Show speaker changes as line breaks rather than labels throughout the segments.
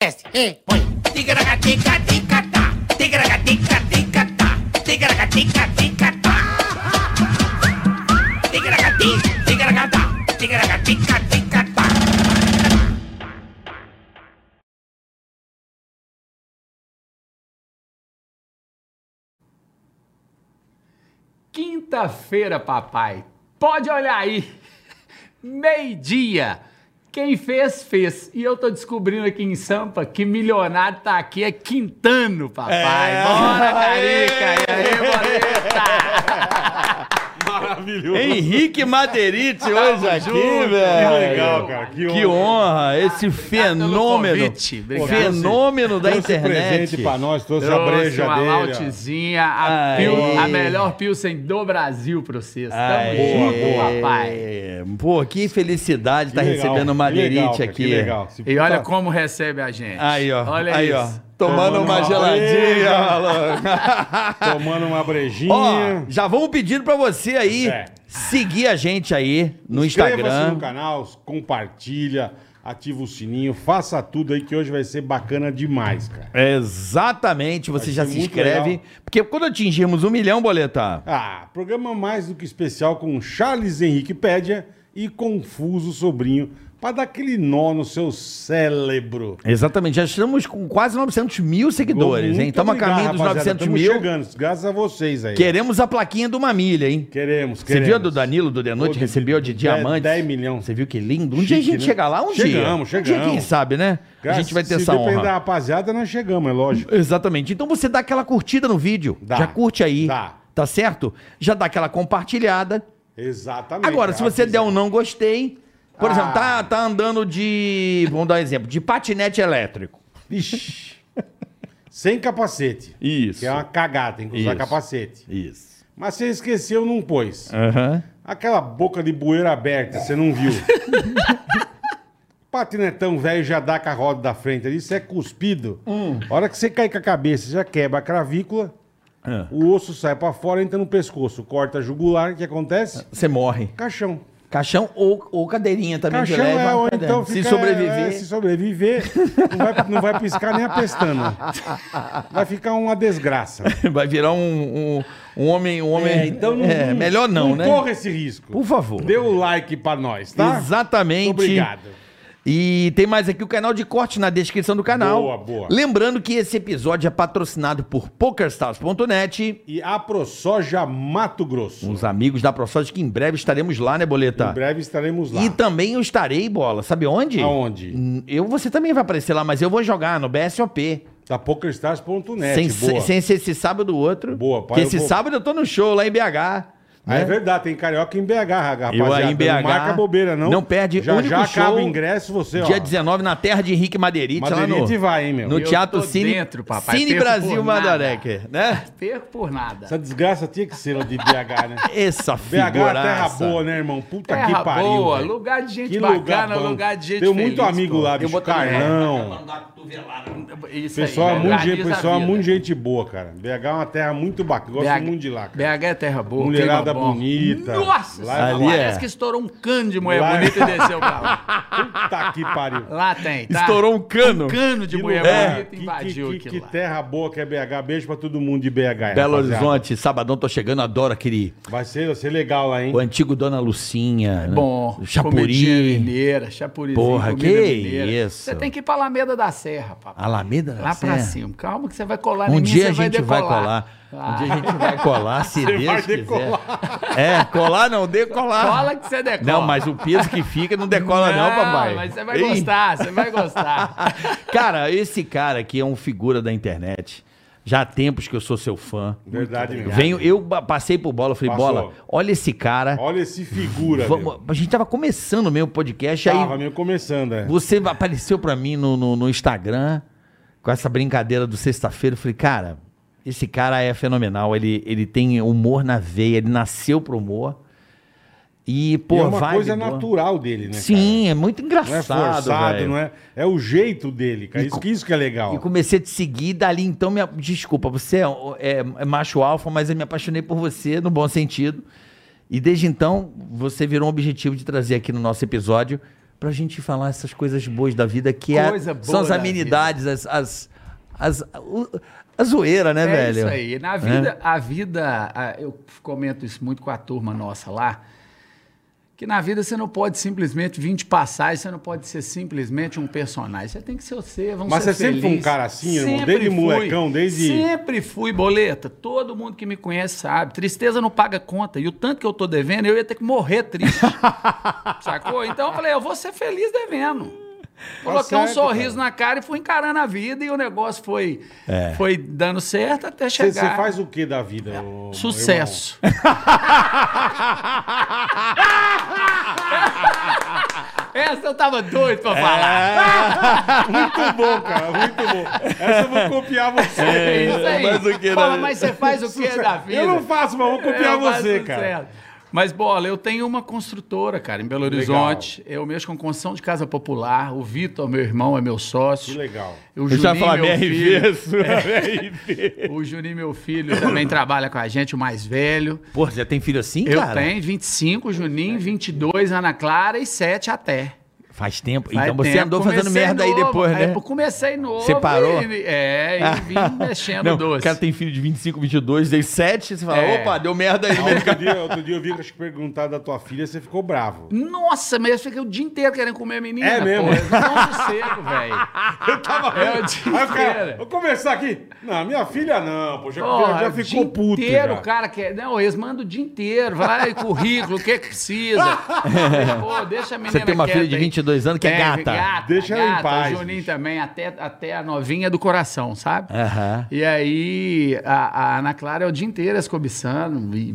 teste. E, põe. Ticaragatica-ticatá. Ticaragatica-ticatá. Ticaragatica-ticatá. Ticaragati, ticaragatá. Ticaragatica-ticatá.
Quinta-feira, papai. Pode olhar aí. Meio-dia. Quem fez, fez. E eu tô descobrindo aqui em Sampa que milionário tá aqui é Quintano, papai.
É.
Bora,
Aê.
Carica. E aí, boleta.
Maravilhoso.
Henrique Materitz hoje aqui, velho.
Que legal, cara. Que,
é, Que honra, esse fenômeno.
convite, obrigado.
Fenômeno da
Trouxe presente
internet.
pra nós, trouxe, a
Trouxe
breja
uma
dele. ó.
lautizinha, a, pil-
Aê.
a melhor Pilsen do Brasil pra vocês. Tamo
Aê.
junto, papai.
é. Pô, que felicidade
Que
tá
legal,
recebendo o
que legal,
Maderite
cara,
aqui.
Que legal. Se
E olha
puta-
como recebe a gente.
Aí, ó.
Olha
aí,
isso.
ó. Tomando,
Tomando
uma
uma-
geladinha,
Eita.
maluco.
Tomando uma brejinha.
Ó, já vamos pedindo pra você aí
É.
seguir a gente aí no
Inscreva-se
Instagram.
no canal, compartilha, ativa o sininho, faça tudo aí que hoje vai ser bacana demais, cara.
Exatamente, você
Vai
já
ser
se
muito
inscreve.
legal.
Porque quando atingirmos um milhão, boletar.
Ah, programa mais do que especial com Charles Henrique Pédia e Confuso Sobrinho pra dar aquele nó no seu cérebro.
Exatamente, já estamos com quase 900 mil seguidores, hein?
Muito
Estamos a
obrigado,
caminho dos
rapaziada.
900
Tamo
mil.
chegando, graças a vocês aí.
Queremos a plaquinha de uma milha, hein?
Queremos,
Você
queremos.
viu a do Danilo do The Noite?
Ô, de-
recebeu de
de-
diamante.
10 milhões.
Você viu que lindo? Um
Chique,
dia a gente
né?
chega lá, um dia.
Chegamos,
Um dia,
chegamos.
quem sabe, né? a
Graças-
gente vai ter
se
essa
depender
honra.
da rapaziada, nós chegamos, é lógico.
Exatamente. Então você dá aquela curtida no vídeo.
Dá.
Já curte aí.
Dá.
Tá certo? Já dá aquela compartilhada.
Exatamente.
Agora, se você
Avisa.
der um não gostei, por
Ah.
exemplo, tá, tá andando de. Vamos dar um exemplo, de patinete elétrico.
Ixi. Sem capacete.
Isso.
Que é uma cagada, tem que usar
Isso.
capacete.
Isso.
Mas você esqueceu, não pôs.
Aham.
Aquela boca de bueira aberta, você não viu. Patinetão velho já dá com a roda da frente ali, você é cuspido.
Hum.
A hora que você cai com a cabeça, já quebra a cravícula,
Ah.
o osso sai pra fora, entra no pescoço, corta a jugular, o que acontece?
Você morre.
Caixão.
Caixão ou, ou cadeirinha também de
Caixão
leve,
é,
uma
ou
cadeira.
então
Se
fica-
sobreviver.
é, se sobreviver, não vai, não vai piscar nem a pestana. Vai ficar uma desgraça.
Vai virar um, um, um homem. Um homem
É, então não-
é, melhor não, né?
corra esse risco.
Por favor.
Dê o like pra nós, tá?
Exatamente.
Obrigado.
E tem mais aqui o canal de corte na descrição do canal.
Boa, boa.
Lembrando que esse episódio é patrocinado por PokerStars.net,
E a ProSoja Mato Grosso.
os amigos da ProSoja, que em breve estaremos lá, né, Boleta?
Em breve estaremos lá.
E também eu estarei, Bola, sabe onde?
Aonde?
Hum, Eu, você também vai aparecer lá, mas eu vou jogar no BSOP.
Da PokerStars.net.
Sem,
Né, tipo, boa.
sem ser esse sábado ou outro.
Boa, pai,
Porque
eu
esse
vou-
sábado eu tô no show lá em BH.
Ah,
né?
É verdade, tem carioca em BH, rapaziada.
Eu aí em BH.
Não marca bobeira, não.
Não perde
Já,
único
já acaba
show,
o ingresso, você,
Dia
ó.
19, na terra de Henrique Madeirite, lá no,
Madeirite vai, hein, meu?
no
Eu
Teatro
tô
Cine,
dentro, papai,
Cine
perco
Brasil
por nada.
Madurecker, né?
Perco por nada.
Essa desgraça tinha que ser lá de BH, né?
Essa
BH é terra
figuraça.
boa, né, irmão? Puta
Terra
que pariu.
boa,
velho.
lugar de gente
que
bacana,
bom.
lugar de gente
Tenho muito
feliz,
amigo
pô.
lá,
Eu
bicho.
vou também.
Carlão.
Isso
Pessoal, é
aí,
muito, gente,
organiza a
pessoal é
vida.
muito gente boa, cara. BH é uma terra muito bacana. Gosto
BH
muito de lá, cara.
BH é terra boa,
Mulherada
clima bom.
bonita.
Nossa,
Lá
senhora,
Ali é-
parece que estourou um cano de mulher
Lá é-
bonita e desceu pra lá.
Puta que pariu.
Lá tem, tá?
Estourou um cano.
um cano de
Que
mulher
lugar, É,
bonita
que-
e
que-
invadiu
que,
aquilo
que
lá.
terra boa que é BH. Beijo pra todo mundo de BH.
Belo
rapaziada.
Horizonte, sabadão tô chegando, adoro aquele...
Vai ser, vai ser legal lá, hein?
O antigo Dona
É
Lucinha, né?
Bom, comidinha
Chapuri,
mineira, chapurizinho,
Porra,
comida
que
mineira.
isso.
Você tem que ir pra Alameda da Serra, papai.
Alameda da
Lá pra
Serra.
cima. Calma que você vai colar em
Um
mim,
dia
você
a gente vai colar.
Vai.
Um dia a gente vai colar, se Deus
vai
quiser.
decolar.
É, colar não, decolar.
Ah, Cola que você decola.
Não, mas o peso que fica não decola não, papai.
Mas você vai
Ei.
gostar, você vai gostar.
Cara, esse cara aqui é um figura da internet. Já há tempos que eu sou seu fã.
Verdade mesmo.
Venho, eu ba- passei por bola, falei,
Passou.
bola, olha esse cara.
Olha esse figura,
Vamos-
meu.
a gente tava começando mesmo o podcast,
Tava
aí
meio começando, é.
você apareceu pra mim no, no- no Instagram com essa brincadeira do sexta-feira. Eu falei, cara, esse cara é fenomenal. Ele, ele tem humor na veia, ele nasceu pro humor. E, pô,
E é uma
vibe
coisa
boa.
natural dele, né?
Sim, é muito
cara? Não é
engraçado.
forçado,
velho.
não é? É o jeito dele, cara.
E
Isso,
co-
que- isso que é legal.
E comecei a te seguir, dali então, me, desculpa, você é, é- é macho alfa, mas eu me apaixonei por você, no bom sentido. E desde então, você virou um objetivo de trazer aqui no nosso episódio pra gente falar essas coisas boas da vida, que é-
Coisa boa
são as
da
amenidades, as, as, as, o- a zoeira, né,
é
velho?
isso aí. Na vida,
É.
a vida, a- eu comento isso muito com a turma nossa lá, que na vida você não pode simplesmente vir de passagem, você não pode ser simplesmente um personagem. Você tem que ser você, vamos
Mas
ser
você sempre foi um
felizes.
cara assim, irmão?
Sempre
Desde
fui.
molecão, desde-
Sempre fui, boleta. Todo mundo que me conhece sabe. Tristeza não paga conta. E o tanto que eu tô devendo, eu ia ter que morrer triste. Sacou? Então eu falei, eu vou ser feliz devendo. Coloquei um
Tá certo,
sorriso na cara e fui encarando a vida e o negócio foi,
É.
foi dando certo até
Você
chegar.
você faz um, o que da vida? ô,
Sucesso. Essa eu tava doido pra falar.
Muito bom, cara, muito bom. Essa eu vou copiar você.
É isso aí.
Mas o né? que
Fala,
da-
mas você faz o que da vida? É,
Eu não faço, mas vou copiar
Eu faço
você,
tudo
cara.
certo. Mas, bola, eu tenho uma construtora, cara, em Belo Horizonte. Eu mexo com construção de casa popular. O Vitor, meu irmão, é meu
Que
sócio.
legal.
O
Eu já ia
Juninho,
falar
meu
BRV,
filho, É.
sua BRV.
o Juninho, meu filho, também trabalha com a gente, o mais velho.
Pô, já tem filho assim,
Eu
cara?
tenho 25, Juninho, 22, Ana Clara e 7 até.
Faz tempo.
Faz
então você
tempo,
andou fazendo
comecei
merda aí
novo, é
depois, né?
eu comecei novo.
Você parou? Ah.
e- é, e vim mexendo
Não,
doce.
O cara tem filho de 25, 22, dei 7, você fala,
É.
opa, deu merda aí.
Ah, Outro dia, outro dia eu vi acho que perguntar da tua filha, você ficou bravo.
Nossa, mas eu fiquei o dia inteiro querendo comer a menina.
É mesmo?
Pô, eu não sossego, velho.
Eu tava
É,
vendo.
o dia
Aí o cara,
inteiro.
vou começar aqui. Não, minha filha não, pô, já,
Porra,
já
o
ficou
dia
puto.
inteiro,
já.
o cara quer. Não, eles mandam o dia inteiro. Vai lá, e currículo, o que que precisa. Pô, deixa a menina
Você tem uma filha
quieta
de
aí.
22 anos que é gata.
Deixa ela em paz,
O Juninho
bicho.
também, até, até a novinha do coração, sabe?
Aham.
E aí, a, a Ana Clara é o dia inteiro escobiçando e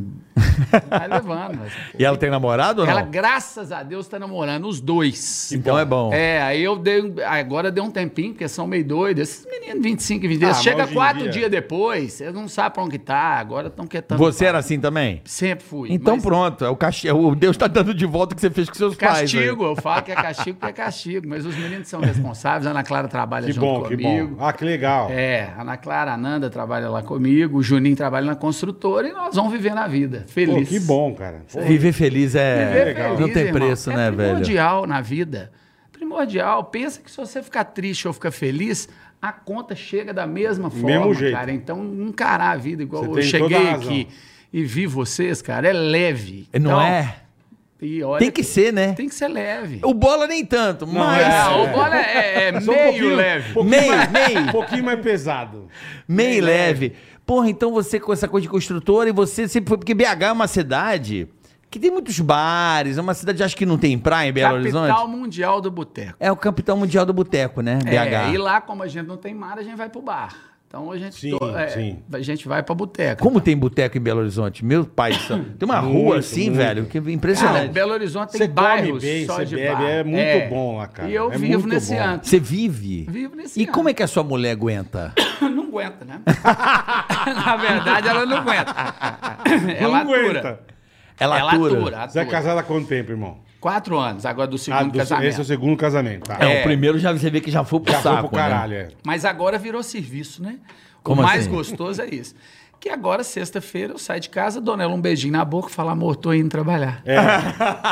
vai levando. mas-
E ela tem namorado ou não?
Ela, graças a Deus, tá namorando os dois.
Então é bom.
É, aí eu dei. um- Agora deu um tempinho, porque são meio doidos. Esses meninos de 25 e 26.
Ah, mas
chega
hoje em
quatro
dia-
dias depois, eles não sabem pra onde tá. Agora estão quietando.
Você era assim também?
Sempre fui.
Então
mas
pronto, é o, casti... é o Deus tá dando de volta o que você fez com seus pais. né?
Castigo,
né?
eu falo que é castigo porque é castigo. Mas os meninos são responsáveis. A Ana Clara trabalha
Que
junto
bom, que
comigo.
bom. Ah, que legal.
É, a Ana Clara, a Nanda trabalha lá comigo, o Juninho trabalha na construtora e nós vamos viver na vida.
Pô,
Feliz.
que bom, cara. Pô,
velho. Viver feliz é.
Viver
legal.
Não tem
irmão.
preço,
É
né, velho?
primordial na vida. Primordial. Pensa que se você ficar triste ou ficar feliz, a conta chega da mesma forma,
Mesmo jeito.
cara. Então, encarar a vida igual
Você
eu
tem toda
cheguei
a razão.
aqui e vi vocês, cara, é leve.
Não
Então,
é?
e olha
Tem que ser, né?
Tem que ser leve.
O bola nem tanto, mas.
É, o bola é, é
só um
meio
pouquinho-
leve.
pouquinho
Meio,
mais-
meio.
Um pouquinho mais pesado.
Meio leve. Porra, então você com essa coisa de construtora e você sempre foi. Porque BH é uma cidade que tem muitos bares, é uma cidade acho que não tem praia em Belo
Capital
Horizonte.
mundial do boteco.
É o capital mundial do boteco, né?
É, e
BH.
lá, como a gente não tem mar, a gente vai pro bar. Então a gente,
Sim,
é,
sim.
a gente vai pra boteca.
Como tem boteco em Belo Horizonte? Meu pai, do céu. tem uma rua
Muito,
assim,
muito.
velho, que é
Cara,
impressionante.
Belo Horizonte tem
Você come
bairros
bem,
só
você
de
bebe,
bar.
é muito bom lá, cara.
E eu
É muito
vivo nesse
bom.
ano.
Você vive?
Vivo nesse
E
ano.
como é que a sua mulher aguenta?
Não aguenta, né? Na verdade, ela não aguenta. ela
Não
aguenta.
aguenta.
Ela,
Ela
atura.
atura.
Você é
atura.
casado há quanto tempo, irmão?
Quatro anos, agora do
Ah,
Tá segundo
do-
casamento. um
esse é o segundo casamento. Tá.
É, o primeiro já você vê que já foi pro
Já
saco.
foi pro
né?
caralho, é.
Mas agora virou serviço, né?
Como
o mais
assim?
gostoso é isso. Que agora, sexta-feira, eu saio de casa, dou nela um beijinho na boca, falo, amor, tô indo trabalhar.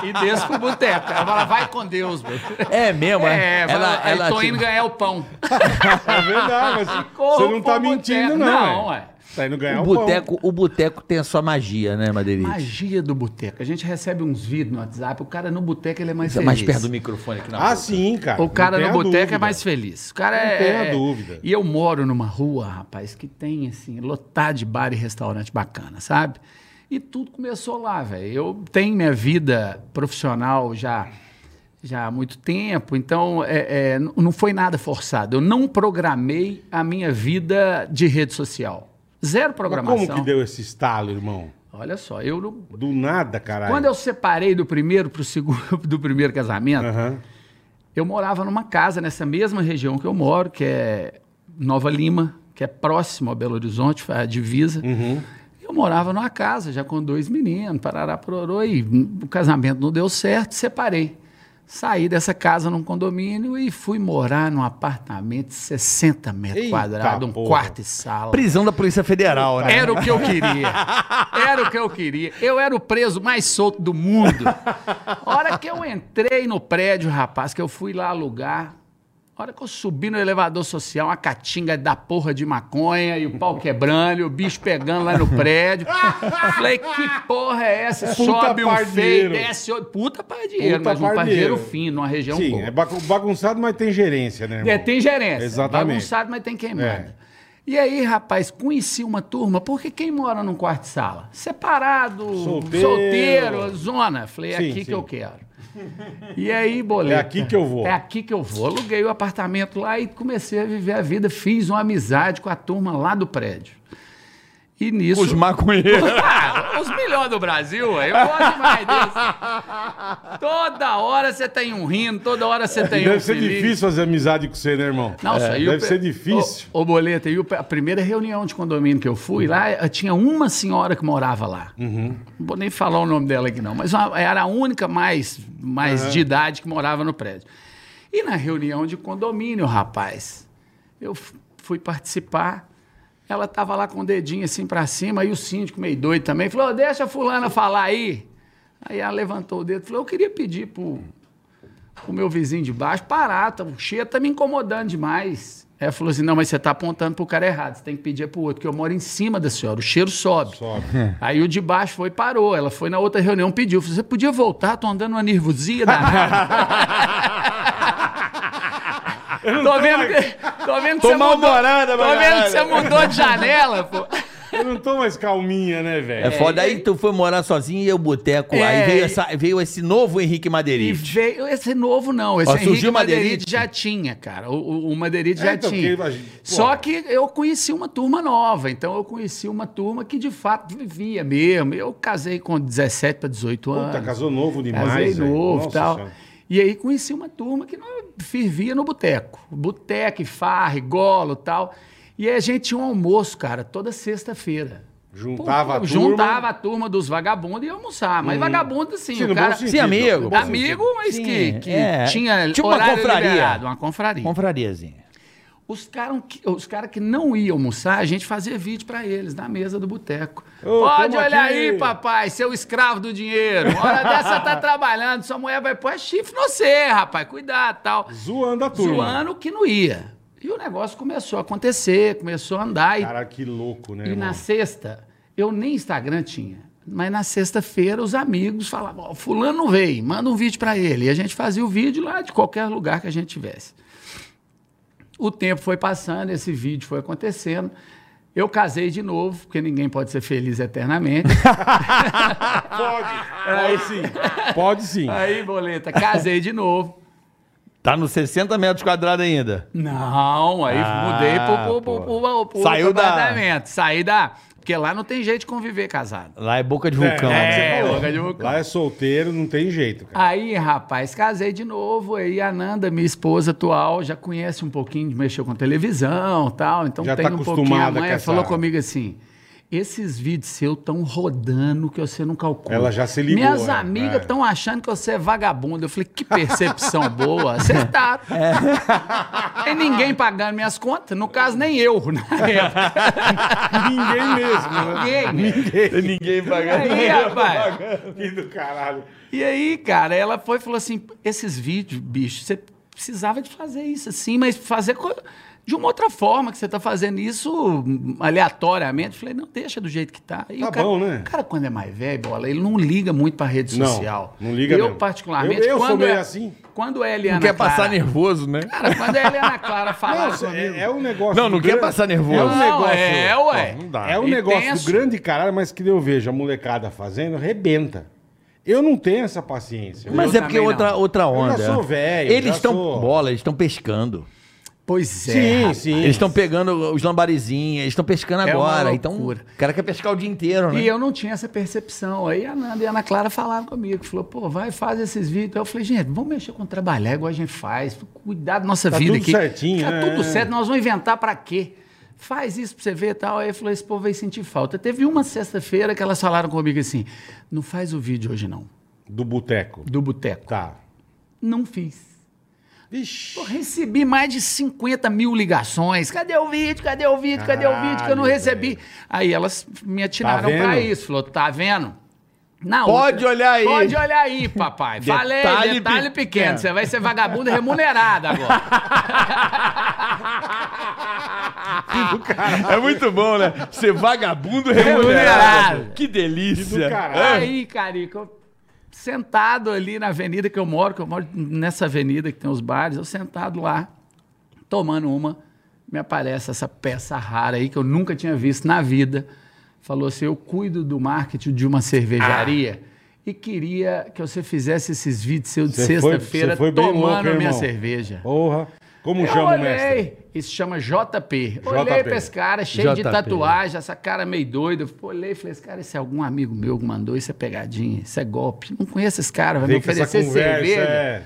E desço pro boteco. Ela fala, vai com Deus, meu.
É mesmo,
É,
é? Ela-
ela,
ela
tô
te-
indo ganhar o pão.
É verdade, mas
Corro
você não tá
pro
mentindo,
boteco.
não.
Não,
é.
ué.
Tá indo ganhar
O
o
boteco, o boteco tem a sua magia, né, Madeirite?
Magia do boteco. A gente recebe uns vídeos no WhatsApp, o cara no boteco ele é mais
Você é
feliz.
mais perto do microfone aqui na
pão. Ah,
boca.
sim, cara.
O cara
não
no
tenha
boteco
dúvida.
é mais feliz. O cara
Não
é.
tenha
é-
dúvida.
E eu moro numa rua, rapaz, que tem, assim, lotar de bar e restaurante bacana, sabe? E tudo começou lá, velho. Eu tenho minha vida profissional já. Já há muito tempo, então é, é, n- não foi nada forçado. Eu não programei a minha vida de rede social. Zero
Mas
programação.
como que deu esse estalo, irmão?
Olha só, eu não,
Do nada, caralho.
Quando eu separei do primeiro pro segundo, do primeiro casamento,
Aham.
eu morava numa casa nessa mesma região que eu moro, que é Nova Lima, que é próximo a Belo Horizonte, a divisa.
Uhum.
Eu morava numa casa já com dois meninos, parará, pororô, e hum, o casamento não deu certo, separei. Saí dessa casa num condomínio e fui morar num apartamento de 60 metros
Eita
quadrados, um
porra.
quarto e sala.
Prisão da Polícia Federal, né?
Era o que eu queria. Era o que eu queria. Eu era o preso mais solto do mundo. A hora que eu entrei no prédio, rapaz, que eu fui lá alugar, a hora que eu subi no elevador social, uma catinga da porra de maconha e o pau quebrando, e o bicho pegando lá no prédio. Falei, que porra é essa?
Puta
Sobe um feio,
pardieiro.
desce outro. Puta pardieiro,
Puta
mas um
pardieiro.
pardieiro fino, uma região
Sim,
boa.
é bagun- bagunçado, mas tem gerência, né, irmão?
um É, tem gerência.
Exatamente.
Bagunçado, mas tem quem manda.
É.
E aí, rapaz, conheci uma turma, porque quem mora num quarto de sala? Separado,
Solteiro.
solteiro, zona. Falei, é
Sim,
aqui
sim.
que eu quero. E aí, boleta.
É aqui que eu vou.
É aqui que eu vou. Aluguei o apartamento lá e comecei a viver a vida. Fiz uma amizade com a turma lá do prédio. E nisso.
Os maconheiros.
Ah, os melhores do Brasil, ué. eu gosto demais desse. Toda hora você tem um rindo, toda hora você tem um
É, Deve ser
feliz.
difícil fazer amizade com você, né, irmão?
Não, isso aí o
Deve
pe-
ser difícil.
Ô, ô, Boleta, e o pe- a primeira reunião de condomínio que eu fui lá, eh, tinha uma senhora que morava lá.
Uhum.
Não vou nem falar o nome dela aqui, não, mas uma- era a única mais, mais de idade que morava no prédio. E na reunião de condomínio, rapaz, eu f- fui participar. Ela tava lá com o dedinho assim pra cima, e o síndico meio doido também falou: "Ô, deixa a fulana falar aí. Aí ela levantou o dedo e falou: eu queria pedir pro, o meu vizinho de baixo, parar, tá, o cheiro tá me incomodando demais. Ela falou assim, não, mas você tá apontando pro cara errado, você tem que pedir pro outro, que eu moro em cima da senhora, o cheiro sobe.
Sobe.
Aí o de baixo foi e parou, ela foi na outra reunião, pediu, falou, você podia voltar, tô andando uma nervosia danada. tô, vendo que, tô vendo que
Tô
você mudou,
mal-humorada,
tô vendo
baralhada.
que você mudou de janela, pô.
Eu não tô mais calminha, né,
É
velho?
foda. Aí tu foi morar sozinho e eu boteco. aí
É,
veio,
e-
essa- veio esse novo Henrique
E
Madeirite.
veio, esse novo não, esse
Ó,
Henrique
surgiu o Madeirite?
Madeirite já tinha, cara. O, o, o Madeirite
É,
já
então,
tinha.
porque, imagina, pô.
Só que eu conheci uma turma nova, então eu conheci uma turma que de fato vivia mesmo. Eu casei com 17 para 18 anos.
Puta, casou novo demais.
Casei
velho.
novo
Nossa
e tal.
Senhora.
E aí conheci uma turma que não- fervia no boteco. Boteco, farre, golo tal. E aí a gente tinha um almoço, cara, toda sexta-feira.
Juntava a
Pô,
turma.
Juntava a turma dos vagabundos e ia almoçar. Mas vagabundo, assim,
Sim,
o
no
cara...
bom sentido.
Sim, amigo.
no bom
Amigo, mas
Sim,
que, que
é.
tinha
Tipo uma
horário
confraria.
liberado, uma confraria.
Confrariazinha.
Os caras que, os cara que não iam almoçar, a gente fazia vídeo pra eles na mesa do boteco.
Ô,
Pode
tamo
olhar
aqui.
aí, papai, seu escravo do dinheiro. Hora dessa tá trabalhando, sua mulher vai pôr chifre no você, rapaz, cuidado tal.
sentido. Zoando a turma.
Zoando que não ia. E o negócio começou a acontecer, começou a andar. E,
Cara, que louco, né,
e
irmão?
na sexta, eu nem Instagram tinha. Mas na sexta-feira os amigos falavam, "Ó, fulano não veio, manda um vídeo pra ele. E a gente fazia o vídeo lá de qualquer lugar que a gente tivesse. O tempo foi passando, esse vídeo foi acontecendo. Eu casei de novo, porque ninguém pode ser feliz eternamente.
Pode. Pode sim. Pode sim.
Aí, boleta, casei de novo.
Tá nos 60 metros quadrados ainda.
Não, aí
Ah,
mudei pro, pro, pro,
pô.
pro- pro
Saiu
outro
da-
apartamento. Saí da. Porque lá não tem jeito de conviver casado.
Lá é boca de vulcão. né?
é,
Você falou.
boca de vulcão.
Lá é solteiro, não tem jeito, cara.
Aí, rapaz, casei de novo. Aí a Nanda, minha esposa atual, já conhece um pouquinho, mexeu com televisão e tal. Então
Já
tem
tá
um pouquinho. A
acostumada
mãe
com essa-
falou comigo assim. Esses vídeos seus estão rodando que você não calcula.
Ela já se ligou,
Minhas
é,
amigas
é.
estão achando que você é vagabundo. Eu falei, que percepção boa. Acertado. Tem ninguém pagando minhas contas. No caso, nem eu, na época.
Ninguém mesmo, né?
Ninguém.
Ninguém pagando.
Aí, rapaz.
Que do caralho.
E aí, cara, ela foi e falou assim: esses vídeos, bicho, você precisava de fazer isso assim, mas fazer co- de uma outra forma que você tá fazendo isso hum, aleatoriamente. Eu Falei, não, deixa do jeito que tá. E
Tá
o cara,
bom, né?
O cara, quando é mais velho, bola, ele não liga muito pra rede
Não,
social.
não liga
Eu,
mesmo.
particularmente,
Eu- eu sou
quando
meio
é,
assim.
Quando é Eliana
Não quer passar
Clara-
nervoso, né?
Cara, quando é Eliana Clara falar
Nossa,
comigo.
é, é um negócio.
Não, não
do
quer passar nervoso.
É um
Não,
negócio.
é,
Pô,
ué.
não dá. É um
E
negócio
tenso.
do grande caralho, mas que eu vejo a molecada fazendo, rebenta. Eu não tenho essa paciência.
Mas
Eu
é porque é
também
outra,
não.
outra onda.
já sou velho,
Eles
já
estão.
sou-
Bola, eles estão pescando.
Pois é.
sim,
rapaz.
sim.
Eles estão pegando os lambarizinhos, eles estão pescando
É
agora.
uma
Então, o
loucura.
cara quer pescar o dia inteiro, né?
E eu não tinha essa percepção. Aí a Nanda e a Ana Clara falaram comigo. Falou, pô, vai, faz esses vídeos. Eu falei, gente, vamos mexer com trabalhar igual a gente faz. Cuidar da nossa
Tá
vida
tudo
aqui.
certinho,
Tá
né?
tudo certo. Nós vamos inventar pra quê? Faz isso pra você ver e tal. Aí eu falei, esse povo vai sentir falta. Teve uma sexta-feira que elas falaram comigo assim, não faz o vídeo hoje não,
Do boteco.
do boteco.
Tá.
Não fiz.
Vixe.
Eu recebi mais de 50 mil ligações. Cadê o vídeo? Cadê o vídeo? Cadê o vídeo que eu não
Caralho,
recebi? Aí elas me atiraram
Tá
pra
vendo?
isso. Falou, tá vendo? Na
Pode olhar aí.
Pode olhar aí, papai. Falei,
Detalhe
detalhe,
pequeno.
pequeno.
É.
Você vai ser vagabundo remunerado agora.
É muito bom, né? Ser vagabundo remunerado.
É Remunerado.
Que delícia.
Que do caralho.
aí, Carica, eu sentado ali na avenida que eu moro, que eu moro nessa avenida que tem os bares, eu sentado lá, tomando uma, me aparece essa peça rara aí que eu nunca tinha visto na vida. Falou assim: Eu cuido do marketing de uma cervejaria. E queria que você fizesse esses vídeos seus de
Ah. Você foi-
sexta-feira
você foi bem
tomando
louco, hein,
a minha
irmão?
cerveja.
Porra. Como
Eu
chama o
olhei,
mestre?
Isso chama JP. Olhei
JP.
pra esse cara, cheio de
JP.
tatuagem, essa cara meio doida. Olhei e falei, esse cara, esse é algum amigo meu que mandou, isso é pegadinha, isso é golpe. Não conheço esse cara, vai me
Vê que essa
oferecer
conversa
cerveja.
é...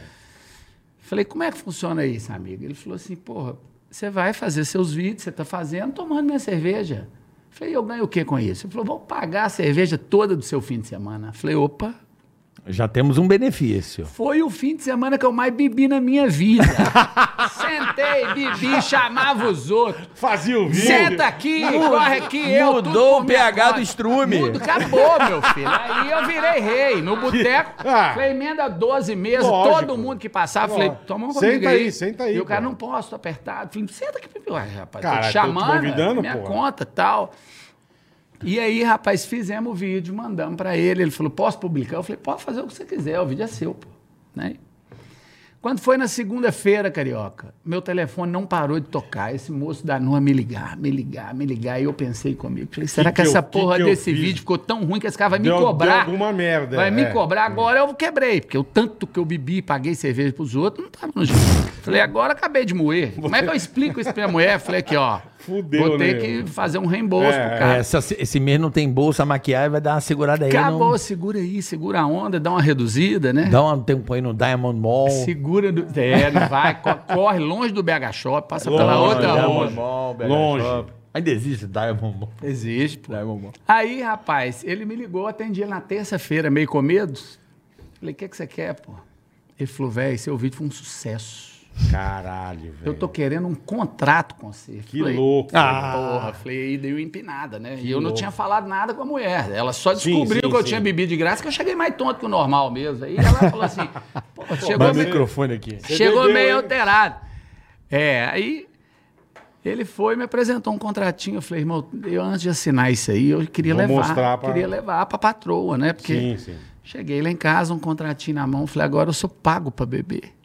Falei, como é que funciona isso, amigo? Ele falou assim, porra, você vai fazer seus vídeos, você tá fazendo, tomando minha cerveja. Falei, eu ganho o que com isso? Ele falou, vou pagar a cerveja toda do seu fim de semana. Falei, opa,
Já temos um benefício.
foi o fim de semana que eu mais bebi na minha vida. Sentei, bebi, chamava os outros.
Fazia o vídeo.
Senta aqui, corre aqui. eu,
mudou
tudo por
o
minha
pH do
conta.
estrume.
Mudo, acabou, meu filho. Aí eu virei rei. No boteco,
Ah.
falei, emenda 12 meses.
Lógico.
todo mundo que passava,
Lógico.
falei, toma um
Senta
comigo
aí, senta aí,
E o cara,
pô.
não posso, tô apertado. Falei, senta aqui. Ué, rapaz,
Cara,
tô
tô
te
te
chamando, né?
convidando,
minha
pô.
conta e tal. E aí, rapaz, fizemos o vídeo, mandamos pra ele. Ele falou, posso publicar? Eu falei, pode fazer o que você quiser, o vídeo é seu, pô. Né? Quando foi na segunda-feira, Carioca, meu telefone não parou de tocar. Esse moço da Nua me ligar, me ligar, me ligar. E eu pensei comigo, falei, será que,
que
essa
eu- que
porra
que eu
desse
fiz?
vídeo ficou tão ruim que esse cara vai
Deu-
me cobrar?
deu alguma merda,
Vai me
é.
cobrar. Agora eu quebrei, porque o tanto que eu bebi e paguei cerveja pros outros, não tava no jeito. Falei, agora acabei de moer. Como é que eu explico isso pra minha mulher? Falei aqui, ó,
Fudeu,
vou ter
né?
que fazer um reembolso
É,
pro
é,
cara.
Essa- esse mês não tem bolsa, maquiagem vai dar uma segurada aí.
Acabou, segura aí, segura a onda, dá uma reduzida, né?
Não, dá um tempo aí no Diamond Mall.
Segura do. É, não vai, co- corre longe do BH Shop, passa pela
Longe,
outra
longe.
onda.
Mall, BH
Longe.
Shop. Ainda existe Diamond Mall.
Existe,
Né,
pô.
Diamond Mall.
Aí, rapaz, ele me ligou, atendi ele na terça-feira, meio com medo. Falei, o que, que você quer, pô? Ele falou, velho, seu vídeo foi um sucesso.
Caralho, velho.
Eu tô querendo um contrato com você.
É. Que louco.
Ah,
Porra, falei, aí deu empinada, né? E eu não tinha falado nada com a mulher. Ela só descobriu
sim,
que eu
sim.
tinha bebido de graça, que eu cheguei mais tonto que o normal mesmo. Aí ela falou assim, pô, chegou
Bota o
meio-
microfone aqui.
Você
Chegou
bebeu,
meio
hein?
alterado. É, aí ele foi e me apresentou um contratinho. Eu falei, irmão, eu antes de assinar isso aí, eu queria
Vou
levar.
mostrar pra-
Queria levar pra patroa, né? Porque
Sim, sim.
cheguei lá em casa, um contratinho na mão, falei, agora eu sou pago pra beber.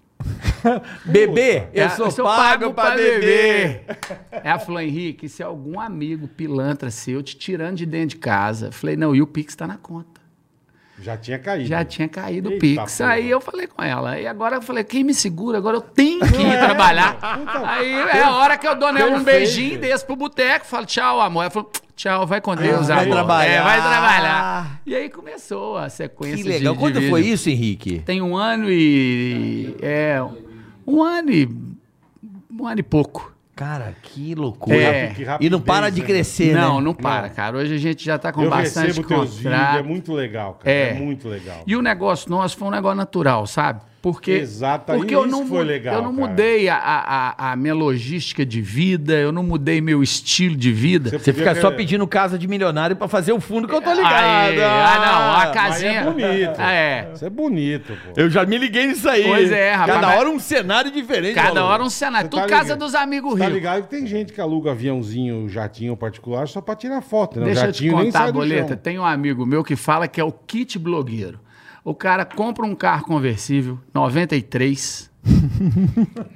Bebê, eu
É,
sou pago pra beber.
Ela falou, Henrique, se algum amigo pilantra seu te tirando de dentro de casa, eu falei, não, e o Pix tá na conta.
Já tinha caído.
Já tinha caído o
Eita
Pix.
porra.
Aí eu falei com ela. E agora eu falei, quem me segura? Agora eu tenho que ir trabalhar. Aí é a hora que eu dou nela um
perfeito.
beijinho, desço pro boteco, falo, tchau, amor. Ela falou, tchau, vai com Deus,
vai
amor.
trabalhar.
É, vai trabalhar. E aí começou a sequência
Que
de-
legal.
de
Quando
vídeo.
foi isso, Henrique?
Tem um ano e... É, um ano e... Um ano e pouco.
Cara, que loucura.
É.
Que
E
rapidez,
não para de
né?
crescer, né?
não, não para, cara. Hoje a gente já tá com
Eu
bastante
recebo teus vídeos,
contrato.
é muito legal, cara. É,
É.
muito legal.
E o negócio nosso foi um negócio natural, sabe? Porque,
Exato, aí
porque eu
isso
não,
que foi
mu-
legal,
eu não
cara.
mudei a, a, a- a minha logística de vida, eu não mudei meu estilo de vida.
Você fica
podia
só
querer-
pedindo casa de milionário pra fazer o fundo que eu tô ligado.
Aí, ah, não, a
tá Mas
casinha.
é bonito.
É.
Isso é bonito, pô.
Eu já me liguei nisso aí.
Pois é, rapaz,
Cada
mas-
hora um cenário diferente.
Cada
maluco.
hora um cenário.
Você
Tudo
tá
casa
ligado?
dos amigos
Tá
ricos.
ligado que tem gente que aluga aviãozinho, jatinho particular só pra tirar foto, né?
Deixa
o
eu te
jatinho nem
contar,
sai do
Boleta.
chão.
Tem um amigo meu que fala que é o kit blogueiro. O cara compra um carro conversível, 93.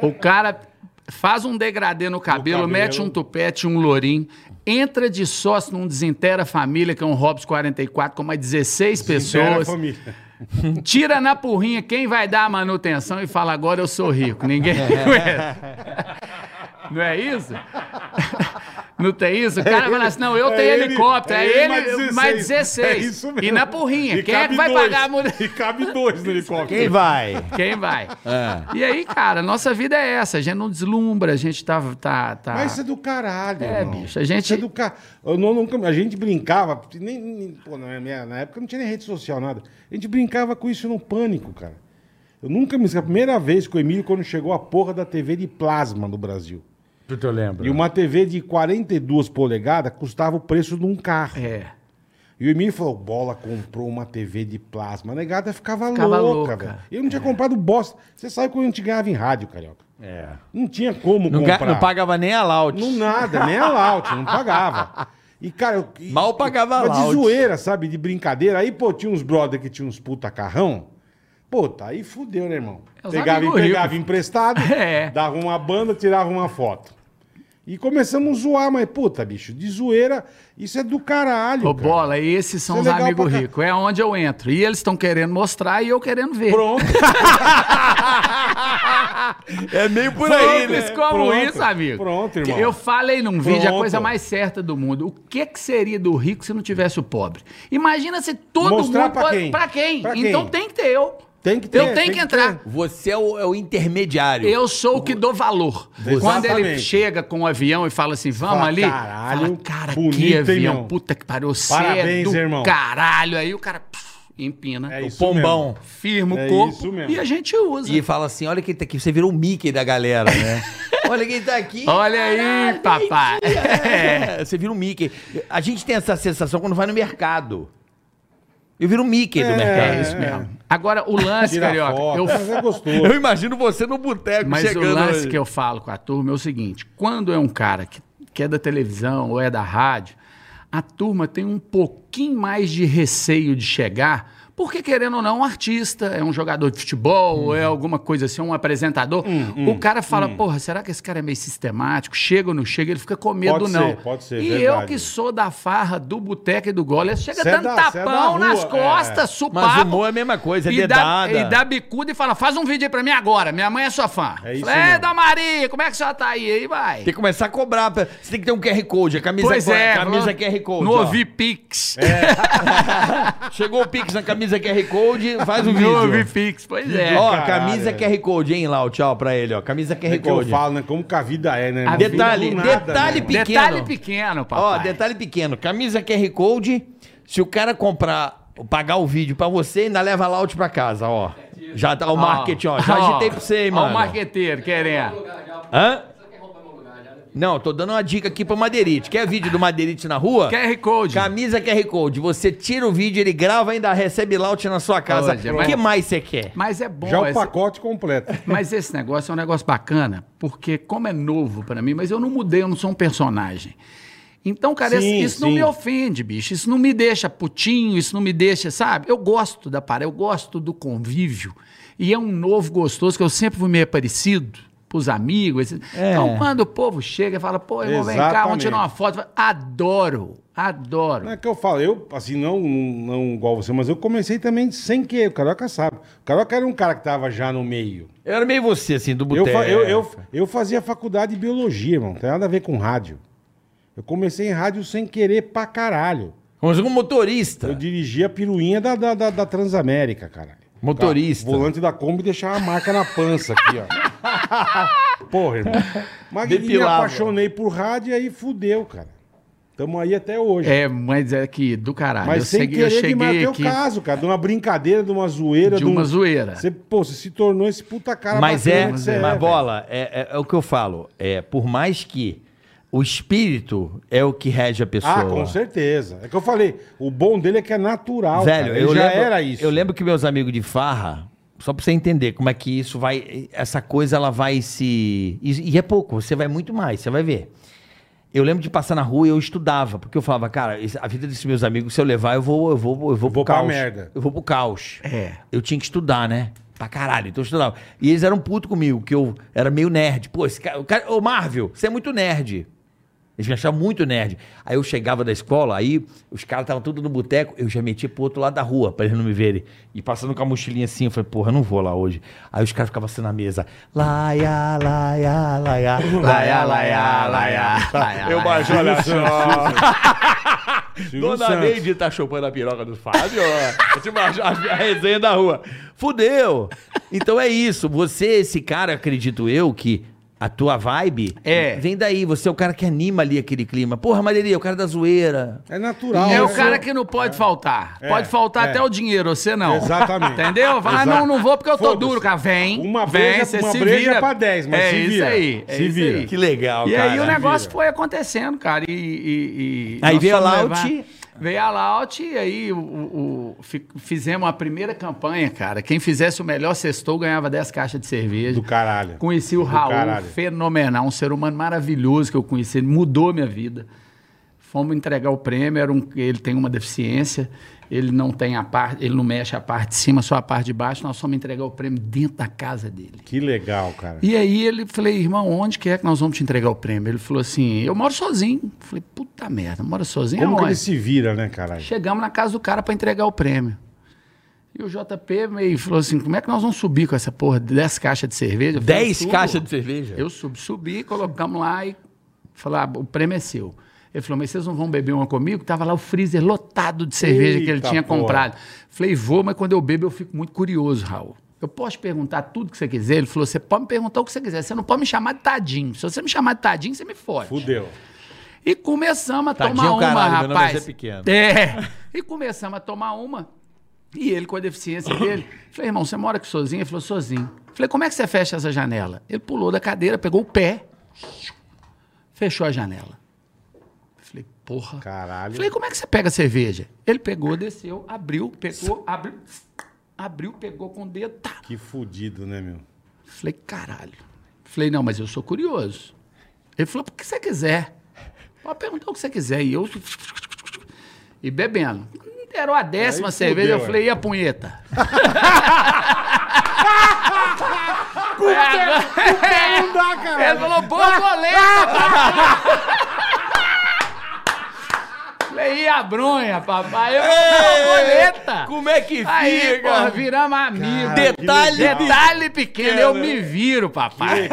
o cara faz um degradê no cabelo,
cabelo.
mete um tupete, um lourinho, entra de sócio num Desintera Família, que é um Hobbs 44, com mais 16
Era a
pessoas.
família.
Tira na porrinha quem vai dar a manutenção e fala agora eu sou rico. Ninguém conhece. Não é isso? Não tem isso? O cara fala assim: não, eu
É
tenho
ele-
helicóptero,
é
é
ele
ele
mais
mais
16.
16.
É isso mesmo.
E na porrinha,
E
quem é
cabe
que vai
dois.
pagar a manutenção?
E cabe dois no
Quem
helicóptero.
vai?
Quem vai? E aí, cara, nossa vida é essa. A gente não deslumbra, a gente tá. tá, tá...
Mas isso é do caralho,
É,
irmão.
bicho, a gente-
Isso é do ca- Eu não- nunca- A gente brincava... Nem, nem- pô, na, minha- na época não tinha nem rede social, nada. A gente brincava com isso no pânico, cara. Eu Eu nunca me esqueço. A primeira vez que o Emílio, quando chegou a porra da TV de plasma no Brasil.
Tu te lembra?
E uma TV de 42 polegadas custava o preço de um carro.
É.
E o Emílio falou: Bola comprou uma TV de plasma. A negada ficava,
Ficava
louca,
louca.
velho. Eu não tinha comprado bosta. Você sabe quando a gente ganhava em rádio, carioca?
É.
Não tinha como
Não, ga-
comprar.
não pagava nem a Laut.
Não nada, nem a Laut, não pagava. E, cara, eu, e-
Mal pagava a
mas
Laut.
de zoeira, sabe? De brincadeira. Aí, pô, tinha uns brother que tinha uns puta carrão. Pô, tá aí fudeu, né, irmão?
É, os
pegava,
amigos
pegava
ricos.
emprestado,
É.
dava uma banda, tirava uma foto. E começamos a zoar, mas puta, bicho, de zoeira, isso é do caralho.
Ô,
cara.
bola, esses são
Isso
os
é legal
amigos
pra ca-
ricos. É onde eu entro. E eles estão querendo mostrar e eu querendo ver.
Pronto,
É meio por
Simples
aí, né?
como
Pronto,
isso, amigo.
pronto, irmão.
Eu falei num vídeo a
Pronto.
coisa mais certa do mundo. O que, que seria do rico se não tivesse o pobre? Imagina se todo
Mostrar
mundo...
pra
pode-
quem?
Pra quem?
Pra quem?
então tem que ter eu.
Tem que ter,
Eu
tem
tenho
que
que entrar.
Você é o, é o intermediário.
Eu sou o que dou valor.
Exatamente.
Quando ele chega com o avião e fala assim, vamos
Fala,
ali.
"Caralho,
fala, cara,
bonito,
que
hein,
avião.
meu?"
Puta que pariu, você
Parabéns,
é do
irmão.
caralho. Aí o cara pff, empina,
É
o
isso
Pombão.
mesmo.
firma o
É
corpo
isso mesmo.
e a gente usa.
E fala assim: olha quem tá aqui. Você virou o Mickey da galera, né? olha quem tá aqui.
Olha aí, papai.
É, você vira um Mickey. A gente tem essa sensação quando vai no mercado. Eu viro um Mickey do mercado.
É isso mesmo. Agora, o lance,
Tira
Carioca,
foto, Tá
eu
mas é gostoso.
Eu imagino você no boteco
Mas
chegando.
o lance
aí.
que eu falo com a turma é o seguinte: quando é um cara que, que é da televisão ou é da rádio, a turma tem um pouquinho mais de receio de chegar, porque querendo ou não, é um artista, é um jogador de futebol,
Hum.
ou é alguma coisa assim, um apresentador. o cara fala: porra, será que esse cara é meio sistemático? Chega ou não chega? Ele fica com medo,
Pode
não.
ser, pode ser,
E eu
verdade.
que sou da farra, do boteco e do gole, chega
Cê é
dando
da- cê é da
tapão nas
rua,
costas,
é.
supapo.
Mas o humor é a mesma coisa, é
e dá,
dedada.
e dá bicuda e fala: faz um vídeo aí pra mim agora, minha mãe é sua fã.
É isso
Falei,
mesmo.
Dona Maria, como é que a senhora tá aí? Aí vai. é,
Tem que começar a cobrar. pra- Você tem que ter um QR Code, a camisa, camisa
falou,
QR Code.
Não
ó. É,
ouvi Pix.
Chegou o Pix na camisa QR Code, faz o vídeo.
não ouvi Pix, pois é.
Ó,
Caralho,
camisa
é.
QR Code, hein, Lau? Tchau pra ele, ó. Camisa QR
É que eu
Code.
falo, né? Como que a vida é, né? irmão?
Detalhe,
Vida do nada,
detalhe
né, irmão?
pequeno.
Detalhe pequeno,
Ó,
papai.
detalhe pequeno. Camisa QR Code, se o cara comprar, pagar o vídeo pra você, ainda leva Laut pra casa, ó. Já tá o
Ó,
marketing, ó. Já
ó,
agitei pra você, hein,
Ó,
mano.
o marqueteiro querendo.
Hã? Não, tô dando uma dica aqui pro Madeirite. Quer vídeo do Madeirite na rua?
QR Code.
Camisa QR Code. Você tira o vídeo, ele grava ainda recebe Laut na sua casa.
Hoje,
O
mas-
que mais você quer?
Mas é bom.
Já o
esse-
pacote completo.
Mas esse negócio é um negócio bacana, porque como é novo pra mim, mas eu não mudei, eu não sou um personagem. Então, cara,
Sim,
isso, isso não
sim.
me ofende, bicho. Isso não me deixa putinho, isso não me deixa, sabe? Eu gosto da parada, eu gosto do convívio. E é um novo gostoso que eu sempre fui meio parecido pros amigos. esse-
É.
Então, quando o povo chega e fala, pô, irmão, vem cá, vamos
Exatamente.
tirar uma foto. eu falo, Adoro, adoro.
Não é que eu falo, eu, assim, não, não, não igual você, mas eu comecei também sem que, o Carioca sabe. O Carioca era um cara que tava já no meio.
Eu era meio você, assim, do
Eu,
boteco.
fa- eu, eu, eu fazia faculdade de biologia, irmão, não tem nada a ver com rádio. Eu comecei em rádio sem querer pra caralho.
Mas um motorista.
Eu dirigia a piruinha da, da, da, da Transamérica, caralho.
Motorista.
Cara, volante da Kombi deixava a marca na pança aqui, ó. Porra, irmão. Mas eu me
Depilava.
apaixonei por rádio e aí fudeu, cara. Tamo aí até hoje.
É, mas é que do caralho.
Mas
eu
sem
segui- eu
querer demais,
cheguei
é o
aqui
caso, cara, de uma brincadeira, de uma zoeira.
de uma zoeira.
Você, pô, você se tornou esse puta cara
Mas é,
bacana que
mas
você velho.
bola, é, é- é o que eu falo. É, por mais que o espírito é o que rege a pessoa.
Ah, com certeza. É que eu falei, o bom dele é que é natural,
Velho,
cara. Ele
eu
já
lembro,
era isso.
Eu lembro que meus amigos de farra, só pra você entender como é que isso vai, essa coisa ela vai se e, e é pouco, você vai muito mais, você vai ver. Eu lembro de passar na rua e eu estudava, porque eu falava, cara, esse- a vida desses meus amigos, se eu levar, eu vou, eu vou, eu vou, pro
vou pra
caos.
merda.
Eu vou pro caos.
É.
Eu tinha que estudar, né? Pra caralho, então eu estudava. E eles eram puto comigo, que eu era meio nerd. Pô, esse cara, o cara, ô Marvel, você é muito nerd. Eles me achavam muito nerd. Aí eu chegava da escola, aí os caras estavam tudo no boteco, eu já metia pro outro lado da rua, pra eles não me verem. E passando com a mochilinha assim, eu falei, porra, eu não vou lá hoje. Aí os caras ficavam assim na mesa. Laia, laia, laia, laia, laia, laia,
Tá.
laia.
Eu baixo,
olha só.
Silvio
Dona
Santos.
Neide tá chupando a piroca do Fábio. ó. Tipo, a, a- a resenha da rua. Fudeu. Então é isso. Você, esse cara, acredito eu, que A tua vibe
É.
vem daí. Você é o cara que anima ali aquele clima. Porra, Madeirinha, é o cara da zoeira.
É natural.
é o
né?
cara que não pode faltar.
É,
Pode faltar
é.
até o dinheiro, você não.
Exatamente.
Entendeu? Vai,
Exato.
não, não vou porque eu tô
Foda-se.
duro, cara. Vem.
Uma
vem,
breja-
você
uma
se
breja
vira.
pra 10, mas
é
se
Isso
vira.
aí, é
Se
isso
vira.
aí.
Que legal,
E
cara.
aí o negócio
vira.
foi acontecendo, cara. E, e- e-
Aí
nós
veio a
fomos
Laut.
levar- Veio a Laut e aí o, o- o- fi- fizemos a primeira campanha, cara. Quem fizesse o melhor sextou ganhava 10 caixas de cerveja.
Do caralho.
Conheci o
É. Do
Raul,
caralho.
fenomenal, um ser humano maravilhoso que eu conheci, ele mudou minha vida. Fomos entregar o prêmio, era um- ele tem uma deficiência, ele não tem a parte, ele não mexe a parte de cima, só a parte de baixo, nós fomos entregar o prêmio dentro da casa dele.
Que legal, cara.
E aí ele falei, irmão, onde que é que nós vamos te entregar o prêmio? Ele falou assim, eu moro sozinho. Falei, puta merda, mora sozinho
Como que
aonde?
ele se vira, né, caralho?
Chegamos na casa do cara para entregar o prêmio. E o JP meio falou assim, como é que nós vamos subir com essa porra, 10 caixas de cerveja? Eu falei, eu
10
subo.
é caixas de cerveja.
Eu subi, subi, colocamos lá e falar, o prêmio é seu. Ele falou, mas vocês não vão beber uma comigo? Tava lá o freezer lotado de cerveja que ele
Eita
tinha
porra.
comprado. Falei, vou, mas quando eu bebo eu fico muito curioso, Raul. Eu posso perguntar tudo que você quiser? Ele falou, você pode me perguntar o que você quiser, você não pode me chamar de tadinho. Se você me chamar de tadinho, você me fode.
Fudeu.
E começamos a
Tadinho
tomar
é o
uma,
caralho, meu nome é
rapaz.
Zé Pequeno.
É. E começamos a tomar uma. E ele, com a deficiência dele, falei, irmão, você mora aqui sozinho? Ele falou, sozinho. Falei, como é que você fecha essa janela? Ele pulou da cadeira, pegou o pé, fechou a janela. Falei, porra.
Caralho.
Falei, como é que você pega a cerveja? Ele pegou, desceu, abriu, pegou, abriu, abriu, pegou com o dedo, tá.
Que fudido, né, meu?
Falei, caralho. Falei, não, mas eu sou curioso. Ele falou, porque você quiser. Pode perguntar o que você quiser. E eu. E bebendo. Deram a décima
Aí
cerveja,
fudeu,
eu falei,
é.
e a punheta?
Não dá,
É, Ele
caralho.
falou, borboleta! papai." falei, e a bronha, papai? Eu falei, borboleta!
Como é que
Aí,
fica?
pô, viramos amigos.
Cara, que
Detalhe
legal.
Detalhe pequeno, eu
pequeno.
me viro, papai.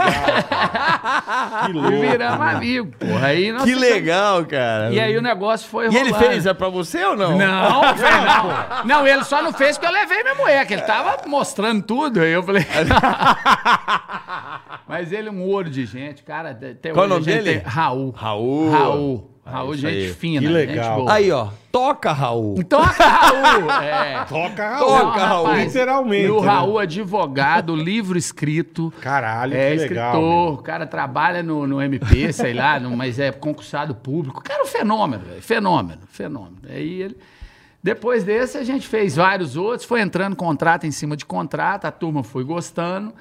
Que louco.
Viramos
meu.
amigo, porra. Aí nós
Que
ficamos-
legal, cara.
E aí o negócio foi
E ele
rolando.
fez é pra você ou não?
Não, fez não. Não, ele só não fez porque eu levei minha mulher, que ele tava mostrando tudo. Aí eu falei. Mas ele é um ouro de gente, cara. até
Qual
hoje
o
a
nome
gente
dele?
tem- Raul.
Raul.
Raul.
Ah,
Raul,
isso
gente
aí.
fina.
Que legal.
Gente boa.
Aí, ó. Toca, Raul.
Toca, Raul! É.
Toca a
Toca,
Não,
outra.
Raul.
rapaz,
Literalmente,
E o
né?
Raul, advogado, livro escrito.
Caralho,
É
que
escritor,
legal. meu.
o cara trabalha no, no MP, sei lá, no- mas é concursado público. O cara é um fenômeno, velho. Fenômeno, fenômeno. Aí ele. Depois desse, a gente fez vários outros, foi entrando contrato em cima de contrato, a turma foi gostando.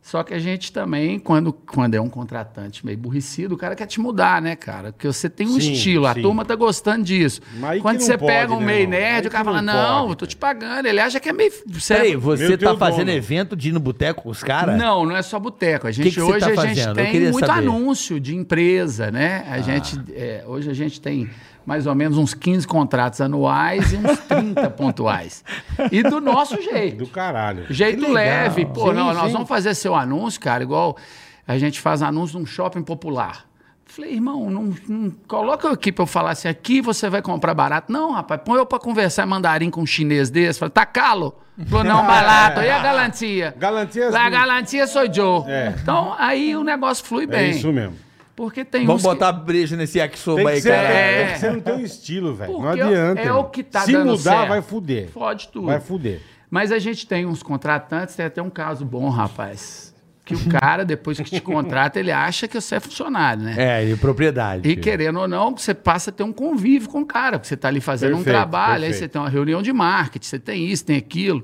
Só que a gente também, quando, quando é um contratante meio burricido, o cara quer te mudar, né, cara? Porque você tem um
Sim,
estilo, a
sim.
turma tá gostando disso.
Mas aí que
quando
não
você
pode,
pega um
né,
meio
irmão? Aí
nerd,
que
o cara fala,
não
não,
pode,
eu tô te pagando. Ele acha que é meio... você é-
Peraí, você
Meu
tá
Deus,
fazendo
dono.
evento de ir no boteco com os caras?
Não, não é só boteco. A gente
que você
hoje
tá
a gente
fazendo? Eu
tem
queria
muito
saber. Ah.
anúncio de empresa, né? A gente é, hoje a gente tem mais ou menos uns 15 contratos anuais e uns 30 pontuais. E do nosso jeito.
Do caralho.
Jeito
Que legal.
leve, pô,
Sim,
não,
sim.
nós vamos fazer seu anúncio, cara, igual a gente faz anúncio num shopping popular. Falei, irmão, não, não coloca aqui pra eu falar assim, aqui você vai comprar barato. Não, rapaz, põe eu pra conversar em mandarim com um chinês desse. Falei, tá calo? Falou, não, barato. E a galantia?
Galantia-
La galantia sou eu.
É.
Então, aí o negócio flui
É
bem.
isso mesmo.
Porque tem
Vamos
uns que-
botar breja nesse
Tem
yakisoba
que,
aí,
ser,
cara.
É.
tem que ser no teu estilo, velho. Não
Porque
adianta.
é o
irmão.
que tá
Se
dando
mudar,
certo.
vai fuder.
Fode tudo.
Vai fuder.
Mas a gente tem uns contratantes, tem até um caso bom, rapaz. Que o cara, depois que te contrata, ele acha que você é funcionário, né?
É, e propriedade.
E querendo ou não, você passa a ter um convívio com o cara, porque você está ali fazendo
Perfeito,
um trabalho, aí
perfeito.
você tem uma reunião de marketing, você tem isso, tem aquilo.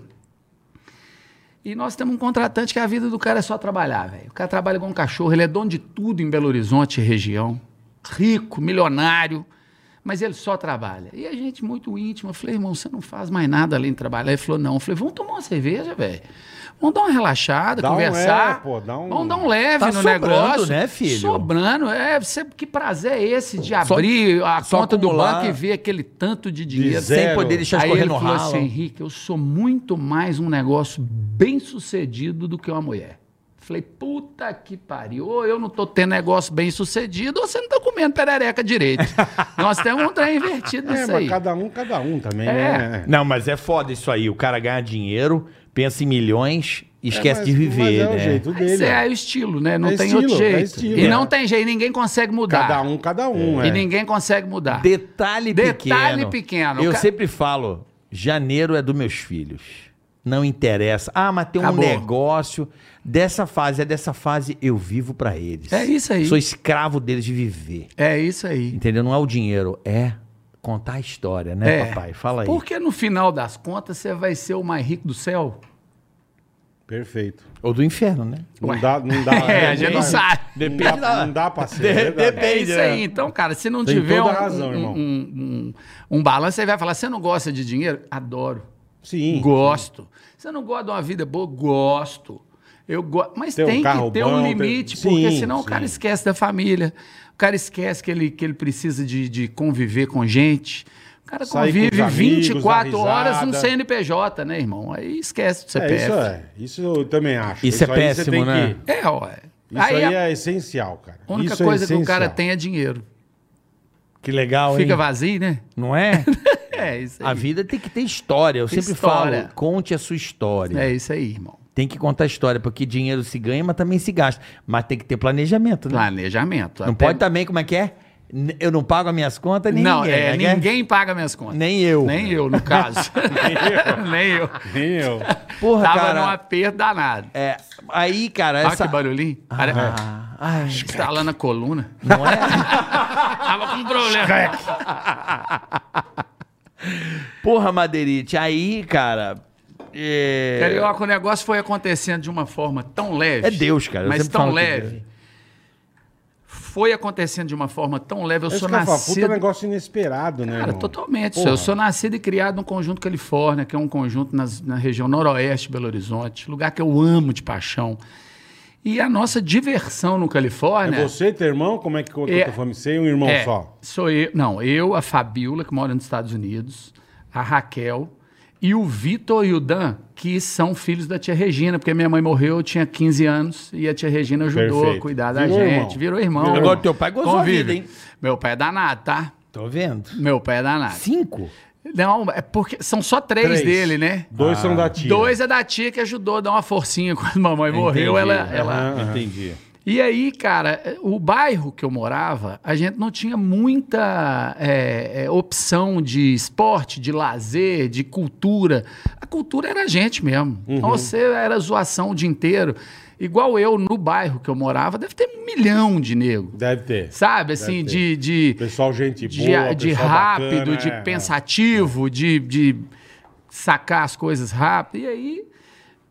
E nós temos um contratante que a vida do cara é só trabalhar, velho. O cara trabalha igual um cachorro, ele é dono de tudo em Belo Horizonte e região. Rico, milionário, mas ele só trabalha. E a gente muito íntima, eu falei, irmão, você não faz mais nada além de trabalhar. Ele falou, não. Eu falei, vamos tomar uma cerveja, velho. Vamos dar uma relaxada,
Dá um-
conversar.
é, pô, dá um-
Vamos dar um leve
Tá
no
sobrando,
negócio.
né, filho?
Sobrando, é. Você, que prazer é esse de
Só-
abrir a
só
conta
acumular.
do banco e ver aquele tanto de dinheiro?
zero.
Sem poder deixar
Aí
escorrer
ele
no
falou
ralo.
assim, Henrique, eu sou muito mais um negócio bem sucedido do que uma mulher. Falei, puta que pariu, ou eu não tô tendo negócio bem sucedido, ou você não tá comendo perereca direito. Nós temos um trem invertido
É,
nisso
mas
aí.
cada um, cada um também,
É.
né?
Não, mas é foda isso aí. O cara ganha dinheiro, pensa em milhões esquece
É, mas-
de viver,
mas é o
né?
jeito
Mas
dele.
é
ó.
o estilo, né? Não
É
tem
estilo,
outro
é
jeito.
estilo,
e
é.
não tem jeito, ninguém consegue mudar.
Cada um, cada um,
E
é.
ninguém consegue mudar.
Detalhe,
Detalhe
pequeno.
pequeno.
Eu
Ca-
sempre falo, janeiro é dos meus filhos. Não interessa. Ah, mas tem um
Acabou.
negócio. Dessa fase, é dessa fase, eu vivo pra eles.
É isso aí.
Sou escravo deles de viver.
É isso aí.
Entendeu? Não é o dinheiro, é contar a história, né,
É.
papai? Fala aí.
Porque no final das contas você vai ser o mais rico do céu?
Perfeito.
Ou do inferno, né?
Não
Ué.
dá, não dá.
É, a gente não
dá-
sabe.
Não dá, não dá pra ser. é verdade.
É isso
né?
aí. Então, cara, se não
Tem
tiver
toda
um,
a razão,
um,
irmão.
um- um- um balanço, você vai falar: você não gosta de dinheiro? Adoro.
Sim.
Gosto. Você não gosta de uma vida boa? Gosto. Eu gosto. Mas
Ter um
tem
carro
que ter
bom,
um
ter-
limite,
Sim,
porque senão o
sim.
cara esquece da família. O cara esquece que ele, que ele precisa de, de conviver com gente. O cara
Sair com os
convive
amigos, dar
24 horas num
risada.
CNPJ, né, irmão? Aí esquece do
É,
CPF.
isso é. Isso eu também acho.
Isso é
aí você
péssimo,
tem
né?
que-
é. ué.
Isso aí,
a-
é... essencial, cara.
A única
Isso é
coisa que o cara
essencial.
tem é dinheiro.
Que legal,
Fica
hein?
vazio, né?
Não é?
É isso
A
aí.
vida tem que ter história. Eu sempre
História.
falo, conte a sua história.
É isso aí, irmão.
Tem que contar a história, porque dinheiro se ganha, mas também se gasta. Mas tem que ter planejamento, né?
Planejamento.
Não
Até-
pode também, como é que é? N- Eu não pago as minhas contas, nem
Não,
ninguém.
é,
né?
ninguém paga minhas contas.
Nem eu.
Nem eu, no caso. Nem eu.
Meu,
Porra,
Tava
cara.
num aperto danado.
É, aí, cara,
Olha
essa...
que barulhinho. Cara,
Ah, ai,
Estalando a coluna.
não é?
Tava com um problema.
Porra, Madeirite, aí, cara... É...
Carioca, o negócio foi acontecendo de uma forma tão leve.
É Deus, cara. Eu
Mas
sempre
tão
falo que é
leve. Foi acontecendo de uma forma tão leve. Eu
esse
sou
cafafuto é um
nascido.
negócio inesperado, né,
Cara,
irmão?
totalmente.
Porra.
Eu sou nascido e criado no Conjunto Califórnia, que é um conjunto nas- na região noroeste de Belo Horizonte, lugar que eu amo de paixão. E a nossa diversão no
É
Califórnia.
você, teu irmão? Como é que conta
né? É.
a tua família? Você e um irmão
É,
só?
Sou eu. Não, eu, a Fabiola, que mora nos Estados Unidos, a Raquel e o Vitor e o Dan, que são filhos da tia Regina, porque minha mãe morreu, eu tinha 15 anos e a tia Regina ajudou
Perfeito.
a cuidar da
Virou
gente.
irmão.
Virou irmão.
Virou
Agora teu pai gozou a vida, hein?
Meu pai é danado, tá?
Tô vendo.
Meu pai é danado.
Cinco?
Não, é porque são só três,
Três.
dele, né?
Dois são da tia.
Dois é da tia que ajudou a dar uma forcinha quando mamãe morreu. Ela, ela...
Ah,
Aham.
Entendi.
E aí, cara, o bairro que eu morava, a gente não tinha muita é, é, opção de esporte, de lazer, de cultura. A cultura era a gente mesmo.
Uhum.
Então você era zoação o dia inteiro. Igual eu, no bairro que eu morava, deve ter um milhão de negro.
Deve ter.
Sabe, assim, de- de
Pessoal, gente
de,
boa.
de
pessoal
rápido,
bacana,
de
é.
pensativo, De, de sacar as coisas rápido. E aí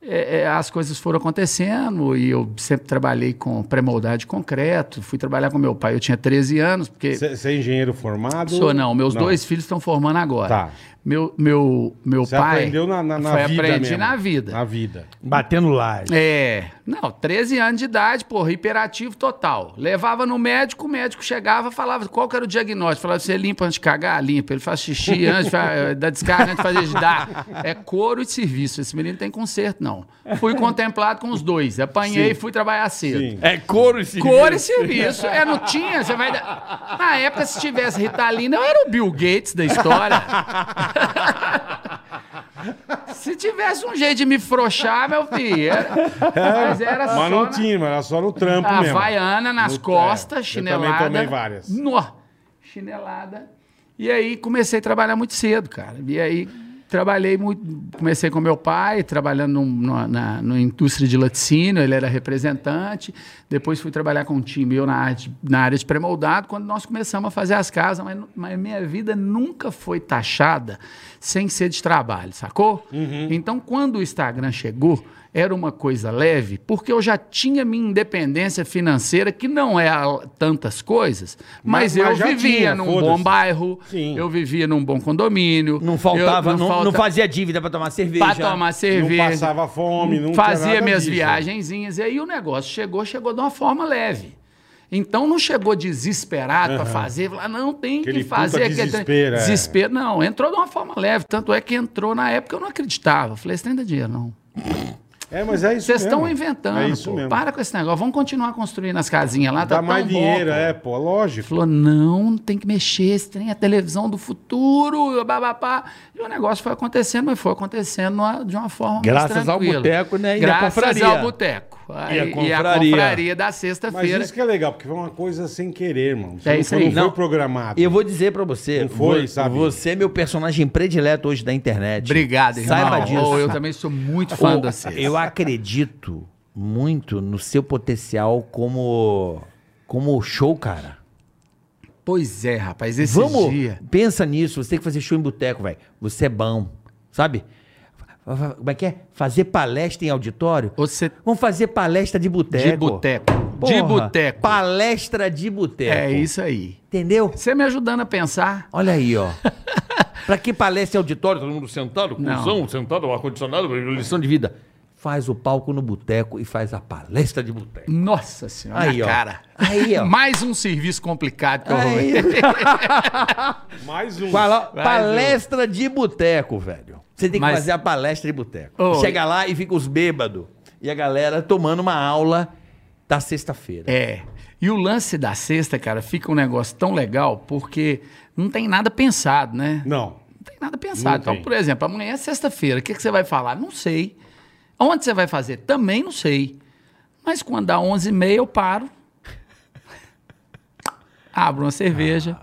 é, é, as coisas foram acontecendo e eu sempre trabalhei com pré-moldado de concreto. Fui trabalhar com meu pai, eu tinha 13 anos, porque.
Você você é engenheiro formado?
Sou não, meus dois filhos estão formando agora.
Tá.
Meu, meu, meu
Você
pai.
aprendeu na, na, na
foi
vida
aprendi
mesmo.
na vida.
Na vida.
Batendo laje.
É, não, 13 anos de idade, porra, hiperativo total. Levava no médico, o médico chegava, falava qual que era o diagnóstico. Falava, você limpa antes de cagar? Limpa. Ele faz xixi antes, de fa- eh, dá descarga antes de fazer dar. É couro e serviço, esse menino tem conserto, não. Fui contemplado com os dois, apanhei e fui trabalhar cedo.
Sim.
É couro esse
Cor e serviço. É, não tinha, você vai... dar- Na época, se tivesse Ritalina, eu era o Bill Gates da história. se tivesse um jeito de me frouxar, meu filho... Era... Mas era só...
É. Mas não
na- Ah,
tinha, mas era só no trampo
a
mesmo.
Havaiana nas
No- é,
costas,
eu
chinelada.
também tomei várias.
Nó, chinelada. E aí comecei a trabalhar muito cedo, cara. E aí trabalhei muito. Comecei com meu pai, trabalhando num- numa, na, numa indústria de laticínio, ele era representante. Depois fui trabalhar com um time eu na, arte, na área de pré-moldado, quando nós começamos a fazer as casas, mas, nu- mas minha vida nunca foi taxada sem ser de trabalho, sacou? Então, quando o Instagram chegou, era uma coisa leve, porque eu já tinha minha independência financeira, que não é a- tantas coisas,
Mas-
mas,
mas já
eu vivia
tinha,
num
foda-se.
bom bairro,
Sim.
eu vivia num bom condomínio.
Não faltava,
eu-
não,
falta-
não fazia dívida pra tomar cerveja.
pra tomar
Não
cerveja.
passava fome, não tinha
fazia
nada
minhas
disso.
viagenzinhas. E aí o negócio chegou, chegou de uma forma leve. Então não chegou desesperado pra fazer, falar, não, tem que
Aquele
fazer.
puta
aquele-
desespero, é.
desespero. é Não, entrou de uma forma leve. Tanto é que entrou na época, eu não acreditava. Falei, isso não dá dinheiro, não.
É, mas é isso
Vocês
mesmo.
estão inventando,
É isso
pô.
mesmo.
Para com esse negócio. Vamos continuar construindo as casinhas lá.
Dá
tá tão
mais
bom,
dinheiro,
pô.
é, pô, lógico.
Falou, não, não tem que mexer, esse trem é a televisão do futuro, babapá. E o negócio foi acontecendo, mas foi acontecendo numa- de uma forma
Graças
mais
ao
tranquila.
boteco, né, e à
Graças
confraria.
ao boteco. Aí-
a
E a
confraria.
confraria da
Mas
sexta-feira.
isso que é legal, porque foi uma coisa sem querer, mano. Você
É
não
isso
foi-
aí.
Não foi
Não.
programado.
Eu vou dizer pra você,
Não foi,
vo-
sabe?
você é meu personagem predileto hoje da internet.
Obrigado, irmão.
é Saiba disso.
Oh, eu também sou muito fã
Eu-
de vocês.
Eu acredito muito no seu potencial como como show, cara.
Pois é, rapaz, esses
Vamos,
dias...
pensa nisso, você tem que fazer show em boteco, velho. Você é bom, sabe? Fa- fa- Como é que é? Fazer palestra em auditório?
Você...
Vamos fazer palestra de boteco.
De boteco. De
Porra,
boteco.
Palestra de boteco.
É isso aí.
Entendeu?
Você me ajudando a pensar...
Olha aí, ó. pra que palestra em auditório, todo mundo sentado,
Não.
cuzão, sentado, ar-condicionado, lição de vida? Faz o palco no boteco e faz a palestra de boteco.
Nossa senhora,
Aí,
na
ó.
cara.
Aí, ó.
Mais um serviço complicado que eu vou
Aí.
Mais um.
Fala,
Vai,
palestra de boteco, velho. Você tem que
Mas-
fazer a palestra de boteco.
Ô,
Chega lá e fica os bêbados. E a galera tomando uma aula da sexta-feira.
É. E o lance da sexta, cara, fica um negócio tão legal porque não tem nada pensado, né?
Não.
Não tem nada pensado.
Não tem.
Então, por exemplo, amanhã é sexta-feira, o que, que você vai falar? Não sei. Onde você vai fazer? Também não sei. Mas quando dá 11h30, eu paro, abro uma cerveja,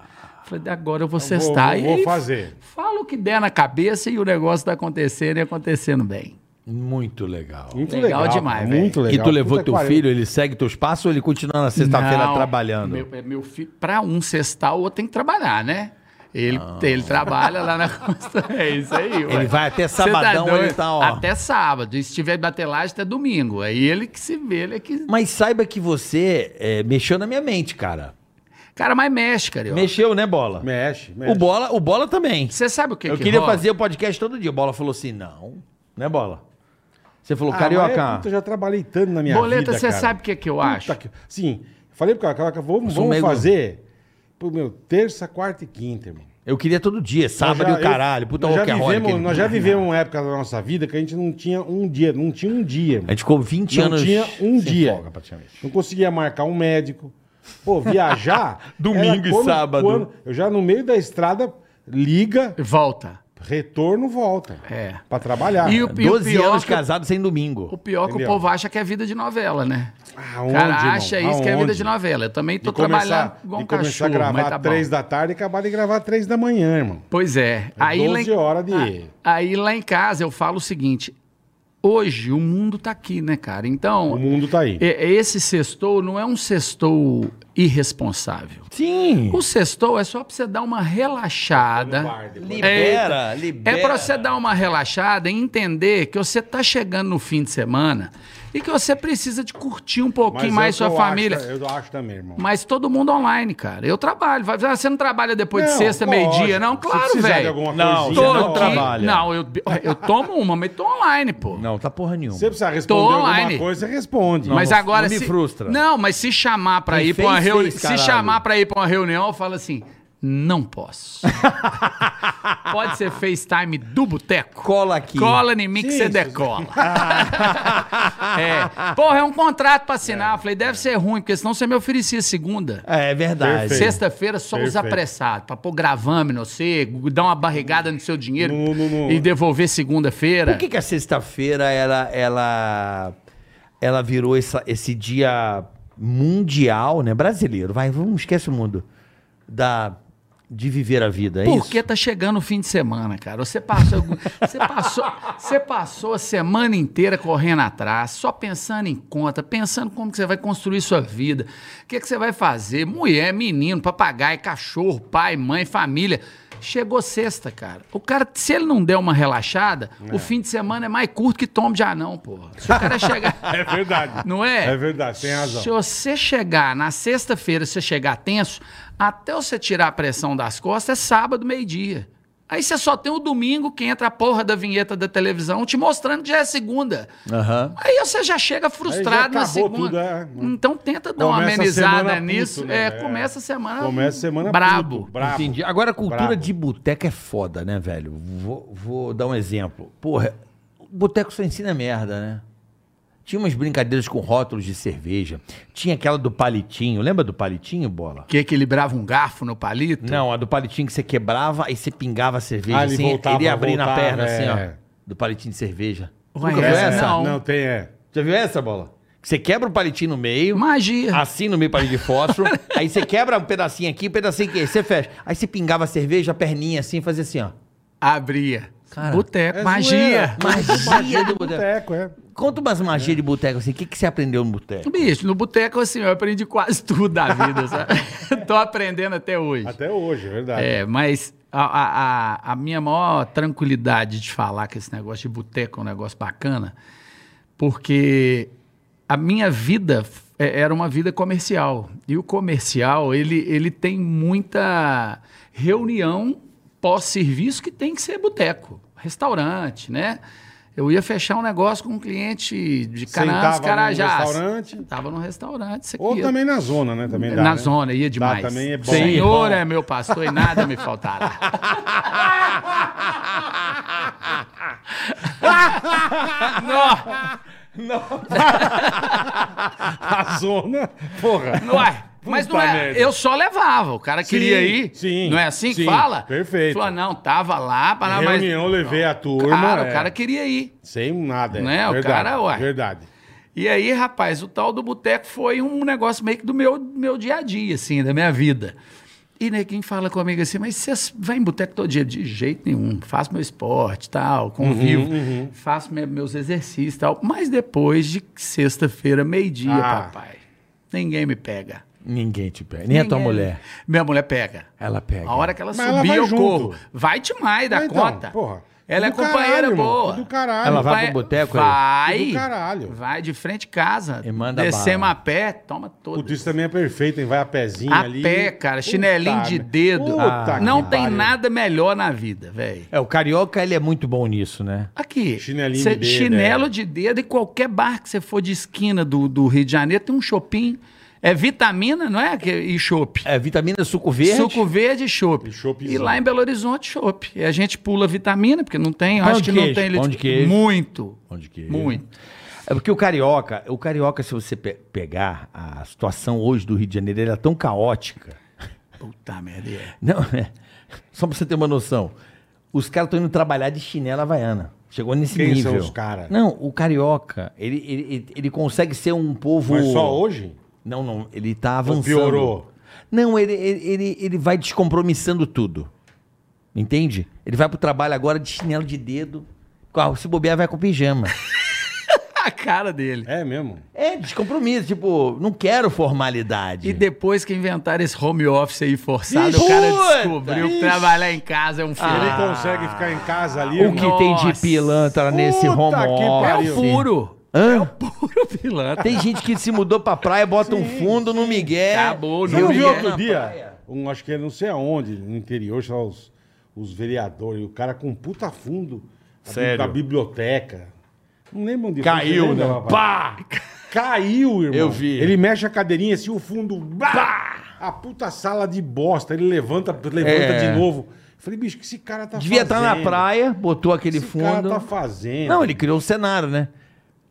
falei, agora eu vou cestar.
Ah. Então, vou- vou
E
fazer.
Falo o que der na cabeça e o negócio tá acontecendo e acontecendo bem.
Muito legal.
Muito legal,
Legal demais,
cara,
velho.
Muito legal.
E tu levou
Puta
teu
que pariu.
filho, ele segue teus passos ou ele continua na sexta-feira
Não,
trabalhando?
Meu, é, meu filho, para um cestar, o outro tem que trabalhar, né? Ele, ele trabalha lá na construção. É isso aí.
Ele vai até sabadão, ele tá, ó.
Até sábado. E se tiver batelagem, até domingo. Aí ele que se vê, ele é que.
Mas saiba que você é, mexeu na minha mente, cara.
Cara, mas mexe, cara.
Mexeu, né, Bola?
Mexe, mexe.
O Bola, o Bola também.
Você sabe o que
Eu
que
queria
rola?
fazer o podcast todo dia. O Bola falou assim: não, né, Bola? Você falou,
Ah, mas é,
Carioca.
puta, eu já trabalhei tanto na minha vida,
Boleta, você
cara.
sabe o que, que eu
Puta
acho?
que- Sim. Falei pro cara, Carioca, vamos,
sou
vamos
meio-
fazer pro meu terça, quarta e quinta, irmão.
Eu queria todo dia, sábado
Nós já-
e o caralho.
eu-
Puta
nós já
rock'n'roll,
vivemos,
aquele-
Nós já vivemos uma época da nossa vida que a gente não tinha um dia, não tinha um dia.
A
irmão.
gente ficou 20
Não
anos.
tinha um
sem
dia.
folga, praticamente.
Não conseguia marcar um médico. Pô, viajar.
Domingo
era
e sábado.
eu já no meio da estrada, liga,
Volta.
retorno, volta.
É.
Pra trabalhar.
E o-
12
pior é
anos
que eu-
casados sem domingo.
O pior é que o
Entendeu?
povo acha que é vida de novela, né?
Aonde,
cara,
irmão?
acha isso que é vida
Aonde?
de novela. Eu também tô
De começar-
trabalhando igual um
de começar
cachorro,
a gravar
mas tá bom.
três da tarde e acabar de gravar três da manhã, irmão.
Pois é. Aí lá em-
12 horas de-
a- Aí lá em casa eu falo o seguinte: hoje o mundo tá aqui, né, cara? Então,
O mundo tá aí.
e- esse sextou não é um sextou irresponsável.
Sim.
O sextou é só pra você dar uma relaxada.
Libera,
Eita.
libera.
É pra você dar uma relaxada e entender que você tá chegando no fim de semana e que você precisa de curtir um
Mas
pouquinho
é
mais
o que
sua
eu
família.
acho, eu acho também, irmão.
Mas todo mundo online, cara. Eu trabalho. Vai- ah, Você não trabalha depois de
Não,
sexta,
lógico.
meio-dia? Não,
Se
claro,
precisar de
velho.
alguma
Não,
coisinha, é
Tô
você não
aqui-
trabalha.
Não, eu, eu tomo uma, mas tô online, pô.
Não, tá porra nenhuma.
Se você precisa responder alguma
online.
coisa, você responde.
mas
não-
agora
não me
se,
frustra.
Não, mas se chamar pra
Quem
ir pra uma
fez,
reunião,
fez,
se
caralho.
chamar para ir para uma reunião, fala assim: "Não posso". Pode ser FaceTime do boteco.
Cola aqui.
Cola em mim que
Sim,
você
isso.
decola. é. Porra, é um contrato pra assinar. Eu Falei, deve ser ruim, porque senão você me oferecia segunda.
É, é verdade.
Perfeito.
Sexta-feira, só os
Perfeito.
apressados. Pra pôr gravame no você, dar uma barrigada no seu dinheiro
No- no- no-
e devolver segunda-feira.
Por que, que a sexta-feira ela, ela, ela virou essa- esse dia mundial, né? Brasileiro, vai, vamos, esquece o mundo. Da, de viver a vida, é
Porque
isso?
tá chegando o fim de semana, cara. Você passou, você passou, você passou a semana inteira correndo atrás, só pensando em conta, pensando como que você vai construir sua vida, o que, que você vai fazer, mulher, menino, papagaio, cachorro, pai, mãe, família. Chegou sexta, cara. O cara, se ele não der uma relaxada, o fim de semana é mais curto que tombo de anão, porra. Se o cara chegar.
É verdade.
Não é?
É verdade, tem razão.
Se você chegar na sexta-feira, você chegar tenso, até você tirar a pressão das costas, é sábado, meio-dia. Aí você só tem o domingo que entra a porra da vinheta da televisão te mostrando que já é segunda.
Aham.
Aí você já chega frustrado
Aí já
na
acabou
segunda.
tudo, é.
Então tenta dar uma
Começa a semana
amenizada
puto,
nisso.
né?
É, começa a semana.
Começa a semana
brabo.
puto, brabo.
Entendi. Agora, a cultura
Brabo.
de boteco é foda, né, velho? Vou, vou dar um exemplo. Porra, boteco só ensina merda, né? Tinha umas brincadeiras com rótulos de cerveja. Tinha aquela do palitinho. Lembra do palitinho, bola?
Que equilibrava um garfo no palito?
Não, a do palitinho que você quebrava e você pingava a cerveja
Ah, ele
assim,
voltava,
ele ia abrir na
voltava,
perna
é.
assim, ó. Do palitinho de cerveja.
Ué,
Nunca viu
essa
essa?
não.
Não, tem, é.
Já viu essa bola? Que Você quebra o palitinho no meio,
Magia.
assim no meio palito de fósforo, aí você quebra um pedacinho aqui, um pedacinho aqui, aí você fecha. Aí você pingava a cerveja, a perninha assim, fazia assim, ó.
Abria.
Cara,
Boteco.
é
magia.
zoeira.
Magia do boteco.
Boteco, é.
Conta umas magias de boteco assim, o que, que você aprendeu no boteco?
Bicho, no boteco, assim, eu aprendi quase tudo da vida, sabe? Tô aprendendo até hoje.
Até hoje, é verdade.
É, mas a, a- a- a minha maior tranquilidade de falar que esse negócio de boteco é um negócio bacana, porque a minha vida f- é- era uma vida comercial. E o comercial, ele, ele tem muita reunião pós-serviço que tem que ser boteco, restaurante, né? Eu ia fechar um negócio com um cliente de Cananas,
Sentava num
Carajás.
restaurante?
Sentava num restaurante. isso
Ou
aqui.
também na zona, né? Também dá,
na
né?
zona, ia demais.
Dá, também é bom.
Senhor é meu pastor e nada me faltará.
A zona, porra.
Ué, mas não
Puta
é,
merda.
eu só levava, o cara queria ir.
sim,
não é assim
sim,
que fala?
perfeito.
Falou, não, tava lá, para mas
Reunião, levei a turma.
Claro,
é.
o cara queria ir.
Sem nada, é.
Né, o
Verdade,
cara, ué.
Verdade.
E aí, rapaz, o tal do boteco foi um negócio meio que do meu, meu dia a dia, assim, da minha vida. E neguinho fala comigo assim, mas você vai em boteco todo dia? De jeito nenhum. Faço meu esporte, tal, convivo,
Uhum,
faço me- meus exercícios, tal. Mas depois de sexta-feira, meio-dia,
Ah.
papai, ninguém me pega.
Ninguém te pega. Nem é a tua
Ninguém.
mulher.
Minha mulher pega.
Ela pega.
A hora que ela
Mas ela
subir,
vai
eu
junto.
corro. Vai demais da
Mas então,
conta.
porra,
Ela é
do caralho,
companheira
irmão,
boa.
do caralho.
Ela vai
Companhe-
pro boteco aí?
Vai.
Do caralho.
Vai de frente de casa.
E manda
Descemos
bala.
a pé, toma todo.
Putz, isso também é perfeito, hein? Vai a pezinho
a
ali.
pé, cara. Chinelinho
Puta
de
merda.
dedo.
Puta
Ah,
que
Não tem
pariu.
nada melhor na vida, velho.
É, o carioca, ele é muito bom nisso, né?
Aqui,
Chinelinho
cê-
de dedo,
chinelo
é.
de dedo e qualquer bar que você for de esquina do, do Rio de Janeiro tem um shopping. É vitamina, não é? Que- E chopp.
É, vitamina suco verde.
Suco verde e chopp.
E choppezão.
E lá em Belo Horizonte, chopp. E a gente pula vitamina, porque não tem, eu
Pão
acho
de
que
queijo,
não tem.
pão de queijo.
Muito.
Pão de queijo.
Muito.
É porque o carioca, o carioca, se você pe- pegar a situação hoje do Rio de Janeiro, ela é tão caótica.
Puta merda. é.
Não, é. Só pra você ter uma noção. Os caras estão indo trabalhar de chinela havaiana. Chegou nesse
Quem
nível.
são os cara?
Não, o carioca, ele, ele, ele- ele consegue ser um povo.
Mas só hoje?
Não, não. Ele tá avançando.
piorou?
Não, ele, ele, ele, ele vai descompromissando tudo. Entende? Ele vai pro trabalho agora de chinelo de dedo. com a- Se bobear, vai com pijama.
A cara dele.
É mesmo?
É, descompromisso. Tipo, não quero formalidade.
E depois que inventaram esse home office aí forçado,
Ixi,
o cara
puta,
descobriu
ixi.
que trabalhar em casa é um filho.
Ele consegue ficar em casa ali,
O
irmão?
que tem de
Nossa.
pilantra nesse
Puta
home
que
É
office?
o
pariu.
furo.
Hã?
É o puro pilantra.
Tem gente que se mudou pra praia, bota um fundo no Miguel.
Acabou,
Você não
Eu é
viu
ia
outro
na
dia?
praia.
Um, acho que é não sei aonde, no interior, sei lá, os, os vereadores, o cara com um puta fundo a bi-
Sério?
da biblioteca. Não lembro onde foi,
Caiu,
você
né?
lembra, é rapaz? Caiu, irmão.
Eu vi.
Ele mexe a cadeirinha assim, o fundo. Pá! A puta sala de bosta. Ele levanta, levanta
É.
de novo. Falei, bicho, o que esse cara tá
Devia estar
fazendo?
na praia, botou aquele
Esse
fundo.
cara tá fazendo.
Não, ele criou um cenário, né?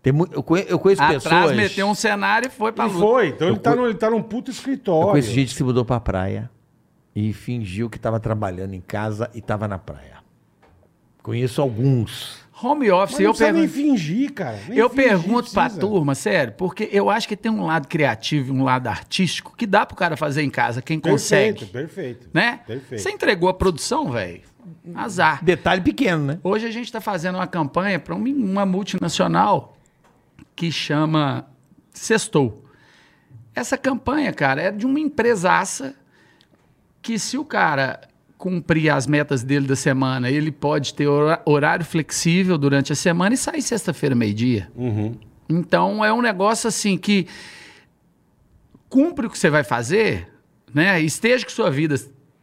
Tem mu- eu conhe- eu conheço
Atrás
pessoas.
meteu um cenário e foi pra
E
luta.
foi. Então ele
Eu
tá,
cu-
no, ele tá num puto
Eu
escritório.
conheço gente que se mudou pra praia e fingiu que tava trabalhando em casa e tava na praia. Conheço alguns.
Home office,
Mas não
eu
precisa
pergunto.
nem fingir, cara. Nem
eu
fingir
pergunto pra
precisa.
turma, sério, porque eu acho que tem um lado criativo e um lado artístico que dá pro cara fazer em casa, quem consegue.
Perfeito, perfeito.
Né?
Perfeito.
Você entregou a produção, velho. Azar.
Detalhe pequeno, né?
Hoje a gente está fazendo uma campanha para uma multinacional que chama Sextou. Essa campanha, cara, é de uma empresaça que se o cara cumprir as metas dele da semana, ele pode ter hora- horário flexível durante a semana e sair sexta-feira, meio-dia.
Uhum.
Então é um negócio assim que cumpre o que você vai fazer, né? Esteja com sua vida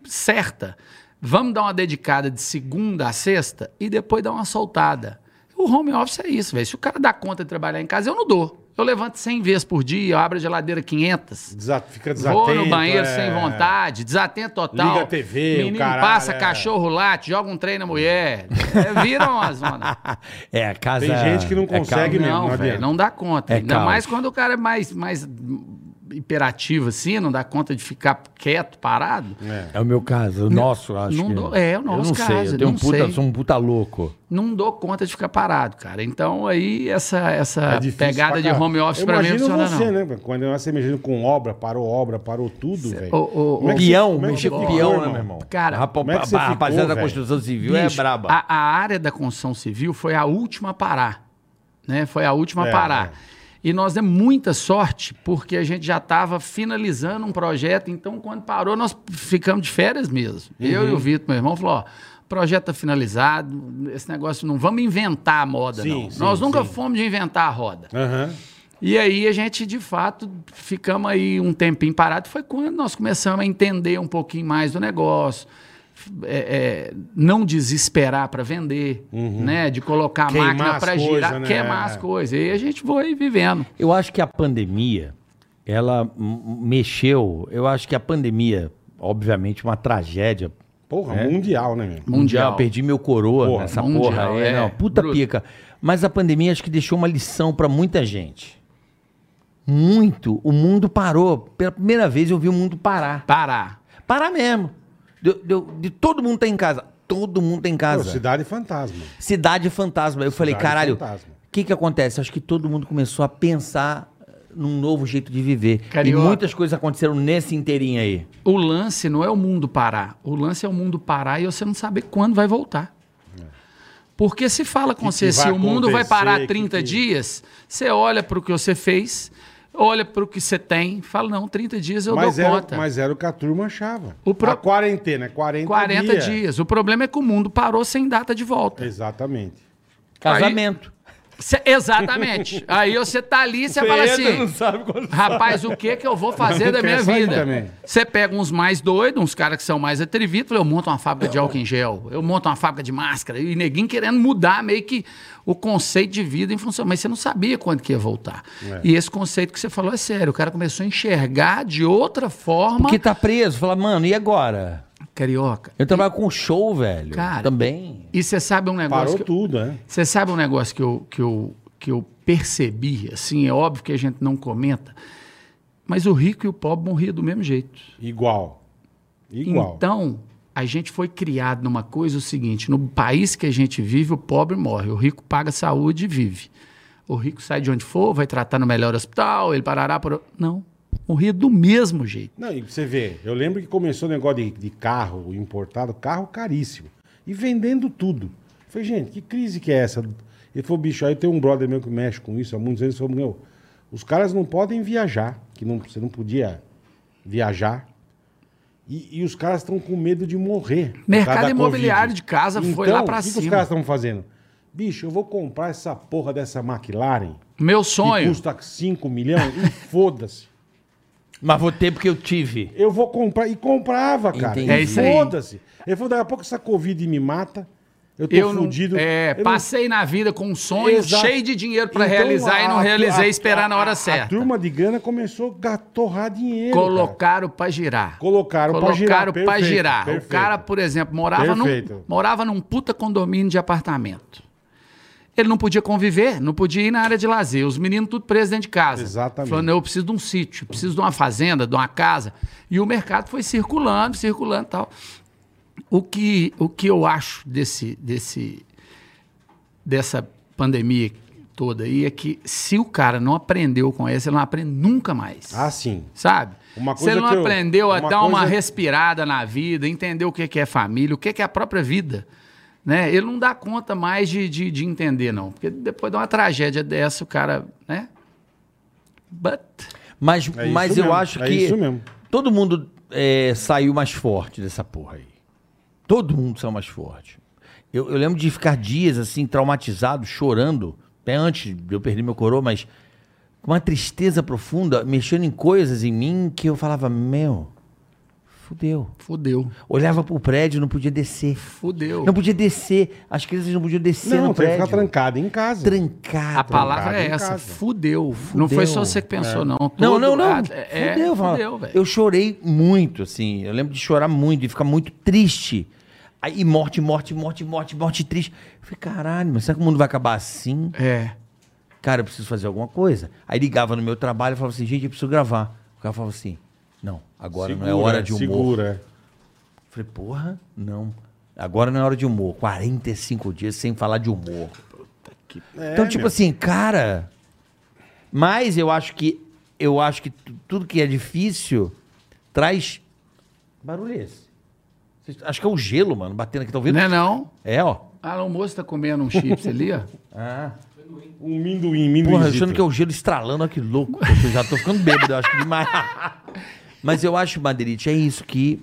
certa. Vamos dar uma dedicada de segunda a sexta e depois dar uma soltada. O home office é isso, velho. Se o cara dá conta de trabalhar em casa, eu não dou. Eu levanto 100 vezes por dia, eu abro a geladeira 500.
Desa- fica desatento.
Vou no banheiro
é.
sem vontade, desatento total.
Liga a TV, o
Menino
caralho,
passa,
é.
cachorro late, joga um trem na mulher. É, vira uma zona.
É, a casa.
Tem gente que não
é calma.
consegue mesmo.
Não,
não
velho,
adianta.
não dá conta.
É
Ainda
caos.
mais quando o cara é mais, mais hiperativo assim, não dá conta de ficar quieto, parado.
É.
É o meu caso, o nosso, acho.
não
que-
dou- é, o
Eu
nosso
não sei,
caso,
eu tenho um
não
puta,
sei.
sou um puta louco.
Não dou conta de ficar parado, cara. Então aí essa, essa
É difícil
pegada
pra
de
caralho.
home office
Eu
pra mim não
imagino
funciona
você,
não.
né? Quando você mexendo com obra, parou obra, parou tudo, velho.
ô, ô,
Como é que você-
Peão,
como é que
mexer
você
com
ficou,
peão, né,
irmão?
meu irmão?
Cara,
Rapa-
como é que
a-
você
a rapaziada
ficou,
da
velho?
construção civil é
Bicho,
braba.
A, a área da construção civil foi a última a parar. Né? Foi a última
É,
a parar.
é.
E nós demos muita sorte, porque a gente já estava finalizando um projeto, então quando parou, nós ficamos de férias mesmo.
Uhum.
Eu e o Vitor, meu irmão, falou: ó, projeto tá finalizado, esse negócio não vamos inventar a moda,
Sim,
não.
sim,
nós nunca
sim.
fomos de inventar a roda.
Aham.
E aí a gente, de fato, ficamos aí um tempinho parado. Foi quando nós começamos a entender um pouquinho mais do negócio. f- é, é, não desesperar para vender, né? De colocar a
Uhum. Queimar
máquina
as
para
coisas,
girar,
né?
queimar as coisas. E a gente foi vivendo.
Eu acho que a pandemia, ela m- mexeu. Eu acho que a pandemia, obviamente, uma tragédia
Porra,
É.
mundial, né, meu?
mundial.
Mundial.
Perdi meu coroa
Porra,
nessa
mundial,
porra. É,
é.
não, puta
Bruto.
pica. Mas a pandemia acho que deixou uma lição pra muita gente. Muito. O mundo parou. Pela primeira vez eu vi o mundo parar.
Parar.
Parar mesmo. Deu- deu- de todo mundo tá em casa. Todo mundo tá em
Pô,
casa.
cidade fantasma.
Cidade fantasma. Eu falei, caralho,
fantasma.
o que que acontece? Acho que todo mundo começou a pensar eh, num novo jeito de viver.
Carioca.
E muitas coisas aconteceram nesse inteirinho aí.
O lance não é o mundo parar. O lance é o mundo parar e você não saber quando vai voltar. Porque se fala com
que
você, se
vai
o mundo vai parar
acontecer,
30
que que-
dias, você olha para o que você fez, olha para o que você tem, fala, não, 30 dias eu
Mas
dou
era,
conta.
mas é era o que a turma achava.
O pro-
A quarentena, é 40,
40
dias. É.
dias. O problema é que o mundo parou sem data de volta.
Exatamente.
Casamento.
Cê- exatamente. Aí você tá ali e você fala assim...
sabe quando...
Rapaz, o que que eu vou fazer
Não
da
quer
minha
sair
vida?
também.
Você pega uns mais doidos, uns caras que são mais atrevidos, fala, eu monto uma fábrica de álcool em gel, eu monto uma fábrica de máscara, e neguinho querendo mudar meio que o conceito de vida em função. Mas você não sabia quando que ia voltar.
É.
E esse conceito que você falou é sério, o cara começou a enxergar de outra forma.
Porque tá preso. Fala, mano, e agora?
Carioca.
Eu trabalho com show, velho.
Cara.
Também.
E você sabe um negócio.
Parou
que eu-
tudo, né?
Você sabe um negócio que eu, que, eu, que eu percebi, assim, é óbvio que a gente não comenta, mas o rico e o pobre morriam do mesmo jeito.
Igual. Igual.
Então, a gente foi criado numa coisa o seguinte, no país que a gente vive, o pobre morre, o rico paga saúde e vive. O rico sai de onde for, vai tratar no melhor hospital, ele parará por... Não, morria do mesmo jeito.
Não, e pra você vê, eu lembro que começou o negócio de, de carro importado, carro caríssimo. E vendendo tudo. Eu falei, gente, que crise que é essa? Ele falou, bicho, aí tem um brother meu que mexe com isso há muitos anos, ele falou, meu, os caras não podem viajar, que não, você não podia viajar. E, e os caras estão com medo de morrer. por
Mercado
causa da Então,
imobiliário de casa foi lá pra
o que que os
cima.
caras estão fazendo? Bicho, eu vou comprar essa porra dessa McLaren,
Meu
que
sonho,
custa 5 milhões, e foda-se.
Mas vou ter porque eu tive.
Eu vou comprar. E comprava, cara.
Entendi.
É isso aí.
Foda-se. Ele falou, daqui a pouco essa Covid me mata. Eu tô
eu não,
fudido.
é,
Eu não-
passei na vida com um sonho
Exato.
cheio de dinheiro pra
Então,
realizar e
a-
não
a-
realizei,
a-
esperar na
a-
hora
a
certa.
turma de Gana começou a gatorrar dinheiro. cara.
Colocaram pra girar.
Colocaram pra girar,
Colocaram pra
perfeito,
girar.
perfeito.
O cara, por exemplo, morava num,
Perfeito.
morava num puta condomínio de apartamento. Ele não podia conviver, não podia ir na área de lazer. Os meninos tudo presos dentro de casa.
Exatamente.
Falando, eu preciso de um sítio, preciso de uma fazenda, de uma casa. E o mercado foi circulando, circulando e tal. O que, o que eu acho desse, desse, dessa pandemia toda aí é que se o cara não aprendeu com essa, ele não aprende nunca mais
Ah, sim.
sabe?
Uma
Você
coisa
não
que eu-
aprendeu a
uma
dar uma
coisa-
respirada na vida, entender o que que é família, o que que é a própria vida. Né? Ele não dá conta mais de, de, de entender, não. Porque depois de uma tragédia dessa, o cara. Né? But.
Mas,
É isso
mas eu
mesmo,
acho
é
que
isso mesmo.
todo mundo é, saiu mais forte dessa porra aí. Todo mundo saiu mais forte. Eu, eu lembro de ficar dias assim, traumatizado, chorando, até antes de eu perder meu coroa, mas com uma tristeza profunda, mexendo em coisas em mim que eu falava, meu, Fudeu.
Fudeu.
Olhava pro prédio, não podia descer.
Fudeu.
Não podia descer. As crianças não podiam descer no
Não, tem que
prédio.
ficar trancado em casa.
Trancado.
A palavra é
em
essa,
casa.
fudeu. Não foi só você que pensou, não.
Não,
Todo-
não, não.
ah, É, fudeu,
fudeu, fala.
velho.
Eu chorei muito, assim. Eu lembro de chorar muito e ficar muito triste. Aí morte, morte, morte, morte, morte triste. Eu falei, caralho, mas será que o mundo vai acabar assim?
É.
Cara, eu preciso fazer alguma coisa. Aí ligava no meu trabalho e falava assim, gente, eu preciso gravar. O cara falava assim, não, agora não é hora de humor.
Segura. é.
Eu Falei, porra, não. Agora não é hora de humor. 45 dias sem falar de humor. então, tipo assim, cara. Mas eu acho que eu acho que tu- tudo que é difícil traz barulho é esse. Vocês- Acho que é o gelo, mano, batendo aqui, tá ouvindo?
Não é não?
É, ó.
Ah, o moço tá comendo um chips ali, ó.
Ah.
Um minduim, minduim.
Porra, achando que é o gelo estralando, olha que louco. Eu já tô ficando bêbado, eu acho que demais. Mas eu acho, Madeirite, é isso que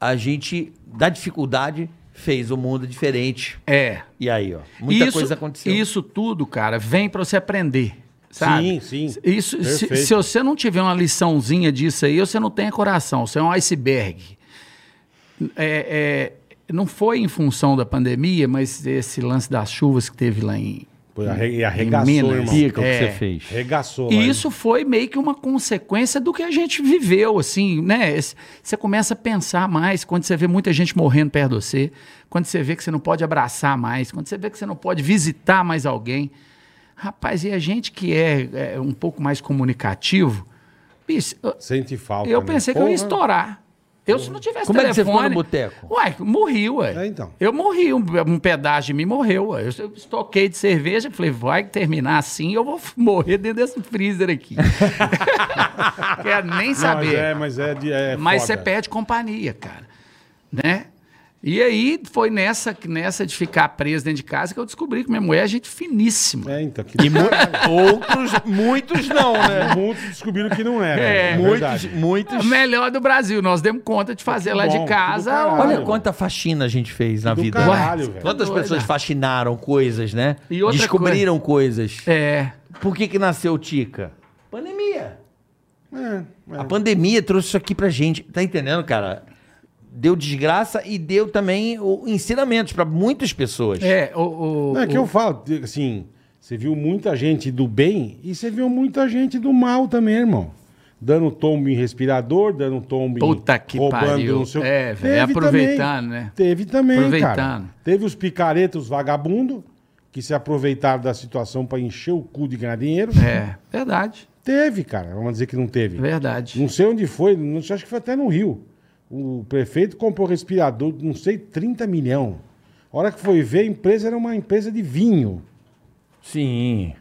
a gente, da dificuldade, fez o mundo diferente.
É.
E aí, ó. Muita
isso,
coisa aconteceu.
Isso tudo, cara, vem pra você aprender. Sabe?
Sim, sim.
Isso, se,
Perfeito.
se você não tiver uma liçãozinha disso aí, você não tem coração, você é um iceberg. É, é, não foi em função da pandemia, mas esse lance das chuvas que teve lá em.
Pô, arre- arregaçou,
Em Minas.
irmão.
Pica o que
É.
você fez.
Arregaçou. lá,
E isso foi meio que uma consequência do que a gente viveu, assim, né? Esse- Você começa a pensar mais quando você vê muita gente morrendo perto de você, quando você vê que você não pode abraçar mais, quando você vê que você não pode visitar mais alguém. Rapaz, e a gente que é, é, um pouco mais comunicativo, bicho, eu-
Sente falta.
eu
né?
pensei que eu ia
Porra.
estourar. Eu, se não tivesse
Como é que você
telefone...
ficou no boteco?
Uai, morri, ué.
É, então.
Eu morri, um, um pedaço de mim morreu, ué. Eu, eu estoquei de cerveja, falei, vai terminar assim, eu vou f- morrer dentro desse freezer aqui. Quero nem
Não, mas
saber.
é, mas é, de- é
Mas
foda.
você perde companhia, cara. Né? E aí foi nessa, nessa de ficar preso dentro de casa que eu descobri que minha mulher é gente finíssima.
É, então. Que...
Outros, muitos não, né?
Muitos descobriram que não era.
É.
É,
muitos,
verdade.
A
muitos.
melhor do Brasil. Nós demos conta de fazer
que
lá
bom,
de
que do
casa.
caralho.
olha,
Olha quanta faxina a gente fez na
Do
vida.
caralho,
né?
velho.
Quantas
Doida.
pessoas faxinaram coisas, né?
E outra
Descobriram coisas.
É.
Por que que nasceu o Tica? Pandemia.
É, é.
A pandemia trouxe isso aqui pra gente. Tá entendendo, cara? Deu desgraça e deu também o, ensinamentos pra muitas pessoas.
É, o. o-
Não, é que eu falo, assim, você viu muita gente do bem e você viu muita gente do mal também, irmão. Dando tombo em respirador, dando tombo em
Puta que pariu.
não sei o-
É, velho,
Teve
aproveitando,
também,
né?
Teve também,
Aproveitando.
cara. Teve os picaretas, os vagabundos, que se aproveitaram da situação pra encher o cu de ganhar dinheiro.
É, verdade,
Teve, cara. Vamos dizer que não teve.
verdade.
Um
Não sei onde foi, não sei, acho que foi até no Rio. O prefeito comprou respirador, não sei, 30 milhão. A hora que foi ver, a empresa era uma empresa de vinho.
Sim.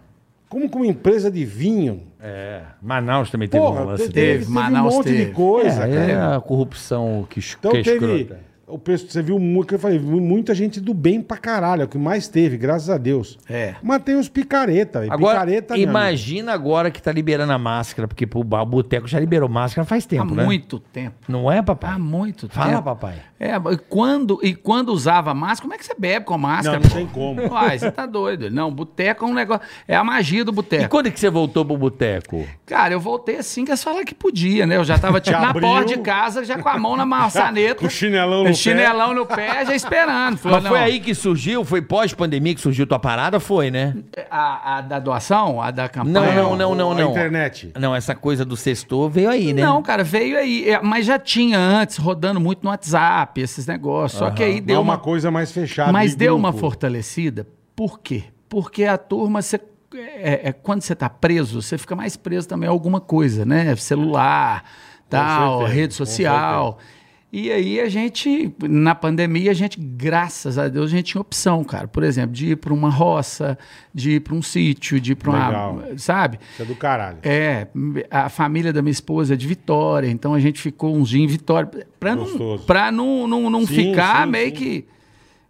Como que uma empresa de vinho?
É. Manaus também teve um
Porra,
lance
teve,
dele.
teve,
Manaus
um monte
teve.
de coisa,
É,
cara.
é a corrupção que, es-
Então
que é
teve.
escrota.
O preço, você viu mu- que eu falei, mu- muita gente do bem pra caralho, é o que mais teve, graças a Deus.
É.
Mas tem os picareta. e
Agora,
picareta meu
imagina agora que tá liberando a máscara, porque pô, o ba- o boteco já liberou máscara faz
Há
tempo, né?
muito tempo.
Não é, papai?
Há muito tempo.
Fala, papai.
É, e quando, e quando usava máscara, como é que você bebe com
amigo.
máscara?
Não, não
pô?
tem como.
Uai, você tá doido. Não, boteco é um negócio. É a magia do
E
boteco.
quando é que você voltou pro boteco?
Cara, eu voltei assim que as falar que podia, né? Eu já tava tipo, na
abriu.
porta de casa, já com a mão na maçaneta.
Com o chinelão no pé.
chinelão no pé, já esperando. Falou,
Mas foi
não,
aí que surgiu? Foi pós-pandemia que surgiu tua parada? Foi, né?
é, A, a da doação? A da
Não,
campanha?
não, não, não,
É, a
não.
internet.
Não, essa coisa do sextor veio aí, né?
Não, cara, veio aí. É, Mas já tinha antes, rodando muito no WhatsApp, esses negócios. Só que aí
Deu
deu
é uma
uma.
coisa mais fechada.
mas
de
deu uma
grupo.
fortalecida. Por quê? Porque a turma, você- é, é, quando você tá preso, você fica mais preso também a alguma coisa, né? Celular, tal,
certeza,
rede
com
social. E aí a gente, na pandemia, a gente, graças a Deus, a gente tinha opção, cara. Por exemplo, de ir para uma roça, de ir para um sítio, de ir para
Legal.
uma. Sabe?
Isso é do caralho.
É, a família da minha esposa é de Vitória, então a gente ficou uns dias em Vitória. Pra não,
Gostoso.
pra não, não, não
Sim,
ficar
sim,
meio,
sim.
Que,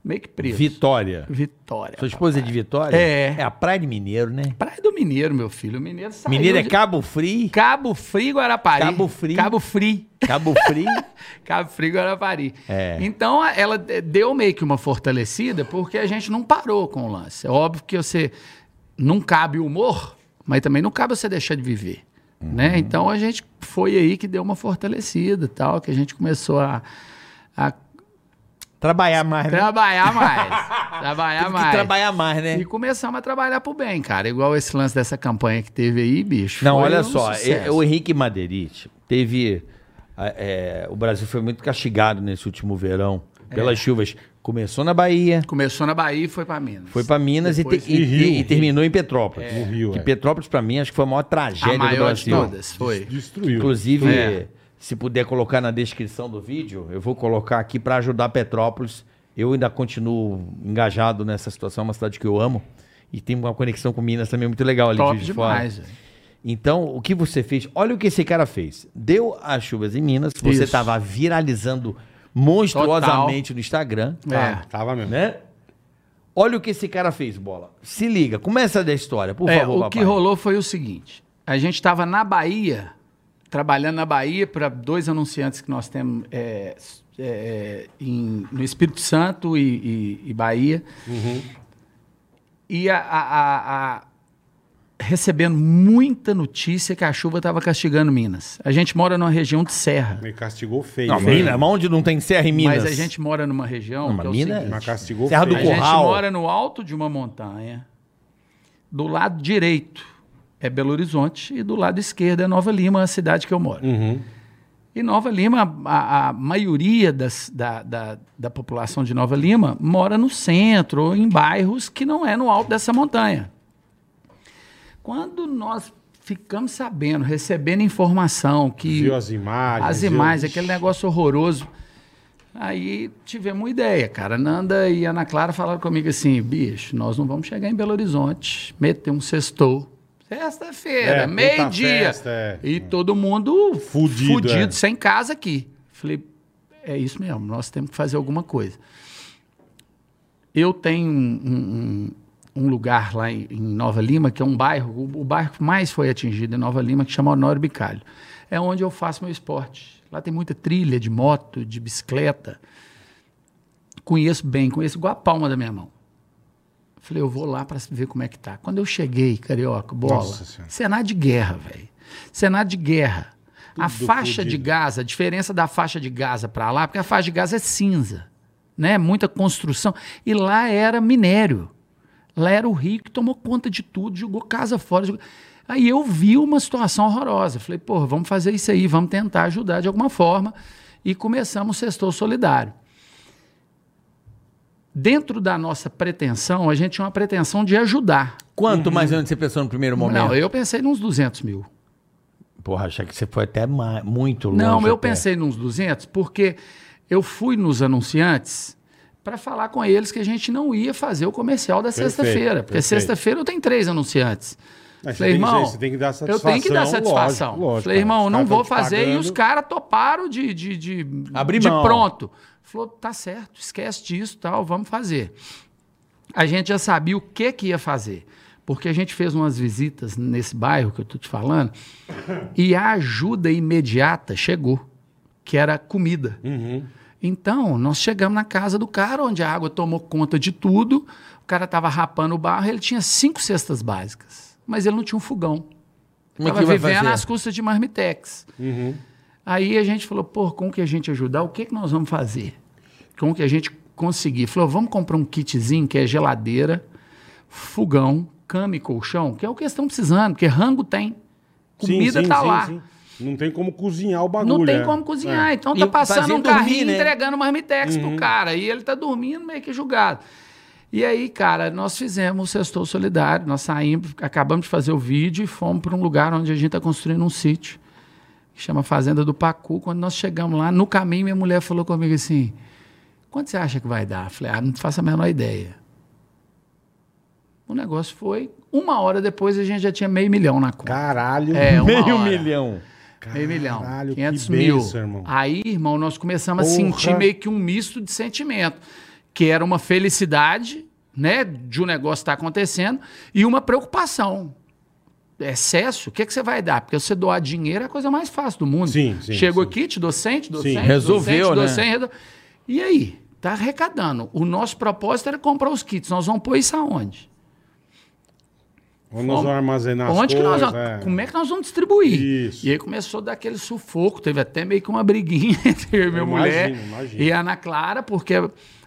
meio que preso.
Vitória.
Vitória.
Sua esposa é de Vitória?
É.
É a Praia de Mineiro, né?
Praia do Mineiro, meu filho. O Mineiro saiu
Mineiro é
de-
Cabo Frio.
Cabo Frio, Guarapari.
Cabo Frio.
Cabo Frio.
Cabo Frio.
Cabo Frio, Guarapari.
É.
Então, a- ela de- deu meio que uma fortalecida, porque a gente não parou com o lance. É óbvio que você... Não cabe o humor, mas também não cabe você deixar de viver.
Uhum.
né? Então a gente foi aí que deu uma fortalecida e tal, que a gente começou a, a
Trabalhar mais, né?
trabalhar mais. trabalhar
Teve que
mais.
trabalhar mais, né?
E começamos a trabalhar pro bem, cara. Igual esse lance dessa campanha que teve aí, bicho.
Não,
foi
olha
um
só,
sucesso.
eh, o Henrique Madeirite teve. ah, eh, o Brasil foi muito castigado nesse último verão
É.
pelas chuvas. Começou na Bahia,
Começou na Bahia e foi pra Minas.
foi pra Minas e,
Depois
te- e-
em Rio.
e terminou em Petrópolis.
No Rio,
que
é.
Petrópolis, pra mim, acho que foi a maior
a
tragédia do
maior de
Brasil.
todas. Foi.
Destruiu.
Inclusive,
É.
se puder colocar na descrição do vídeo, eu vou colocar aqui para ajudar Petrópolis. Eu ainda continuo engajado nessa situação, é uma cidade que eu amo. E tem uma conexão com Minas também muito legal ali
Top
Juiz de
demais.
Fora.
velho.
Então, o que você fez? Olha o que esse cara fez. Deu as chuvas em Minas, você
Isso.
estava viralizando monstruosamente no Instagram,
É.
Tá, Tava mesmo.
né? Olha o que esse cara fez, bola. Se liga, começa da história, por
É,
favor,
o
papai.
que rolou foi o seguinte: a gente estava na Bahia, trabalhando na Bahia para dois anunciantes que nós temos é, s- é, em- no Espírito Santo e, e- e Bahia.
Uhum.
E a- a- a- a- recebendo muita notícia que a chuva estava castigando Minas. A gente mora numa região de serra,
Me castigou feio.
Não,
né?
Minas, mas onde não tem serra em Minas?
mas a gente mora numa região.
Não, mas
que é o
Minas-
seguinte,
Mas castigou
Serra do
a
feio.
Corral.
gente mora no alto de uma montanha. Do lado direito é Belo Horizonte e do lado esquerdo é Nova Lima, a cidade que eu moro.
Uhum.
E Nova Lima, a, a maioria das- da, da, da população de Nova Lima mora no centro ou em bairros que não é no alto dessa montanha. Quando nós ficamos sabendo, recebendo informação que
Viu as imagens.
as
viu-
imagens, aquele negócio horroroso. Aí tivemos uma ideia, cara. Nanda e Ana Clara falaram comigo assim: bicho, nós não vamos chegar em Belo Horizonte, meter um sextou. Sexta-feira,
É, puta
meio-dia.
festa, é.
E todo mundo
Fudido,
fudido,
é.
sem casa aqui. Falei, é isso mesmo, nós temos que fazer alguma coisa. Eu tenho um, um- um lugar lá em, em Nova Lima, que é um bairro, o, o bairro que mais foi atingido em Nova Lima, que chama Honório Bicalho. É onde eu faço meu esporte. Lá tem muita trilha de moto, de bicicleta. Conheço bem, conheço igual a palma da minha mão. Falei, eu vou lá para ver como é que tá. Quando eu cheguei, carioca, bola,
Nossa Senhora.
cenário de guerra, velho. Cenário de guerra. a
Tudo
faixa de
fudido.
Gaza, a diferença da faixa de Gaza para lá, porque a faixa de Gaza é cinza, né? Muita construção e lá era minério. Lá era o Rio que tomou conta de tudo, jogou casa fora. jogou- Aí eu vi uma situação horrorosa. Falei, pô, vamos fazer isso aí, vamos tentar ajudar de alguma forma. E começamos o Sextou Solidário dentro da nossa pretensão, a gente tinha uma pretensão de ajudar.
Quanto mais ou menos você pensou no primeiro momento?
Uhum. Não, eu pensei nos 200 mil.
Porra, achei que você foi até ma- muito longe.
Não, eu
até.
pensei nos 200 porque eu fui nos anunciantes para falar com eles que a gente não ia fazer o comercial da
Perfeito,
sexta-feira. Porque
perfeito.
sexta-feira eu tenho três anunciantes. Falei,
Mas você tem que-
irmão,
você tem que dar
eu tenho que dar
satisfação,
satisfação.
lógico, lógico,
Falei,
cara.
irmão,
Os
não
caras tão
vou
te
fazer. E
pagando.
os caras toparam de, de, de,
Abrir
de
mão.
pronto. Falou, tá certo, esquece disso tal, vamos fazer. a gente já sabia o que que ia fazer. Porque a gente fez umas visitas nesse bairro que eu tô te falando e a ajuda imediata chegou, que era comida.
Uhum,
Então, nós chegamos na casa do cara, onde a água tomou conta de tudo. O cara estava rapando o barro, ele tinha cinco cestas básicas, mas ele não tinha um fogão.
Como é
Estava
que vai
vivendo
fazer?
às custas de marmitex.
uhum.
Aí a gente falou, pô, como que a gente ajudar? O que, que nós vamos fazer? Como que a gente conseguir? Falou, vamos comprar um kitzinho que é geladeira, fogão, cama e colchão, que é o que eles estão precisando, porque rango tem.
Sim,
Comida
sim,
tá
sim,
lá.
sim. Não tem como cozinhar o bagulho.
Não tem
é.
como cozinhar.
É. Uhum.
Então
E
tá
o
passando
fazer
um carrinho
dormir, né?
entregando marmitex pro cara. E ele tá dormindo meio que julgado. E aí, cara, nós fizemos o Sextou Solidário. Nós saímos, acabamos de fazer o vídeo e fomos para um lugar onde a gente tá construindo um sítio. Que chama Fazenda do Pacu. Quando nós chegamos lá, no caminho, minha mulher falou comigo assim... Quanto você acha que vai dar? Eu Falei, ah, não faço a menor ideia. O negócio foi... Uma hora depois, a gente já tinha meio milhão na conta.
Caralho.
É, uma
Meio
hora.
milhão.
Meio milhão.
Caralho, que
500 mil. Ah,
benção, irmão.
Aí, irmão, nós começamos
Porra.
a sentir meio que um misto de sentimento. Que era uma felicidade, né? De um negócio estar acontecendo e uma preocupação. Excesso, o que, que você vai dar? Porque você doar dinheiro é a coisa mais fácil do mundo.
Sim, sim,
Chegou
sim.
aqui, te dou 100, te dou
Sim.
100,
Resolveu,
te dou 100, te dou
né?
100, resol- E aí? Tá arrecadando. O nosso propósito era comprar os kits. Nós vamos pôr isso aonde?
Onde nós vamos armazenar as
Onde que nós
coisas,
vamos-
é.
Como é que nós vamos distribuir?
Isso.
E aí começou a dar aquele sufoco, teve até meio que uma briguinha entre eu e minha
Eu
mulher
imagino, imagino.
e a Ana Clara, porque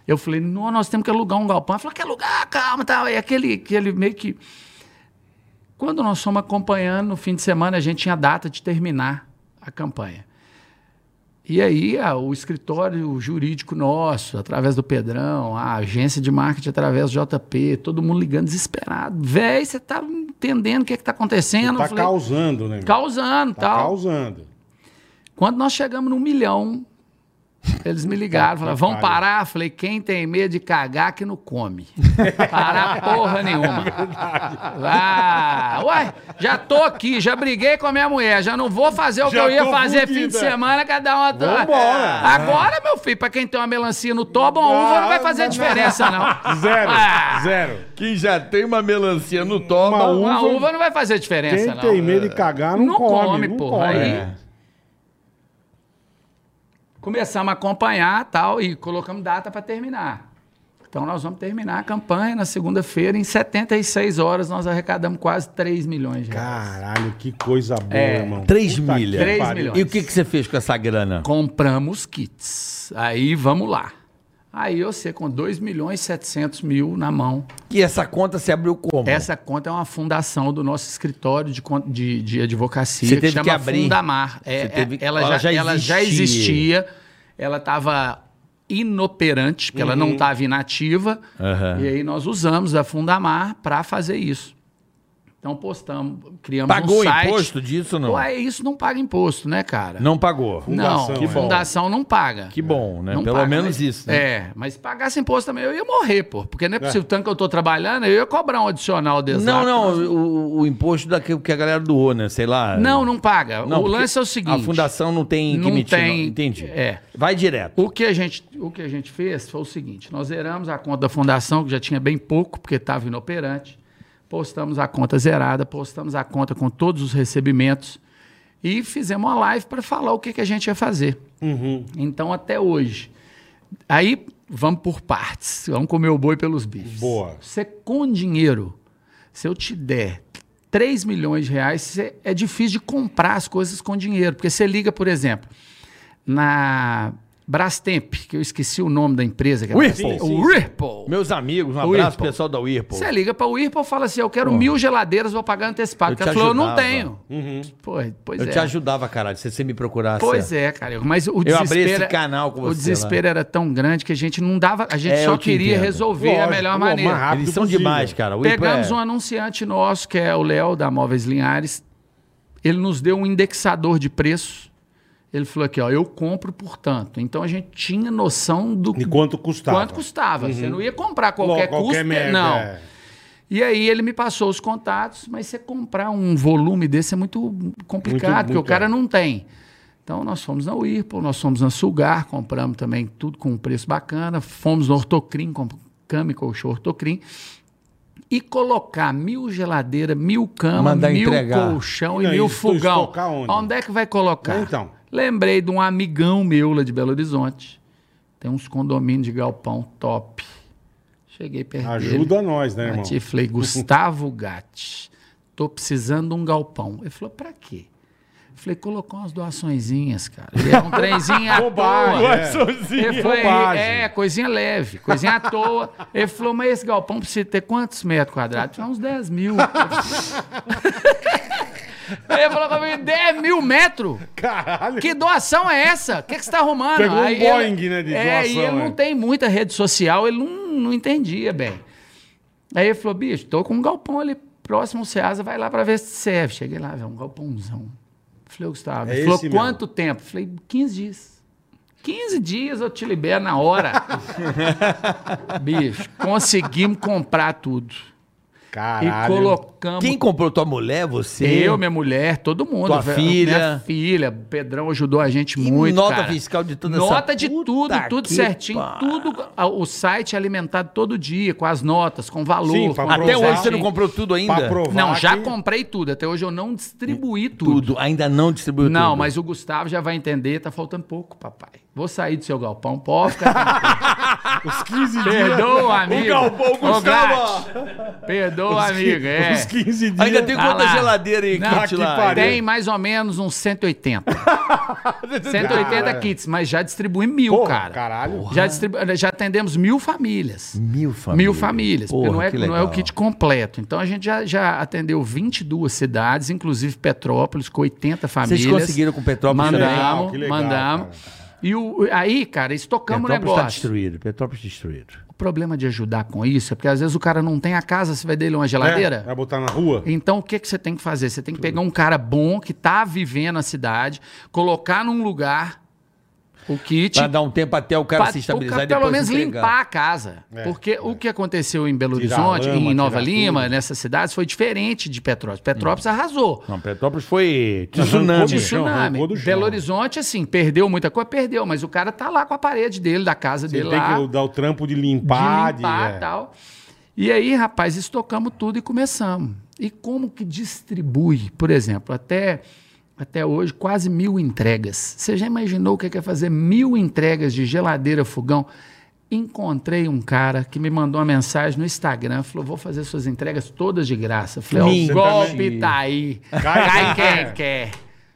eu falei, não, nós temos que alugar um galpão. Ela falou, quer alugar? Calma, tal. E aquele, aquele meio que... Quando nós fomos acompanhando, no fim de semana, a gente tinha data de terminar a campanha. E aí, a- o escritório jurídico nosso, através do Pedrão, a agência de marketing através do JP, todo mundo ligando desesperado. Véi, você tá entendendo o que é que tá acontecendo?
Tá
Eu falei,
causando, né? meu?
causando,
Tá
tal.
causando.
Quando nós chegamos no milhão, eles me ligaram, falaram, vão parar? Falei, quem tem medo de cagar que não come. Parar porra nenhuma.
É
Ah, uai, já tô aqui, já briguei com a minha mulher, já não vou fazer o que
Já
eu ia
tô
fazer
fudida.
fim de semana, cada uma...
Vambora.
Agora, meu filho, pra quem tem uma melancia no toba, uma uva não vai fazer
não,
diferença, não.
Ah, Zero,
Ah.
zero.
Que já tem uma melancia no um toma.
Uma
Uma
Uva-
uva não vai fazer diferença,
Quem
não.
tem medo de cagar não,
Não
come,
come,
não
porra,
come.
aí-
É.
começamos a acompanhar tal e colocamos data para terminar. Então nós vamos terminar a campanha na segunda-feira, em 76 horas nós arrecadamos quase 3 milhões de reais.
Caralho, que coisa boa,
É.
irmão.
3
Puta que
milhas.
Três
pariu.
milhões.
E o que, que você fez com essa grana?
Compramos kits. Aí vamos lá. Aí você com 2 milhões e 700 mil na mão.
E essa conta se abriu como?
Essa conta é uma fundação do nosso escritório de, con- de, de advocacia
Você teve
chama
que abrir.
Fundamar. É,
Você
é,
teve-
ela,
ela
já,
já
ela já
existia.
existia, ela estava inoperante, porque ela não estava inativa.
Uhum. Aham.
E aí nós usamos a Fundamar para fazer isso. Então postamos, criamos
Pagou
um site.
imposto disso ou não?
Ué, isso não paga imposto, né, cara?
Não pagou.
não
Fundação,
que
é.
fundação não paga.
Que bom, né?
Não
Pelo
paga,
menos
mas-
isso. Né?
É, mas se pagasse imposto também, eu ia morrer, pô. Porque não é possível, tanto que eu tô trabalhando, eu ia cobrar um adicional desse
Não,
lá.
não, o, o imposto daquilo que a galera doou, né? Sei lá.
Não, não paga.
Não,
o
porque
lance é o seguinte.
A fundação não tem que
não
emitir.
tem-
não. Entendi.
é.
Vai direto.
O que, a gente, o que a gente fez foi o seguinte: nós zeramos a conta da fundação, que já tinha bem pouco, porque estava inoperante. Postamos a conta zerada, postamos a conta com todos os recebimentos e fizemos uma live para falar o que, que a gente ia fazer. Então, até hoje. Aí, vamos por partes. Vamos comer o boi pelos bifes.
Boa.
Você com dinheiro, se eu te der 3 milhões de reais, você- é difícil de comprar as coisas com dinheiro. Porque você liga, por exemplo, na Brastemp, que eu esqueci o nome da empresa. Que é
Whirlpool.
Brastemp. O Whirlpool.
Meus amigos, um
O é
abraço,
Whirlpool.
pessoal da Whirlpool.
Você liga para o Whirlpool e fala assim, eu quero mil geladeiras, vou pagar antecipado.
Eu
O cara
te
falou, eu não
ajudava. Uhum.
tenho. Pô, pois
Eu
é.
te ajudava, caralho, se você me procurasse.
Pois é, cara. Mas o
Eu
desespero. é-
abri esse canal com você lá.
O desespero era tão grande que a gente não dava. A gente
É,
só
eu te
queria
entendo.
resolver a
Lógico,
melhor
pô,
maneira.
mais rápido
Eles são
possível.
demais, cara. O Whirlpool
Pegamos
é-
um anunciante nosso, que é o Léo, da Móveis Linhares. Ele nos deu um indexador de preço. Ele falou aqui, ó, eu compro por tanto. Então a gente tinha noção do
E quanto custava? Uhum.
quanto custava. Você não ia comprar a qualquer,
Qualquer
custo.
merda,
não.
é.
E aí ele me passou os contatos, mas você comprar um volume desse é muito complicado,
Muito,
porque
muito
o cara
é.
não tem. Então nós fomos na Whirlpool, nós fomos na Sulgar, compramos também tudo com um preço bacana, fomos no Ortocrim, Cami Colchão Ortocrim, e colocar mil geladeira, mil cama,
Mandar
mil
entregar.
colchão e
Não,
mil
isso
fogão.
estocar onde?
é que vai colocar?
Então.
Lembrei de um amigão meu lá de Belo Horizonte. Tem uns condomínios de galpão top. Cheguei perto dele.
Ajuda nós, né, irmão?
Bati e falei, Gustavo Gatti, tô precisando de um galpão. Ele falou, pra quê? Eu falei, colocou umas doaçõezinhas, cara. E era um trenzinho à
Bobagem,
toa.
é.
Ele falou,
Bobagem.
é, coisinha leve, coisinha à toa. Ele falou, mas esse galpão precisa ter quantos metros quadrados? Eu falei, uns 10 mil. Ele falou pra mim, 10 mil metros?
Caralho.
Que doação é essa? O que, que você tá arrumando?
Pegou um
ele-
Boeing, né, de
é,
doação,
e ele
né?
não tem muita rede social, ele não, não entendia bem. Aí ele falou, bicho, tô com um galpão ali próximo ao Ceasa, vai lá pra ver se serve. Cheguei lá, velho, um galpãozão. Falei, ô, Gustavo,
É
ele falou,
esse mesmo?
quanto tempo? Falei, 15 dias. 15 dias eu te libero na hora. bicho, conseguimos comprar tudo.
Caralho.
E colocamos
Quem comprou tua mulher, você?
eu, minha mulher, todo mundo.
Tua
velho.
filha.
Minha filha. O Pedrão ajudou a gente
E
muito.
nota
cara.
fiscal de toda essa
Nota de
puta
tudo, tudo
que
certinho.
pa-
Tudo. a- O site é alimentado todo dia, com as notas, com valor.
Sim, pra
com
Até
provar.
hoje você não comprou tudo ainda?
Pra provar
Não, já
que-
comprei tudo. Até hoje eu não distribuí tudo.
Tudo, ainda não distribuiu tudo.
Não, mas o Gustavo já vai entender, tá faltando pouco, papai. Vou sair do seu galpão, pode ficar tranquilo.
Os 15 dias.
Perdoa, amigo.
Galvão
Ô,
Gustavo.
Gatti, Perdoa, amigo. É.
Os 15 dias.
Ainda tem
Tá
quanta
lá.
geladeira e
Não,
kit
que
lá?
pariu.
Tem mais ou menos uns 180. 180
Cara.
kits, mas já distribui mil,
Porra,
um cara.
caralho.
Já, distribu- já atendemos mil famílias.
Mil famílias.
Mil famílias, porque
Porra,
não, é,
que
não é o
legal.
kit completo. Então a gente já, já atendeu 22 cidades, inclusive Petrópolis, com 80 famílias.
conseguiram com Petrópolis
também?
mandamos,
Que legal, que legal,
Mandamos. E o, aí, cara, estocamos o
É, Petrópolis está
negócio.
destruído. Petrópolis tá destruído.
o problema de ajudar com isso é porque às vezes o cara não tem a casa, você vai dele uma
É,
geladeira.
vai botar na rua?
Então, o que, que você tem que fazer? Você tem que pegar um cara bom que tá vivendo a cidade, colocar num lugar o kit.
Pra dar um tempo até o cara
pra-
se
o
estabilizar
cara
e depois
pelo menos
entregar.
limpar a casa.
É,
Porque o que aconteceu em Belo
Tirar
Horizonte,
lama,
em Nova
tirar
Lima,
tudo.
nessas cidades, foi diferente de Petrópolis. Petrópolis arrasou.
Não, Petrópolis foi
Arrancou
tsunami.
do chão,
Tsunami.
arrancou do chão.
Belo Horizonte, assim, perdeu muita coisa, perdeu, mas o cara tá lá com a parede dele, da casa
Você
dele
tem
lá
que dar o trampo de
de
limpar. De
limpar e
é.
tal. E aí, rapaz, estocamos tudo e começamos. E como que distribui, por exemplo, até, até hoje, quase mil entregas. Você já imaginou o que é que é fazer mil entregas de geladeira, fogão? Encontrei um cara que me mandou uma mensagem no Instagram, falou: vou fazer suas entregas todas de graça. Falei, ó,
Mentira.
o golpe tá aí.
Cai
Cai
quem
quem
quer.
quer.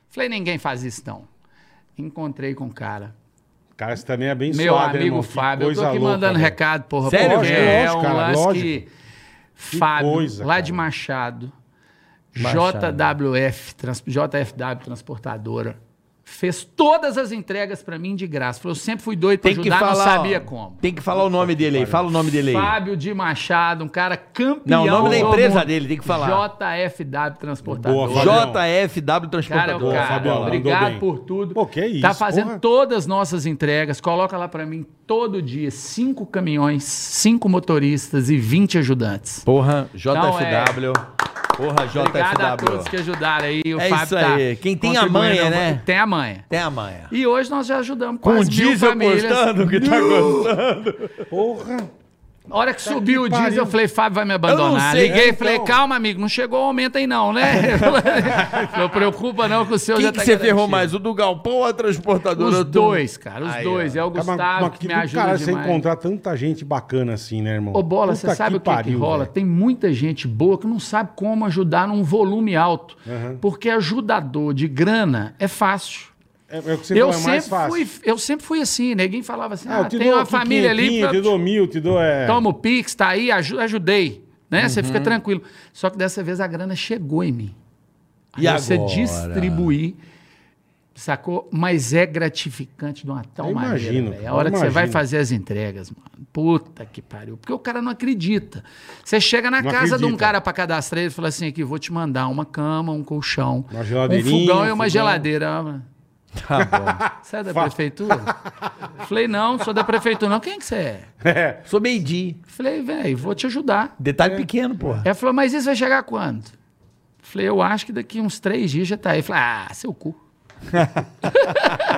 Falei, ninguém faz isso, não. Encontrei com o cara.
Cara, você também é abençoado,
Meu
hein,
amigo
irmão? Que
Fábio, eu tô
coisa
aqui
louca,
mandando
velho.
recado, porra.
Sério,
porque
gente?
é
Lógico,
um
cara,
lance
lógico.
que...
Que
Fábio,
coisa,
lá
cara.
de Machado,
Machado.
JWF, trans- JFW Transportadora, fez todas as entregas pra mim de graça. Falou, eu sempre fui doido pra
Tem que
ajudar,
falar.
não sabia
ó,
como.
Tem que falar o nome dele aí. Fala o nome dele aí.
Fábio de Machado, um cara campeão.
Não, o nome da
do
empresa
mundo.
dele, tem que falar.
JFW Transportadora.
Boa, Fábio.
JFW
Cara, é o
Transportador.
Boa,
cara.
Fabião, mandou bem.
Obrigado por tudo.
Pô, que é isso,
Tá fazendo
porra.
todas as nossas entregas. Coloca lá pra mim todo dia cinco caminhões, cinco motoristas e 20 ajudantes.
Porra,
Então, é-
JFW. Porra,
Obrigado a
JFW.
todos que ajudaram aí. O
É
Fábio
isso
tá
aí. Quem tem a
contribuindo.
manha, né?
Tem a manha.
Até amanhã.
E hoje nós já ajudamos
Com o
quase mil
diesel
famílias.
gostando que tá gostando.
Porra.
A hora que subiu o diesel,
pariu.
eu falei, Fábio vai me
Tá Eu não
abandonar.
sei,
Liguei
é,
e falei,
então.
calma, amigo, não chegou o aumento aí não, né? não preocupa não que o seu
Quem
já
que
tá
você ferrou
garantido.
mais? O do Galpão ou a transportadora?
Os
Eu tô-
dois, cara, os
Aí, Tá
dois. É o
Cara,
Gustavo
mas- mas
que me
do
ajuda
caralho
demais.
você encontrar tanta gente bacana assim, né, irmão?
Ô, Bola,
Puta
você sabe o que, que
pariu,
rola?
velho.
Tem muita gente boa que não sabe como ajudar num volume alto.
Uhum.
Porque ajudador de grana é fácil.
É, é o que você
Eu
falou, é mais
sempre,
fácil.
fui, eu sempre fui assim, ninguém falava assim, ah,
Ah, eu te
tem
dou
uma
aqui
família ali,
quinhentinho,
pra...
Te dou mil, te dou... É... Uhum.
toma o Pix, tá aí, aju- ajudei. Né? Você fica tranquilo. Só que dessa vez a grana chegou em mim.
E
Aí você
agora?
distribuir, sacou? Mas é gratificante de uma tal
Eu
maneira.
imagino,
velho. É
cara,
a hora
eu
que você vai
imagino.
fazer as entregas, mano. Puta que pariu. Porque o cara não acredita. Você chega na
Não
casa de um
acredita.
cara pra cadastrar ele e fala assim: aqui, vou te mandar uma cama, um colchão,
Uma
um
geladeirinha,
fogão e
um
uma
fogão.
geladeira. Ah, mano,
Tá bom.
Você é da prefeitura? Falei, não, sou da prefeitura, não. Quem que você é?
É.
Sou meidi.
Falei, velho, vou te ajudar.
Detalhe pequeno, porra.
Ela falou, mas isso vai chegar quando? Falei, eu acho que daqui uns três dias já tá aí. Falei, ah, seu cu.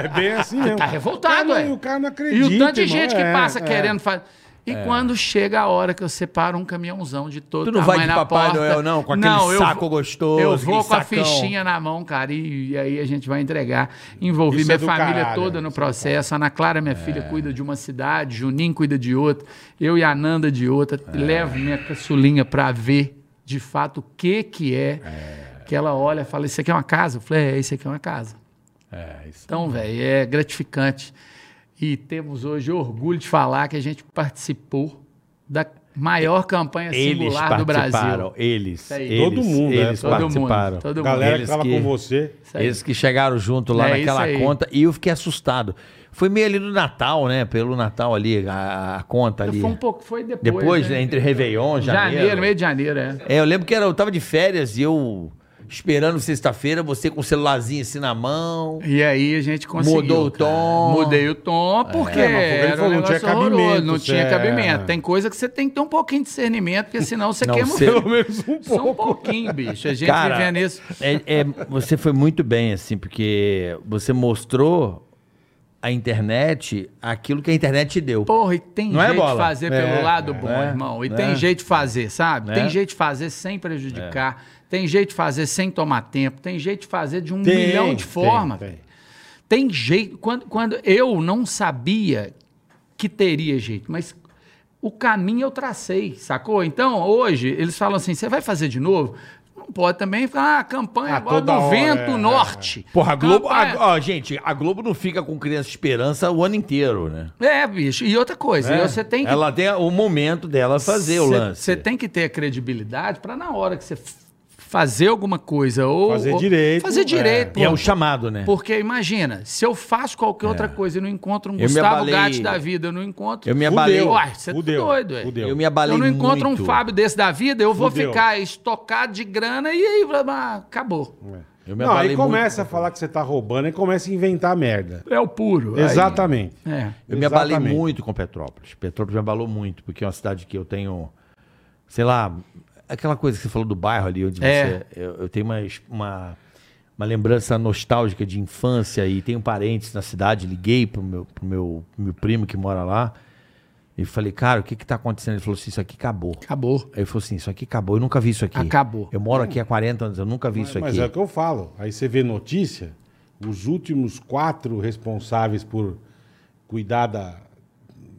É bem assim mesmo.
Tá revoltado,
O cara
ué.
não- O cara não
E
acredita,
o tanto de
irmão,
gente que
é,
passa
é.
querendo fazer. E quando chega a hora que eu separo um caminhãozão de todo
É. Tu não vai
tamanho
de
Tá, na
Papai
porta,
Noel, não? Com aquele
eu
saco
vou-
gostoso,
Eu vou
aquele
com a
sacão.
fichinha na mão, cara, e, e aí a gente vai entregar. Envolvi
Isso é
minha
do
família
caralho,
toda no
isso
processo. A Ana Clara, minha
É.
filha, cuida de uma cidade, Juninho cuida de outra, eu e a Nanda de outra.
É.
Levo minha caçulinha pra ver de fato o que que é. Que ela olha e fala: Isso aqui é uma casa? Eu falei: É, isso aqui é uma casa.
É, isso.
Então, velho, é gratificante. E temos hoje orgulho de falar que a gente participou da maior campanha
Eles
é singular do
participaram.
Brasil.
Eles.
Isso aí.
eles
Todo mundo, é,
Eles
todo
mundo, né?
participaram.
todo mundo.
Galera
Eles
que tava
que-
com você.
Isso aí.
Eles que chegaram junto lá
É
naquela
isso aí.
conta. E eu fiquei assustado. Foi meio ali no Natal, né? Pelo Natal ali, a, a conta ali.
Foi um pouco, foi depois.
Depois,
né?
né, entre Réveillon, janeiro.
janeiro, meio de janeiro, é.
É, eu lembro que era, eu tava de férias e eu esperando sexta-feira, você com o celularzinho assim na mão.
E aí a gente conseguiu.
Mudou o
cara.
tom.
Mudei o tom, porque
É, mas foi o que ele
era um
falou, não tinha
negócio horroroso,
cabimento,
não
isso
tinha
é.
cabimento. Tem coisa que você tem que ter um pouquinho de discernimento, porque senão você
Não,
queima o
você-
filme.
Pelo menos um
Só um
pouco.
pouquinho, bicho. A gente
Cara,
vivia nisso.
É, é, você foi muito bem, assim, porque você mostrou à internet aquilo que a internet te deu.
Porra, e tem
Não é,
jeito de
Bola?
fazer
É,
pelo lado
é,
bom,
né?
irmão. E
Né?
tem jeito de fazer, sabe?
Né?
Tem jeito de fazer sem prejudicar.
É.
Tem jeito de fazer sem tomar tempo. Tem jeito de fazer de um
Tem,
milhão de
tem,
formas.
tem.
velho. Tem jeito. Quando, quando eu não sabia que teria jeito, mas o caminho eu tracei, sacou? Então, hoje, eles falam assim: você vai fazer de novo? Não pode também ficar, ah, campanha
Ah,
agora do
toda hora,
vento
é,
norte.
Porra, a Globo.
Campanha-
a- ó, gente, a Globo não fica com criança esperança o ano inteiro, né?
É, bicho. E outra coisa,
É.
e você
É
tem que
Ela tem o momento dela fazer o
Cê-
lance.
Você tem que ter a credibilidade para na hora que você f- fazer alguma coisa ou
Fazer
ou-
direito,
fazer
é.
direito.
E é
pô.
o chamado, né?
Porque imagina, se eu faço qualquer outra coisa e não encontro um
me
Gustavo
abalei-
Gatti da vida, eu não encontro.
Eu me abalei.
Fudeu,
Uai, você tá
fudeu,
doido, é.
fudeu.
Eu me abalei
eu não encontro
muito.
um Fábio desse da vida, eu vou
Fudeu.
ficar estocado de grana e aí ah, acabou.
Eu me
Não, aí
abalei muito.
começa a falar que você tá roubando e começa a inventar merda.
É o puro. aí-
Exatamente.
É.
Eu me abalei
Exatamente.
muito com Petrópolis. Petrópolis me abalou muito, porque é uma cidade que eu tenho, sei lá, aquela coisa que você falou do bairro ali, onde
É.
você. Eu, eu tenho uma, es- uma, uma lembrança nostálgica de infância e tenho parentes na cidade. Liguei pro meu, pro meu, pro meu primo que mora lá e falei, cara, o que que tá acontecendo? Ele falou assim: isso aqui acabou.
Acabou.
Aí ele falou assim: isso aqui acabou, eu nunca vi isso aqui.
Acabou.
Eu moro aqui há 40 anos, eu nunca vi isso
Mas
aqui.
é o que eu falo. Aí você vê notícia, os últimos quatro responsáveis por cuidar da-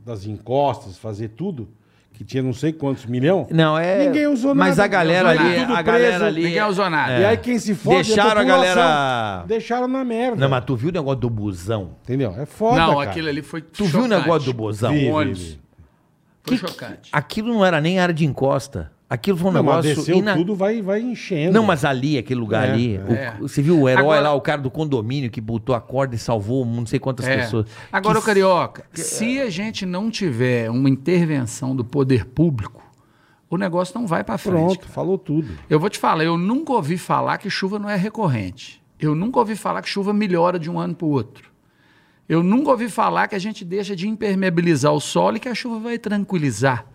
das encostas, fazer tudo, que tinha não sei quantos milhão.
Não, é.
Ninguém usou
Mas
nada.
a galera
Mas
ali.
tudo
A
preso,
galera ali. é.
Ninguém é usou nada.
E aí quem se fode é
Deixaram a
população.
galera-
Deixaram na merda.
Não, mas tu viu o negócio do busão?
Entendeu? É foda,
não,
cara.
aquilo ali foi
Tu viu o negócio do busão?
Vi, vi,
ônibus.
vi.
Foi chocante.
Aquilo não era nem área de encosta. Aquilo foi um
Não, mas
negócio.
desceu
ina-
tudo, vai, vai enchendo.
Não, mas ali, aquele lugar
É,
ali.
é.
o- Você viu o herói
Agora-
lá, o cara do condomínio que botou a corda e salvou não sei quantas
É.
pessoas.
Agora,
que...
ô Carioca, se a gente não tiver uma intervenção do poder público, o negócio não vai para frente.
Pronto, falou tudo.
Eu vou te falar, eu nunca ouvi falar que chuva não é recorrente. Eu nunca ouvi falar que chuva melhora de um ano para o outro. Eu nunca ouvi falar que a gente deixa de impermeabilizar o solo e que a chuva vai tranquilizar.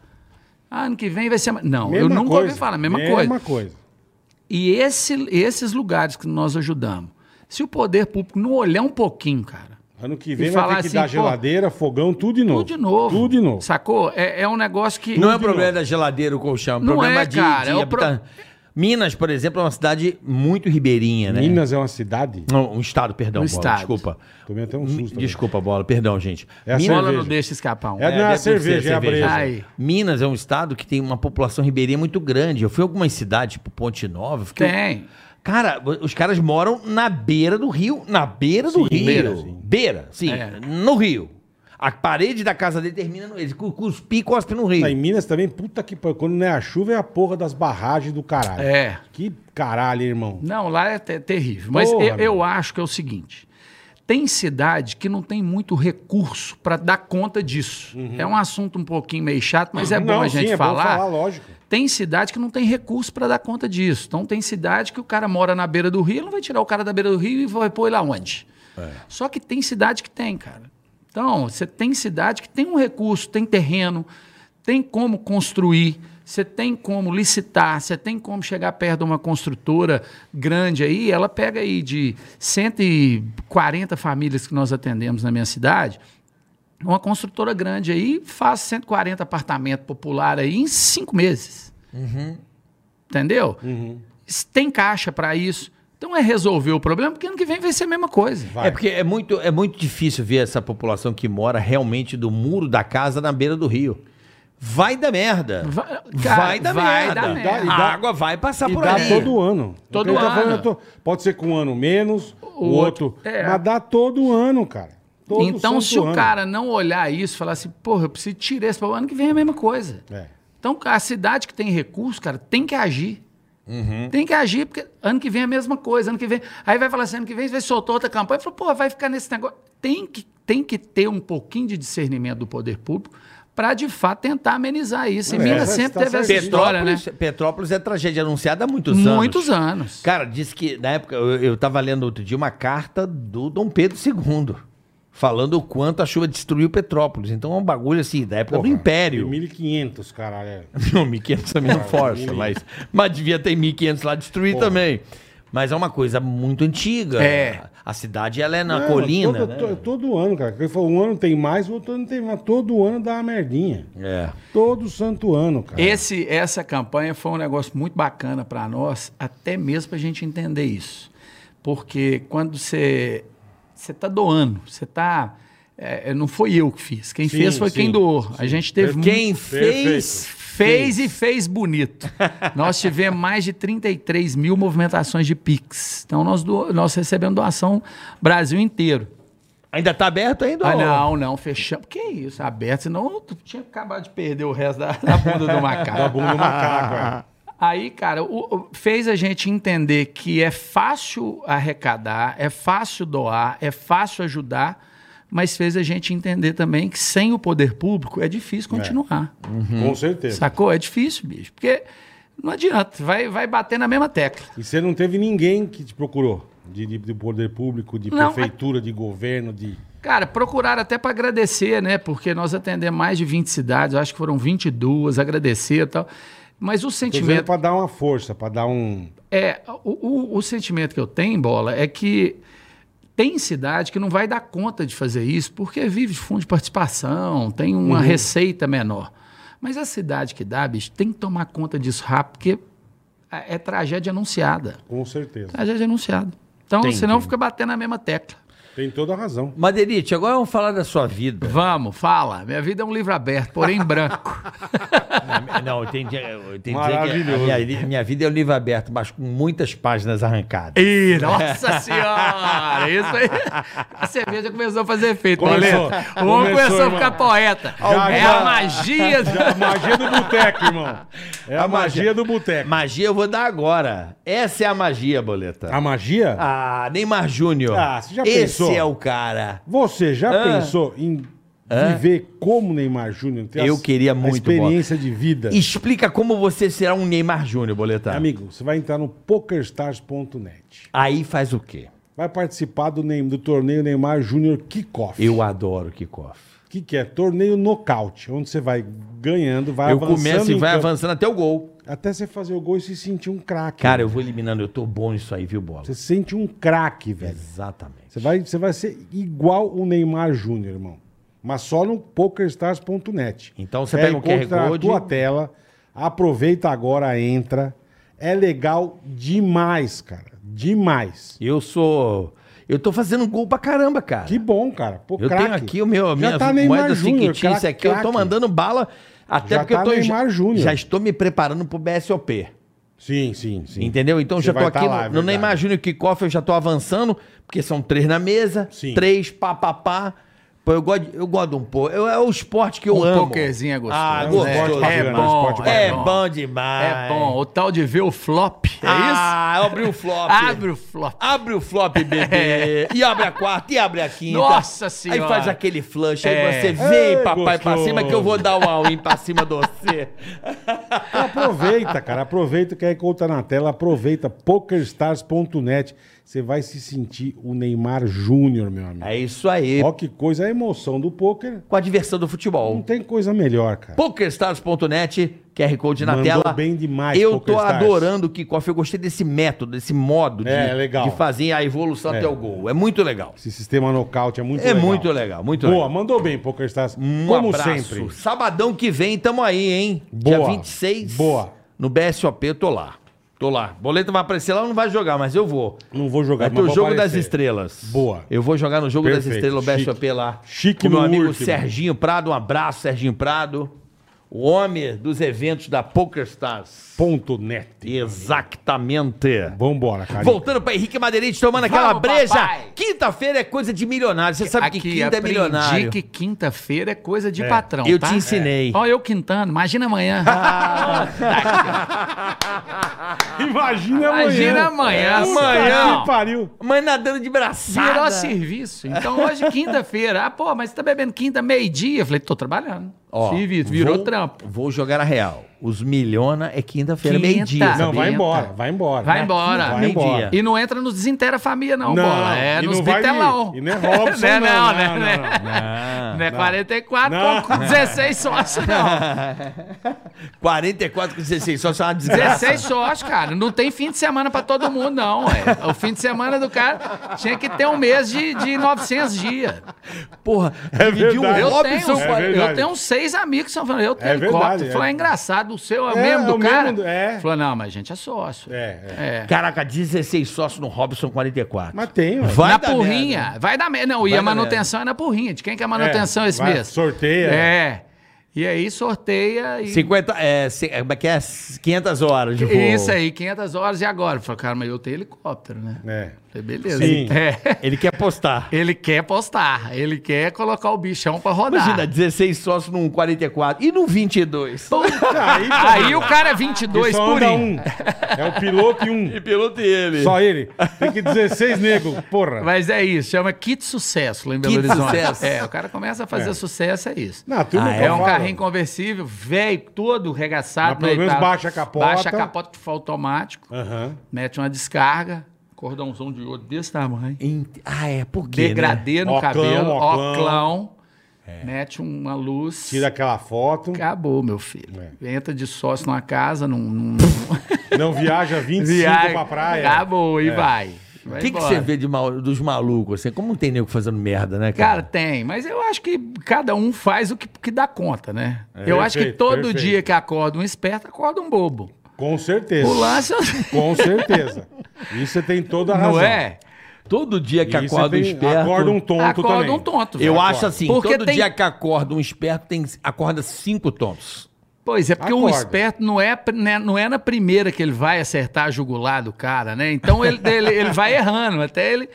Ah, ano que vem vai ser. ma- Não, eu
Mesma
nunca
coisa,
ouvi falar, mesma coisa.
Mesma coisa.
E esse- esses lugares que nós ajudamos, se o poder público não olhar um pouquinho, cara,
Ano que vem
E
vai ter
falar
que
assim,
dar
pô,
geladeira, fogão, tudo de novo.
tudo de novo.
Tudo de novo.
Sacou? É, é um negócio que.
Não é
Tudo
problema
novo.
da geladeira, o colchão. um
Não
problema
é,
de,
cara,
de
é o
habita- Minas, por exemplo, é uma cidade muito ribeirinha, né?
Minas é uma cidade?
Não, um estado, perdão,
Um
Bola,
estado.
desculpa.
Tomei até um
Mi-
susto.
Desculpa, Bola, perdão, gente.
É a
Bola
cerveja.
não deixa escapar um.
É, não é a
deve ser
cerveja, é a breja.
Ai.
Minas é um estado que tem uma população ribeirinha muito grande. Eu fui a algumas cidades, tipo Ponte Nova, eu fiquei...
Tem.
Cara, os caras moram na beira do rio. Na beira do
Sim,
rio.
beira, sim.
Beira, sim.
É.
No rio. A parede da casa dele termina no. Ele cu- cuspi e cospe no rio.
Lá em Minas também, puta que pariu. Quando não é a chuva, é a porra das barragens do caralho.
É.
Que caralho, irmão.
Não, lá é te- terrível. Mas
Porra,
eu, eu
meu.
acho que é o seguinte: tem cidade que não tem muito recurso para dar conta disso. É um assunto um pouquinho meio chato, mas é bom
Uhum. não,
a gente
sim, é
falar.
bom falar, lógico.
Tem cidade que não tem recurso para dar conta disso. Então tem cidade que o cara mora na beira do rio, ele não vai tirar o cara da beira do rio e vai pôr ele aonde? Só que tem cidade que tem, cara. Então, você tem cidade que tem um recurso, tem terreno, tem como construir, você tem como licitar, você tem como chegar perto de uma construtora grande aí, ela pega aí de 140 famílias que nós atendemos na minha cidade, uma construtora grande aí faz 140 apartamentos popular aí em cinco meses.
Uhum.
Entendeu? Se Tem caixa para isso. Então é resolver o problema, porque ano que vem vai ser a mesma coisa.
Vai.
É porque é muito, é muito difícil ver essa população que mora realmente do muro da casa na beira do rio. Vai dar merda.
Vai- cara,
Vai, dar
vai
merda.
dar
E dá- e merda.
A água vai passar
E
por
dá
ali.
todo ano. O
Todo
que ele tá
ano.
falando, eu tô- pode ser com um ano menos, o, outro.
outro- é.
Mas dá todo ano, cara. Todo
então,
santo
se o
ano.
cara não olhar isso, falar assim, porra, eu preciso tirar esse problema, ano que vem é a mesma coisa.
É.
Então, a cidade que tem recurso, cara, tem que agir.
Uhum.
Tem que agir, porque ano que vem é a mesma coisa. Ano que vem. Aí vai falar assim, ano que vem vai soltar outra campanha. Falou, pô, vai ficar nesse negócio. Tem que, tem que ter um pouquinho de discernimento do poder público para, de fato, tentar amenizar isso. E
É,
Minas
essa
sempre
está
teve essa
certa.
história, né?
Petrópolis, Petrópolis é tragédia anunciada há muitos anos.
Muitos anos.
Cara, disse que na época, eu, eu tava lendo outro dia uma carta do Dom Pedro II, falando o quanto a chuva destruiu Petrópolis. Então é um bagulho assim, da época
Porra,
do Império.
1500, caralho. é.
Não, 1500 também não força, mas, mas devia ter 1500 lá destruir também. Mas é uma coisa muito antiga.
É.
A cidade, ela é na
Não,
colina.
Todo,
né?
to- todo ano, cara. Porque Um ano tem mais, o outro ano tem mais. Todo ano dá uma merdinha.
É.
Todo santo ano, cara.
Esse, essa campanha foi um negócio muito bacana para nós, até mesmo para a gente entender isso. Porque quando tá você está doando, você está é, não foi eu que fiz. Quem
Sim,
fez foi
sim,
quem doou. A
sim.
gente teve
Quem
mu-
fez.
fez e fez bonito. nós tivemos mais de 33 mil movimentações de Pix. Então nós, doa- nós recebemos doação Brasil inteiro.
Ainda tá aberto ainda?
Ah,
ou-
não, não, fechamos. Que isso, aberto, senão eu tinha acabado de perder o resto da, da bunda do macaco.
Da bunda do macaco, é.
Aí, cara, o- o- fez a gente entender que é fácil arrecadar, é fácil doar, é fácil ajudar, mas fez a gente entender também que sem o poder público é difícil continuar.
é. Com certeza.
Sacou? É difícil, bicho. Porque não adianta, vai, vai bater na mesma tecla.
E você não teve ninguém que te procurou? De, de, de poder público, de
Não,
prefeitura, de governo, de.
Cara, procuraram até para agradecer, né? Porque nós atendemos mais de 20 cidades, eu acho que foram 22, agradecer e tal. Mas o
Tô dizendo
sentimento.
pra dar uma força, pra dar um.
É, o, o- o sentimento que eu tenho, Bola, é que tem cidade que não vai dar conta de fazer isso porque vive de fundo de participação, tem uma receita menor. Mas a cidade que dá, bicho, tem que tomar conta disso rápido, porque é, é tragédia anunciada.
Com certeza.
Tragédia anunciada. Então,
Entendi.
senão fica batendo na mesma tecla.
Tem toda a razão.
Maderite, agora vamos falar da sua vida.
Vamos, fala. Minha vida é um livro aberto, porém branco.
Não, eu entendi. Eu entendi
Maravilhoso.
que a minha, minha vida é um livro aberto, mas com muitas páginas arrancadas.
Ih, nossa senhora! Isso aí. A cerveja começou a fazer efeito,
Começou.
Pauleta. O homem
Começou,
começou a ficar
irmão.
poeta.
Já,
é
já.
a magia. do-
A magia do boteco, irmão. É a, magia. do boteco.
Magia eu vou dar agora. Essa é a magia, Boleta.
A magia?
Ah, Neymar Júnior.
Ah, você já
Esse
pensou?
é o cara.
Você já
Ah.
pensou em viver como Neymar Júnior? Ter
Eu
as-
queria muito,
A experiência de vida.
Explica como você será um Neymar Júnior, Boleta.
Amigo, você vai entrar no pokerstars.net.
Aí faz o quê?
Vai participar do, Ney- do torneio Neymar Júnior Kickoff.
Eu adoro kickoff.
O que, que é? Torneio nocaute, onde você vai ganhando, vai
Eu
avançando.
começo e
em
vai
campo,
avançando até o gol.
Até você fazer o gol e se sentir um craque.
Cara, eu vou eliminando. Eu tô bom nisso aí, viu, Bola?
Você se sente um craque, velho.
Exatamente.
Você vai, você vai ser igual o Neymar Júnior, irmão. Mas só no pokerstars.net.
Então você pega o QR
encontra
Code.
A tua tela, aproveita agora, entra. É legal demais, cara. Demais.
Eu sou. Eu tô fazendo gol pra caramba, cara.
Que bom, cara. Pô,
eu tenho
craque.
aqui o meu, a
Já
minha
tá Neymar
moeda
Júnior,
fictícia
craque,
aqui. Eu tô
craque.
mandando bala. Até
Já
porque
tá
eu tô.
Neymar Júnior.
Já estou me preparando pro BSOP.
Sim, sim, sim.
Entendeu? Então
Você
já tô
vai tá
aqui
lá,
no,
é
no
verdade.
Neymar Júnior Kickoff, eu já tô avançando, porque são três na mesa,
Sim.
três, pá, pá, pá. Pô, eu gosto, eu gosto de um pouco. É o esporte que eu
um
amo.
pokerzinho é gostoso.
Ah,
né?
gostoso.
É,
bacana,
bom,
esporte
é
É
bacana.
bom.
bom demais.
É bom. O tal de ver o flop. É isso?
Ah, abre o flop. Ah,
Abre o flop.
Abre o flop, bebê. E abre a quarta, e abre a quinta.
Nossa Senhora.
Aí faz aquele flush,
É.
aí você vem,
Ei,
papai, pra
gostoso.
cima que eu vou dar um all-in pra cima de você.
Então aproveita, cara. Aproveita o QR Code tá na tela. Aproveita pokerstars.net. Você vai se sentir o Neymar Júnior, meu amigo.
É isso aí.
Ó que coisa, a emoção do poker.
Com a diversão do futebol.
Não tem coisa melhor, cara.
PokerStars.net, QR Code na
Mandou
tela.
bem demais,
Eu tô
PokerStars.
adorando o kickoff. Eu gostei desse método, desse modo de,
É, legal.
de fazer a evolução
É.
até o gol. É muito legal.
Esse sistema nocaute é muito
É
legal.
muito legal, muito
Boa,
legal.
mandou bem, PokerStars.
Um
Como
abraço.
sempre.
Sabadão que vem, tamo aí, hein? Dia
Boa.
26.
Boa.
No BSOP, eu tô lá. Tô lá. Boleta vai aparecer lá, não vai jogar, mas eu vou.
Não vou jogar,
Vai ter o
vou
Jogo das
aparecer.
Estrelas.
Boa.
Eu vou jogar no Jogo das
Perfeito,
Estrelas, o BSOP
chique.
lá.
Chique
Com meu
no
amigo
último.
Serginho Prado. Um abraço, Serginho Prado. O homem dos eventos da PokerStars.
Ponto net.
Exatamente.
Vamos cara.
Voltando pra Henrique Madeirite tomando
Vamos,
aquela breja.
papai.
Quinta-feira é coisa de milionário. Você sabe que
Aqui,
quinta é
aprendi
milionário.
que quinta-feira é coisa de patrão,
Eu
tá?
te ensinei.
Ó, eu quintando. Imagina amanhã.
Imagina amanhã.
Imagina amanhã,
Puta
amanhã.
que pariu.
Mas nadando de braçada.
Virou serviço. Então hoje, quinta-feira. Ah, pô, mas você tá bebendo quinta, meio-dia? Eu falei, tô trabalhando.
Ó,
serviço, virou
vou-
trampo.
Vou jogar a real. Os milhona é quinta-feira,
Quinta.
meio-dia.
Não, vai
Arrebenta.
embora, vai embora.
Vai embora.
Vai embora.
E não entra nos desintera família, não,
Não,
bola. É
e
nos
não vai
bitelão.
de- e não é Robson,
Não é
não,
né?
não,
Não é-
não,
Ah,
não é 44
Não.
com 16 sócios, não.
44 com 16, só isso é uma desgraça.
16 sócios, cara. cara, não tem fim de semana pra todo mundo, não. ué. O fim de semana do cara tinha que ter um mês de, de 900 dias.
Porra,
É
dividiu
verdade.
o
Eu tenho, um
Robson
É
com a-
verdade.
eu tenho uns seis amigos que são falando, eu tenho
É verdade,
helicóptero.
é.
Falou, é engraçado, o seu é,
É,
mesmo
é
do
o
cara?
mesmo do- é.
Falou, não, mas a gente é sócio.
É, é.
É.
Caraca, 16 sócios no Robson 44.
Mas tem, ué.
Vai
na
dar
porrinha.
merda.
Vai dar merda. Não, e
Vai
a
dar
manutenção é na porrinha. De quem que é a manutenção
É,
esse
vai,
mês?
sorteia.
É. E aí sorteia e.
50, é, se- é, como é que é? 500 horas de voo.
Isso aí, 500 horas e agora? Falei, cara, mas eu tenho helicóptero, né?
É.
Falei, beleza.
Sim.
É.
Ele quer postar.
Ele quer postar, ele quer colocar o bichão pra rodar.
Imagina, 16 sócios num 44 e num 22.
Aí,
Aí o cara é 22
só
por
anda
um.
um. É o piloto e um.
piloto ele.
Só ele. Tem que 16 nego, porra.
Mas é isso, chama kit sucesso lá em Belo
Kit
Horizonte.
sucesso.
É, o cara começa a fazer
É.
sucesso, é isso.
Não, a turma
Ah,
que
É um
fala.
carrinho conversível, velho, todo regaçado.
Mas pelo
né, e
menos
tal.
baixa a capota.
Baixa a capota que for automático,
Aham.
mete uma descarga, cordãozão de ouro desse tamanho,
Ent- Ah, é, por quê? né?
degradê no
Oclão,
cabelo,
oclão. É.
oclão, mete uma luz.
Tira É. aquela foto.
Acabou, meu filho. Entra de sócio numa casa, num, num
Não viaja 25
viagem.
pra praia. É.
Acabou e vai.
O
Vai
que, que
embora.
você vê de mal- dos malucos? Assim? Como não tem nego fazendo merda, né,
Cara,
cara?
tem, mas eu acho que cada um faz o que, que dá conta, né? eu acho que
É, perfeito,
todo
perfeito.
dia que acorda um esperto, acorda um bobo.
Com certeza.
O lance
Com certeza. Isso você tem toda a razão.
não é?
todo dia que
E isso
acorda um
tem-
esperto.
Acorda um tonto
acorda
também.
um tonto.
Eu
velho.
acho assim,
Porque
todo
tem-
dia que acorda um esperto tem, acorda cinco tontos.
Pois é, porque o
Acorda.
esperto não é, né, não é na primeira que ele vai acertar a jugular do cara, né? Então ele, ele, ele vai errando, até ele.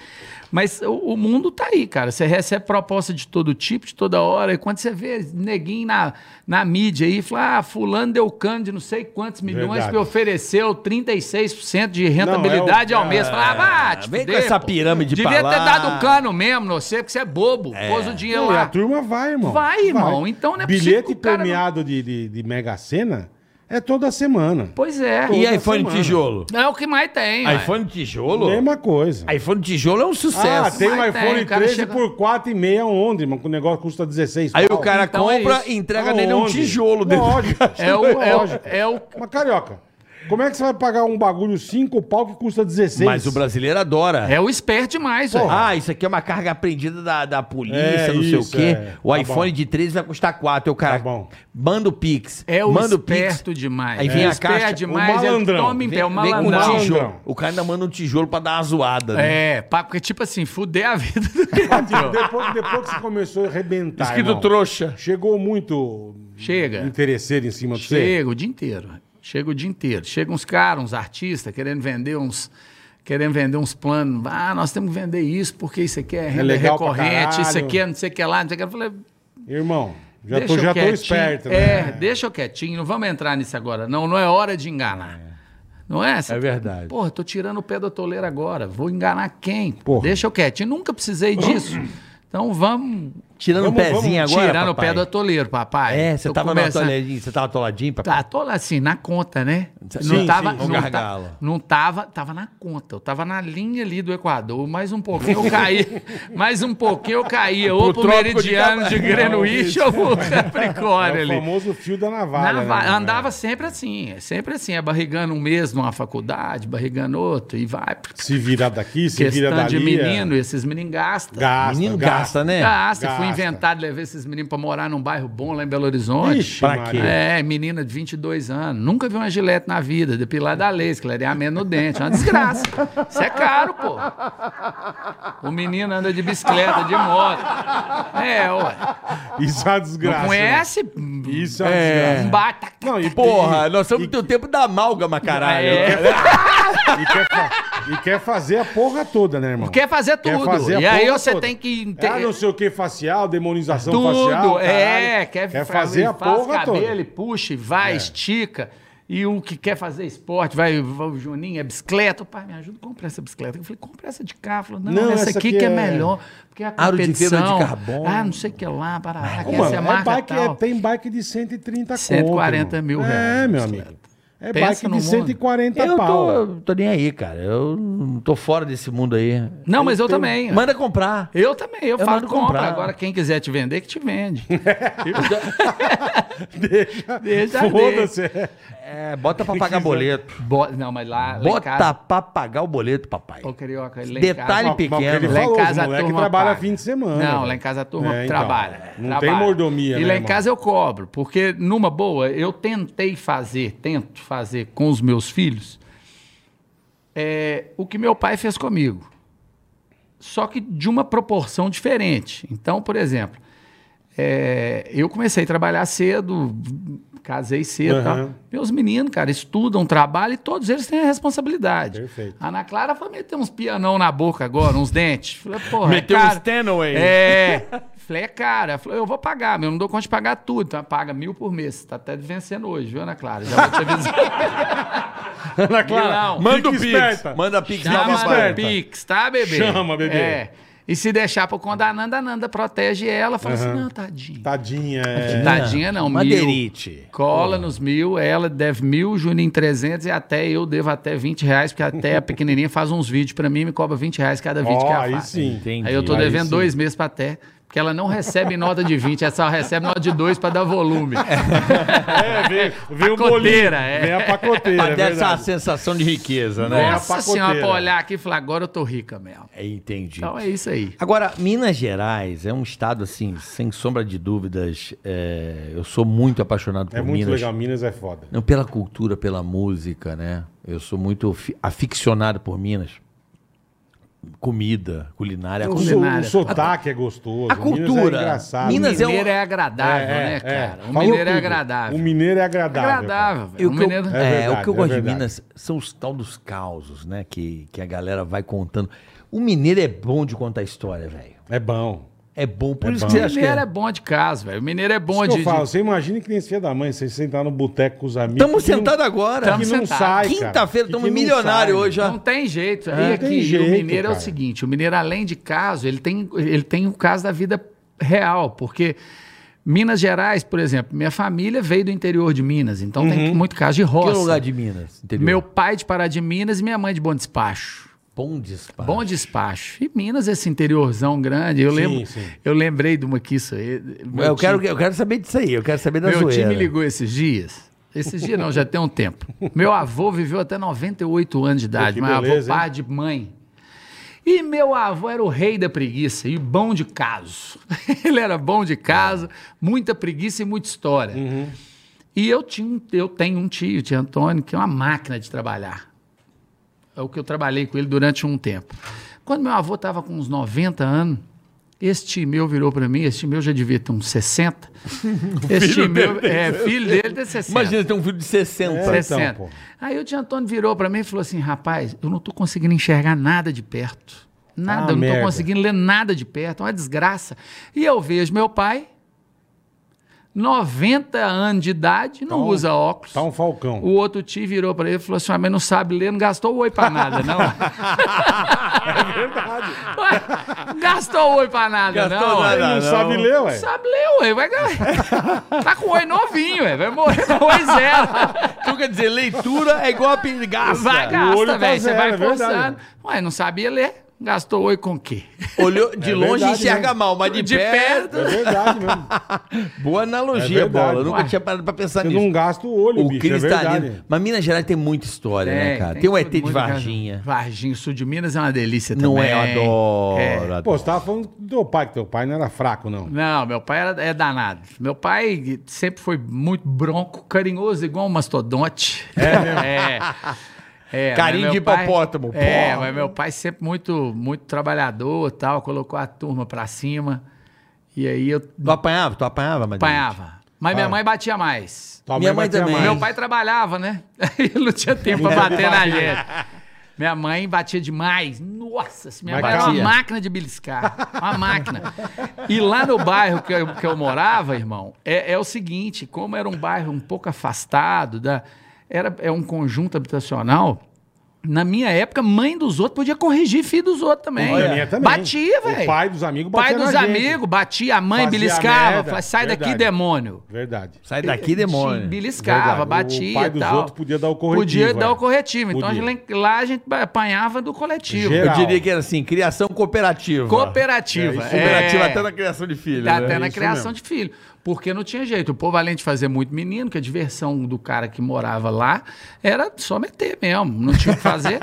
Mas o, o mundo tá aí, cara. Você recebe proposta de todo tipo, de toda hora. E quando você vê neguinho na, na mídia aí, fala: ah, fulano deu cano de não sei quantos milhões
Verdade.
me ofereceu 36% de rentabilidade
é o-
ao mês. Fala, ah, vai te
vem com
fuder,
essa
pô.
pirâmide
Devia
pra lá."
ter dado cano mesmo, não sei, porque você é bobo. Pôs o dinheiro
Não, e a
lá.
turma vai, irmão.
Vai, irmão. Então não é possível
Bilhete
que o cara não-
premiado de, de, de Mega Sena é toda semana.
Pois é.
E
Toda
iPhone
semana.
tijolo?
É o que mais tem. ué.
iPhone tijolo?
Mesma coisa.
iPhone tijolo é um
Ah,
sucesso.
tem um
Mas tem,
iPhone
o cara
13
chega-
por 4,5 onde, mano? Que o negócio custa 16
Aí
pau.
o cara
Então é
compra
isso.
e entrega nele um
Aonde?
tijolo dentro.
Lógico.
É o, é, o,
Lógico.
é o.
Mas, carioca, como é que você vai pagar um bagulho 5 pau que custa 16?
Mas o brasileiro adora.
É o esperto demais, velho.
Ah, isso aqui é uma carga aprendida da, da polícia,
É,
não sei
isso,
o quê.
é.
O
Tá
iPone
bom.
de 13 vai custar 4. O cara
Tá bom.
manda o Pix.
É o
manda
esperto demais.
Aí vem
é.
a
esperto
caixa, o
demais, é o que
malandrão.
toma em pé, o
Vem com um
malandrão.
tijolo.
Malandrão.
O cara ainda manda um tijolo pra dar uma zoada. né?
É, pá, porque tipo assim, fuder a vida do cara.
Depois, depois que você começou a arrebentar,
Escrito
Tá, irmão,
trouxa.
chegou muito
Chega.
interesseiro em cima de você.
Chega o dia inteiro. Chega o dia inteiro. Chega uns caras, uns artistas, querendo vender uns. Querendo vender uns planos. Ah, nós temos que vender isso, porque isso aqui é renda
legal pra
recorrente, isso
caralho.
aqui é não sei o que lá, não sei o que. lá. Eu falei,
Irmão, já,
Deixa
tô,
eu
já tô
quietinho.
esperto.
É,
né?
deixa eu quietinho, não vamos entrar nisso agora, não. Não é hora de enganar. Não é? Cê-
É verdade.
Porra, tô tirando o pé da toleira agora. Vou enganar quem?
Porra.
Deixa eu quietinho. Nunca precisei disso. Então vamos
Tirando o
Vamos-
pezinho
vamos
agora,
tirando o pé
papai.
do atoleiro, papai.
É, você
Tô
tava
começando-
no atoladinho, você tava atoladinho, papai.
Tá, tô lá, assim, na conta, né?
Sim,
tava,
sim, no
não, ta-
gargalo.
não tava, tava na conta. Eu tava na linha ali do Equador. Mais um pouquinho eu caía. mais um pouquinho eu caía. Ou
Pro
pro,
Trópico de
meridiano de,
Capricórnio.
Greenwich ou pro Capricórnio
É o
ali.
famoso fio da navalha.
Na
né,
va-
irmão?
andava sempre assim, é sempre assim, é barrigando um mês numa faculdade, barrigando outro, e vai.
É. Se virar daqui, se virar
Questão
dali.
de menino, Ah,
é-
esses meninos gastam.
Gasta,
Menino gasta, né?
Gasta,
Gasta.
fui inventado, levei esses meninos pra morar num bairro bom lá em Belo Horizonte.
Ixi,
né? Pra
Maria.
quê?
É, menina de 22 anos, nunca vi uma gilete na vida, depilar da lei, esclareamento no dente, é uma desgraça. Isso é caro, pô. O menino anda de bicicleta, de moto. É, ué.
Isso é uma
Não
desgraça. né?
conhece?
Isso é uma desgraça.
Um bata.
Não, e
Porra,
e-
nós estamos
e-
no teu tempo da amálgama, caralho.
É.
E quer, fa- e quer fazer a porra toda, né, irmão?
Quer fazer
Quer
tudo.
fazer a
e aí
porra
você
toda.
tem que
Ah, não sei o que, facial, demonização
tudo.
facial.
é,
caralho.
quer,
quer
fa-
fazer a
faz
porra
cabelo,
toda.
Ele puxa e vai, estica. E o que quer fazer esporte, vai, vai o Juninho, é bicicleta. O pai, me ajuda, compra essa bicicleta. Eu falei, compra essa de cá. Falou, não,
Não,
essa,
essa
aqui,
aqui
que é,
é-
melhor. Porque a
Aro de fibra de
competição...
carbono.
Ah, não sei o que lá, parará, que
Ô, mano,
essa é a
é
marca
bike, é-
tal.
tem bike de 130 conto,
140
irmão.
mil
É,
reais,
meu
bicicleta.
amigo. É
Pensa
bike
no
de
mundo. tá
140
Eu tô,
pau.
tô nem aí, cara. Eu não tô fora desse mundo aí.
Não, mas eu também.
Manda comprar.
Eu também, eu,
Eu
falo
mando
compra.
comprar.
Agora quem quiser te vender, que te vende.
Deixa.
Deixa
Foda-se.
É, bota pra pagar
Precisa.
boleto.
Bo- Não, mas lá, lá em
Bota
casa...
pra pagar o boleto, papai.
Ô, Carioca, lá em
Detalhe
casa-
Mas- mas
pequeno.
ele
Lá em
falou,
casa
os
a
moleque
turma
trabalha
paga.
fim de semana.
Não,
velho.
lá em casa a turma
É, então,
trabalha.
Não
trabalha.
tem mordomia,
E
né,
lá em
irmão?
casa eu cobro, porque numa boa, eu tentei fazer, tento fazer com os meus filhos é, o que meu pai fez comigo. Só que de uma proporção diferente. Então, por exemplo, é, eu comecei a trabalhar cedo, casei cedo. tá? e Tal.
Aham.
Meus meninos, cara, estudam, trabalham e todos eles têm a responsabilidade.
Perfeito.
A Ana Clara foi meter uns pianão na boca agora, uns dentes. Falei, porra,
Meteu
é
um
caro.
Stanaway.
É. Falei, é cara, falei, eu vou pagar, meu, não dou conta de pagar tudo. Então, paga mil por mês. Você tá até vencendo hoje, viu, Ana Clara? Já vou te avisar.
Ana Clara,
Milão.
Manda o
fica
Pix.
esperta.
Manda Pix na
Chama
papai.
no Pix, tá, bebê?
Chama, bebê.
É. E se deixar pra conta da Nanda, a Nanda protege ela. Fala assim,
Aham.
não, tadinho.
Tadinha, é.
Tadinha não, mil.
Madeirite.
Cola nos mil, ela deve mil, Juninho 300 e até eu devo até 20 reais, porque até a pequenininha faz uns vídeos pra mim e me cobra 20 reais cada vídeo
Ó,
que ela
aí
faz.
sim.
Entendi.
Aí eu tô
Aí
devendo
sim.
dois meses pra até, porque ela não recebe nota de 20, ela só recebe nota de dois pra dar volume.
É, vem, vem o bolinho.
Pacoteira, é.
Vem a pacoteira, é
Mas deve ser uma
verdade.
Tá sensação de riqueza, né?
Nossa.
Nossa senhora,
pacoteira.
pra olhar aqui e falar, agora eu tô rica mesmo.
É, entendi.
Então é isso aí.
Agora, Minas Gerais é um estado, assim, sem sombra de dúvidas. é, eu sou muito apaixonado por
É muito
Minas.
legal, Minas é foda.
Não, pela cultura, pela música, né? Eu sou muito fi- aficionado por Minas. Comida, culinária.
O,
cu-
so- o
culinária.
sotaque é gostoso.
A
Minas
cultura.
é engraçado.
Minas
Mineiro é,
é um-
agradável,
É, é,
né,
é.
cara? O
Falou
mineiro é
tudo.
agradável.
O mineiro é agradável.
agradável,
E
velho.
o
O
que eu,
mineiro...
é,
verdade,
o que eu
é
gosto de
verdade.
Minas são os tal dos causos, né? Que, que a galera vai contando. O mineiro é bom de contar história, velho.
É bom.
É bom. Por
É
isso
bom.
que você
O
acha que é...
mineiro é bom de casa, velho. O mineiro é bom
Isso que
de...
eu falo, você imagina que nem esse filho da mãe, você sentar no boteco com os amigos.
Estamos
que não-
sentados agora.
Que
Tamo
não
sentado.
sai, cara.
Quinta-feira,
Que-
estamos
que não
milionários
sai,
hoje.
de-
ó.
Não tem jeito.
É,
Aí
não
aqui,
tem
e
jeito,
o mineiro é
cara.
o seguinte, o mineiro, além de caso, ele tem, ele tem o caso da vida real, porque... Minas Gerais, por exemplo, minha família veio do interior de Minas, então
Uhum.
tem muito caso de
Que é
roça.
lugar de Minas? Entendeu?
Meu pai é de Pará de Minas e minha mãe é de Bom Despacho.
bom disparo.
Bom despacho. E Minas, esse interiorzão grande. Eu,
Sim,
lembro,
sim.
eu lembrei de uma que isso aí. Meu
eu, quero,
tio-
eu quero saber disso aí. Eu quero saber da
Meu
zoeira.
tio me ligou esses dias. Esses dias não, já tem um tempo. Meu avô viveu até 98 anos de idade.
que
Meu avô,
beleza, hein?
pai de mãe. E meu avô era o rei da preguiça e bom de caso. Ele era bom de caso, muita preguiça e muita história.
Uhum.
E eu, tinha, um- eu tenho um tio, tio Antônio, que é uma máquina de trabalhar. É o que eu trabalhei com ele durante um tempo. Quando meu avô estava com uns 90 anos, este meu virou para mim, este meu já devia ter uns 60. este meu, é, filho dele tem 60.
Imagina ter um filho de 60.
É. então,
60.
pô.
Aí o tio Antônio virou para mim e falou assim: rapaz, eu não tô conseguindo enxergar nada de perto. Nada,
Ah,
eu não
merda.
tô conseguindo ler nada de perto, é uma desgraça. E eu vejo meu pai, 90 anos de idade, não
Tá um-
usa óculos.
Tá um falcão.
O outro tio virou para ele e falou assim: ah, mas não sabe ler, não gastou oi pra nada, não. é
tá
verdade. gastou oi pra nada,
Gastou
não.
nada,
Ele não,
Ah, não.
sabe ler, ué.
Sabe ler, ué. Vai... ga- Tá com oi novinho, ué. Vai morrer com oi zero.
Então quer dizer, leitura é igual a pingaça.
Ah, Vai,
o olho
gasta,
tá
velho. Você
zero, é
vai
verdade.
forçando. Ué, não sabia ler. Gastou oi com o quê?
Olhou de
É
longe
verdade,
enxerga
né?
mal, mas de,
De
perto.
É verdade mesmo.
Boa analogia,
É verdade.
bola. Eu nunca
Ué.
tinha parado pra pensar
Você
nisso.
não gasta o olho,
O tá
bicho. É
cristalino.
verdade.
mas Minas Gerais tem muita história, né, cara? Tem, o ET de
muito caso.
Varginha.
Varginha, sul de Minas é uma delícia também.
Não é? Eu adoro.
É.
adoro.
Pô, você tava falando do teu pai, que teu pai não era fraco, não.
Não, meu pai era, é danado. Meu pai sempre foi muito bronco, carinhoso, igual um mastodonte. É mesmo? É. É,
Carinho
mas
de
meu pai-
hipopótamo,
É,
pô.
mas meu pai sempre muito, muito trabalhador e tal, colocou a turma pra cima. E aí eu
Tu apanhava? Tu apanhava, mas
apanhava. Mas minha mãe batia mais.
Tua
Minha mãe
batia
também.
mais.
Meu pai trabalhava, né? Ele não tinha tempo pra
Não tinha
bater na
tempo.
gente. Minha mãe batia demais. Nossa, minha
Mas
mãe era
batia.
uma máquina de beliscar. Uma máquina. E lá no bairro que eu, que eu morava, irmão, é, é o seguinte: como era um bairro um pouco afastado, da, era, é um conjunto habitacional. Na minha época, mãe dos outros podia corrigir filho dos outros também.
Olha, a minha também.
Batia,
O
velho.
pai dos amigos
Pai
batia na
dos
gente.
amigos, batia, a mãe
Fazia
beliscava.
merda.
Falava, sai daqui,
Verdade.
demônio.
Verdade.
Sai daqui, demônio.
Sim, Beliscava,
Verdade. O
batia.
pai dos
tal.
outros podia dar o corretivo,
Podia
é.
dar o corretivo. Então a
Podia.
gente, lá a gente apanhava do coletivo.
Geral.
Eu diria que era assim, criação cooperativa.
Cooperativa.
Cooperativa
é.
até na criação de filho.
Tá
né?
até na
isso
criação
mesmo.
de filho. Porque não tinha jeito. O povo, além de fazer muito menino, que a diversão do cara que morava lá era só meter mesmo. Não tinha o que fazer.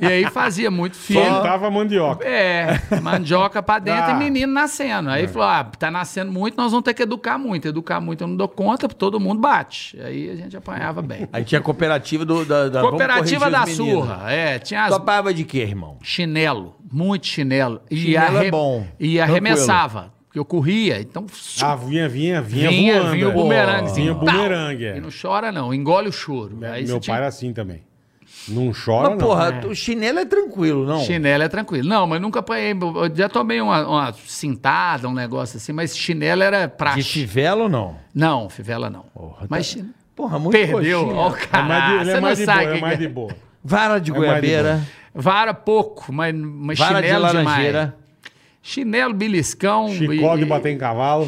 e aí fazia muito filho.
Plantava mandioca.
É, mandioca pra dentro
Ah. É.
e menino nascendo. Aí falou: ah, tá nascendo muito, nós vamos ter que educar muito. Educar muito eu não dou conta, todo mundo bate. Aí a gente apanhava bem.
Aí tinha a cooperativa do, da,
Tá,
da- vamos
Cooperativa
corrigir
da
os meninos.
Surra. É, tinha as
Tua pava de quê, irmão?
chinelo, muito chinelo. E
Chinelo é bom,
E
tranquilo.
arremessava. Porque eu corria, então. su-
Ah, vinha, vinha, vinha, voando.
vinha o
é. Vinha
bumeranguezinho.
o
Pau!
bumerangue, é.
E não chora, não, engole o choro. Aí
Meu
você tinha-
pai era assim também. Não chora,
Mas,
não.
porra, o chinelo é tranquilo, não?
Chinelo é tranquilo. Não, mas nunca apanhei. Eu já tomei uma, uma cintada, um negócio assim, mas chinelo era
De
praxe.
chivelo, não?
Não, fivela não. mas chin-
Porra, muito
perdeu.
coxinha.
Ó, o
tá É mais de-
cara,
ele
ah,
você
é mais
não
de
sabe
boa,
quem
é mais
que é.
de boa.
Vara de
É mais de
goiabeira,
Vara pouco, mas, mas
vara de
chinelo
laranjeira.
demais. Chinelo, beliscão.
Chicó
e-
de bater em cavalo.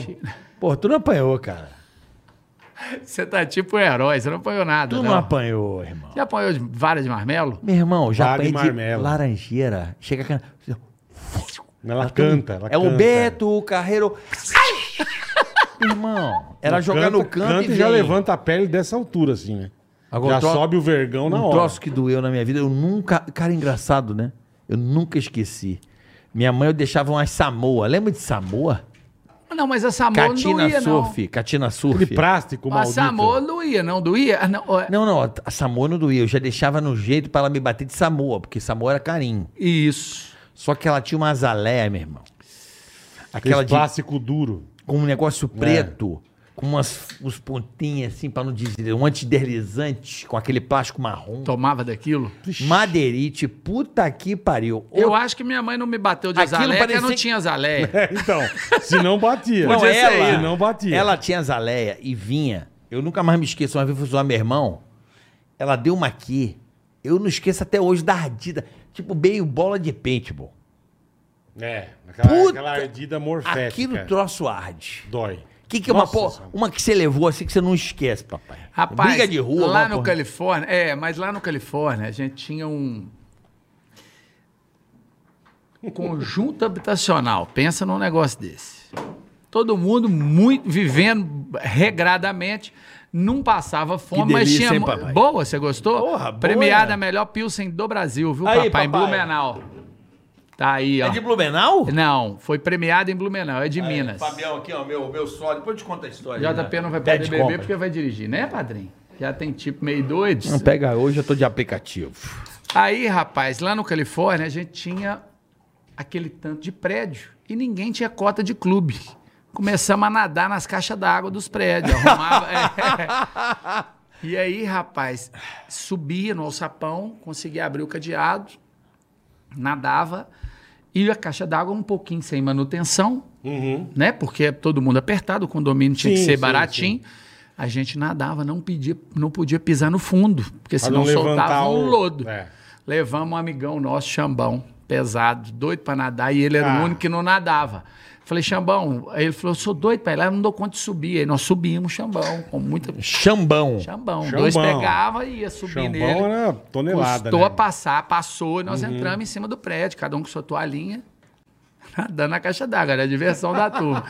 Pô, tu não apanhou, cara.
Você tá tipo um herói, você não apanhou nada.
Tu não,
não.
apanhou, irmão.
Já apanhou de vara de marmelo?
Meu irmão, já
Vara de
apanhei de
marmelo.
laranjeira. Chega a cana.
Ela canta, ela
É o
canta.
Beto, o Carreiro. Ai! irmão, era jogar no canto,
é. e
e
já
vem.
levanta a pele dessa altura, assim, né?
Agora,
já
tro-
sobe o vergão na
um
hora.
troço que doeu na minha vida, eu nunca. Cara, engraçado, né? Eu nunca esqueci. Minha mãe eu deixava umas Samoa. Lembra de Samoa?
Não, mas a Samoa não
Catina
doía, não.
Surf. Catina Surf.
De plástico,
A
maldito.
Samoa não doía, não doía? Ah, não, ó,
Não, não, a Samoa não doía. Eu já deixava no jeito pra ela me bater de Samoa, porque Samoa era carinho.
Isso.
Só que ela tinha uma azaleia, meu irmão. Aquela
Aquele
de,
plástico duro.
com um negócio
É.
preto, com umas uns pontinhas assim, pra não dizer, um antideslizante com aquele plástico marrom.
Tomava daquilo.
Madeirite, puta que pariu.
Eu
Ô,
acho que minha mãe não me bateu de
Aquilo
azaleia, porque
parecia
não
que-
tinha azaleia.
É, então, se não batia.
Não,
Podia ser
ela,
ele, não batia.
Ela tinha azaleia e vinha. Eu nunca mais me esqueço. Uma vez eu fui zoar meu irmão. Ela deu uma aqui. Eu não esqueço até hoje da ardida. Tipo, meio bola de paintball.
É, aquela,
Puta-
aquela ardida morfética.
Aquilo troço arde.
Dói.
O que, que é uma,
Nossa
pô,
Senhora.
uma que você levou assim que você não esquece, papai?
Rapaz,
Briga de rua.
lá
uma
no
porra.
Califórnia, é, mas lá no Califórnia a gente tinha um um conjunto habitacional. Pensa num negócio desse. Todo mundo muito vivendo regradamente, não passava fome,
Que delícia,
mas tinha
hein, papai?
boa, você gostou?
Porra, boa. é.
Premiada a melhor pilsen do Brasil, viu,
Aí,
papai? Em
papai.
Blumenau. Tá aí, ó.
É de Blumenau?
Não, foi premiada em Blumenau, é de Minas.
Fabião aqui, ó, meu, meu sódio. Depois eu te conto a história. né?
JP não vai poder beber porque vai dirigir, né, padrinho? Já tem tipo meio doido.
Não pega hoje, eu tô de aplicativo.
Aí, rapaz, lá no Califórnia a gente tinha aquele tanto de prédio e ninguém tinha cota de clube. Começamos a nadar nas caixas d'água dos prédios. Arrumava. é. E aí, rapaz, subia no alçapão, conseguia abrir o cadeado, nadava. E a caixa d'água um pouquinho sem manutenção, né? Porque todo mundo apertado, o condomínio tinha que
Uhum. Sim,
ser
sim,
baratinho. A gente nadava, não, pedia, não podia pisar no fundo, porque
Pra
senão
não levantar
soltava um
o-
lodo.
É.
Levamos um amigão nosso, Xambão, pesado, doido pra nadar, e ele era
Ah.
o único que não nadava. Falei, Xambão, aí ele falou, eu sou doido pra ir lá, eu não dou conta de subir. Aí nós subimos, Xambão, com muita...
Chambão.
Xambão, dois
Xambão.
pegava e ia subir nele.
Chambão era tonelada,
Custou
né? Uhum.
a passar, passou, e nós entramos em cima do prédio, cada um com sua toalhinha, nadando na caixa d'água, era a diversão da turma.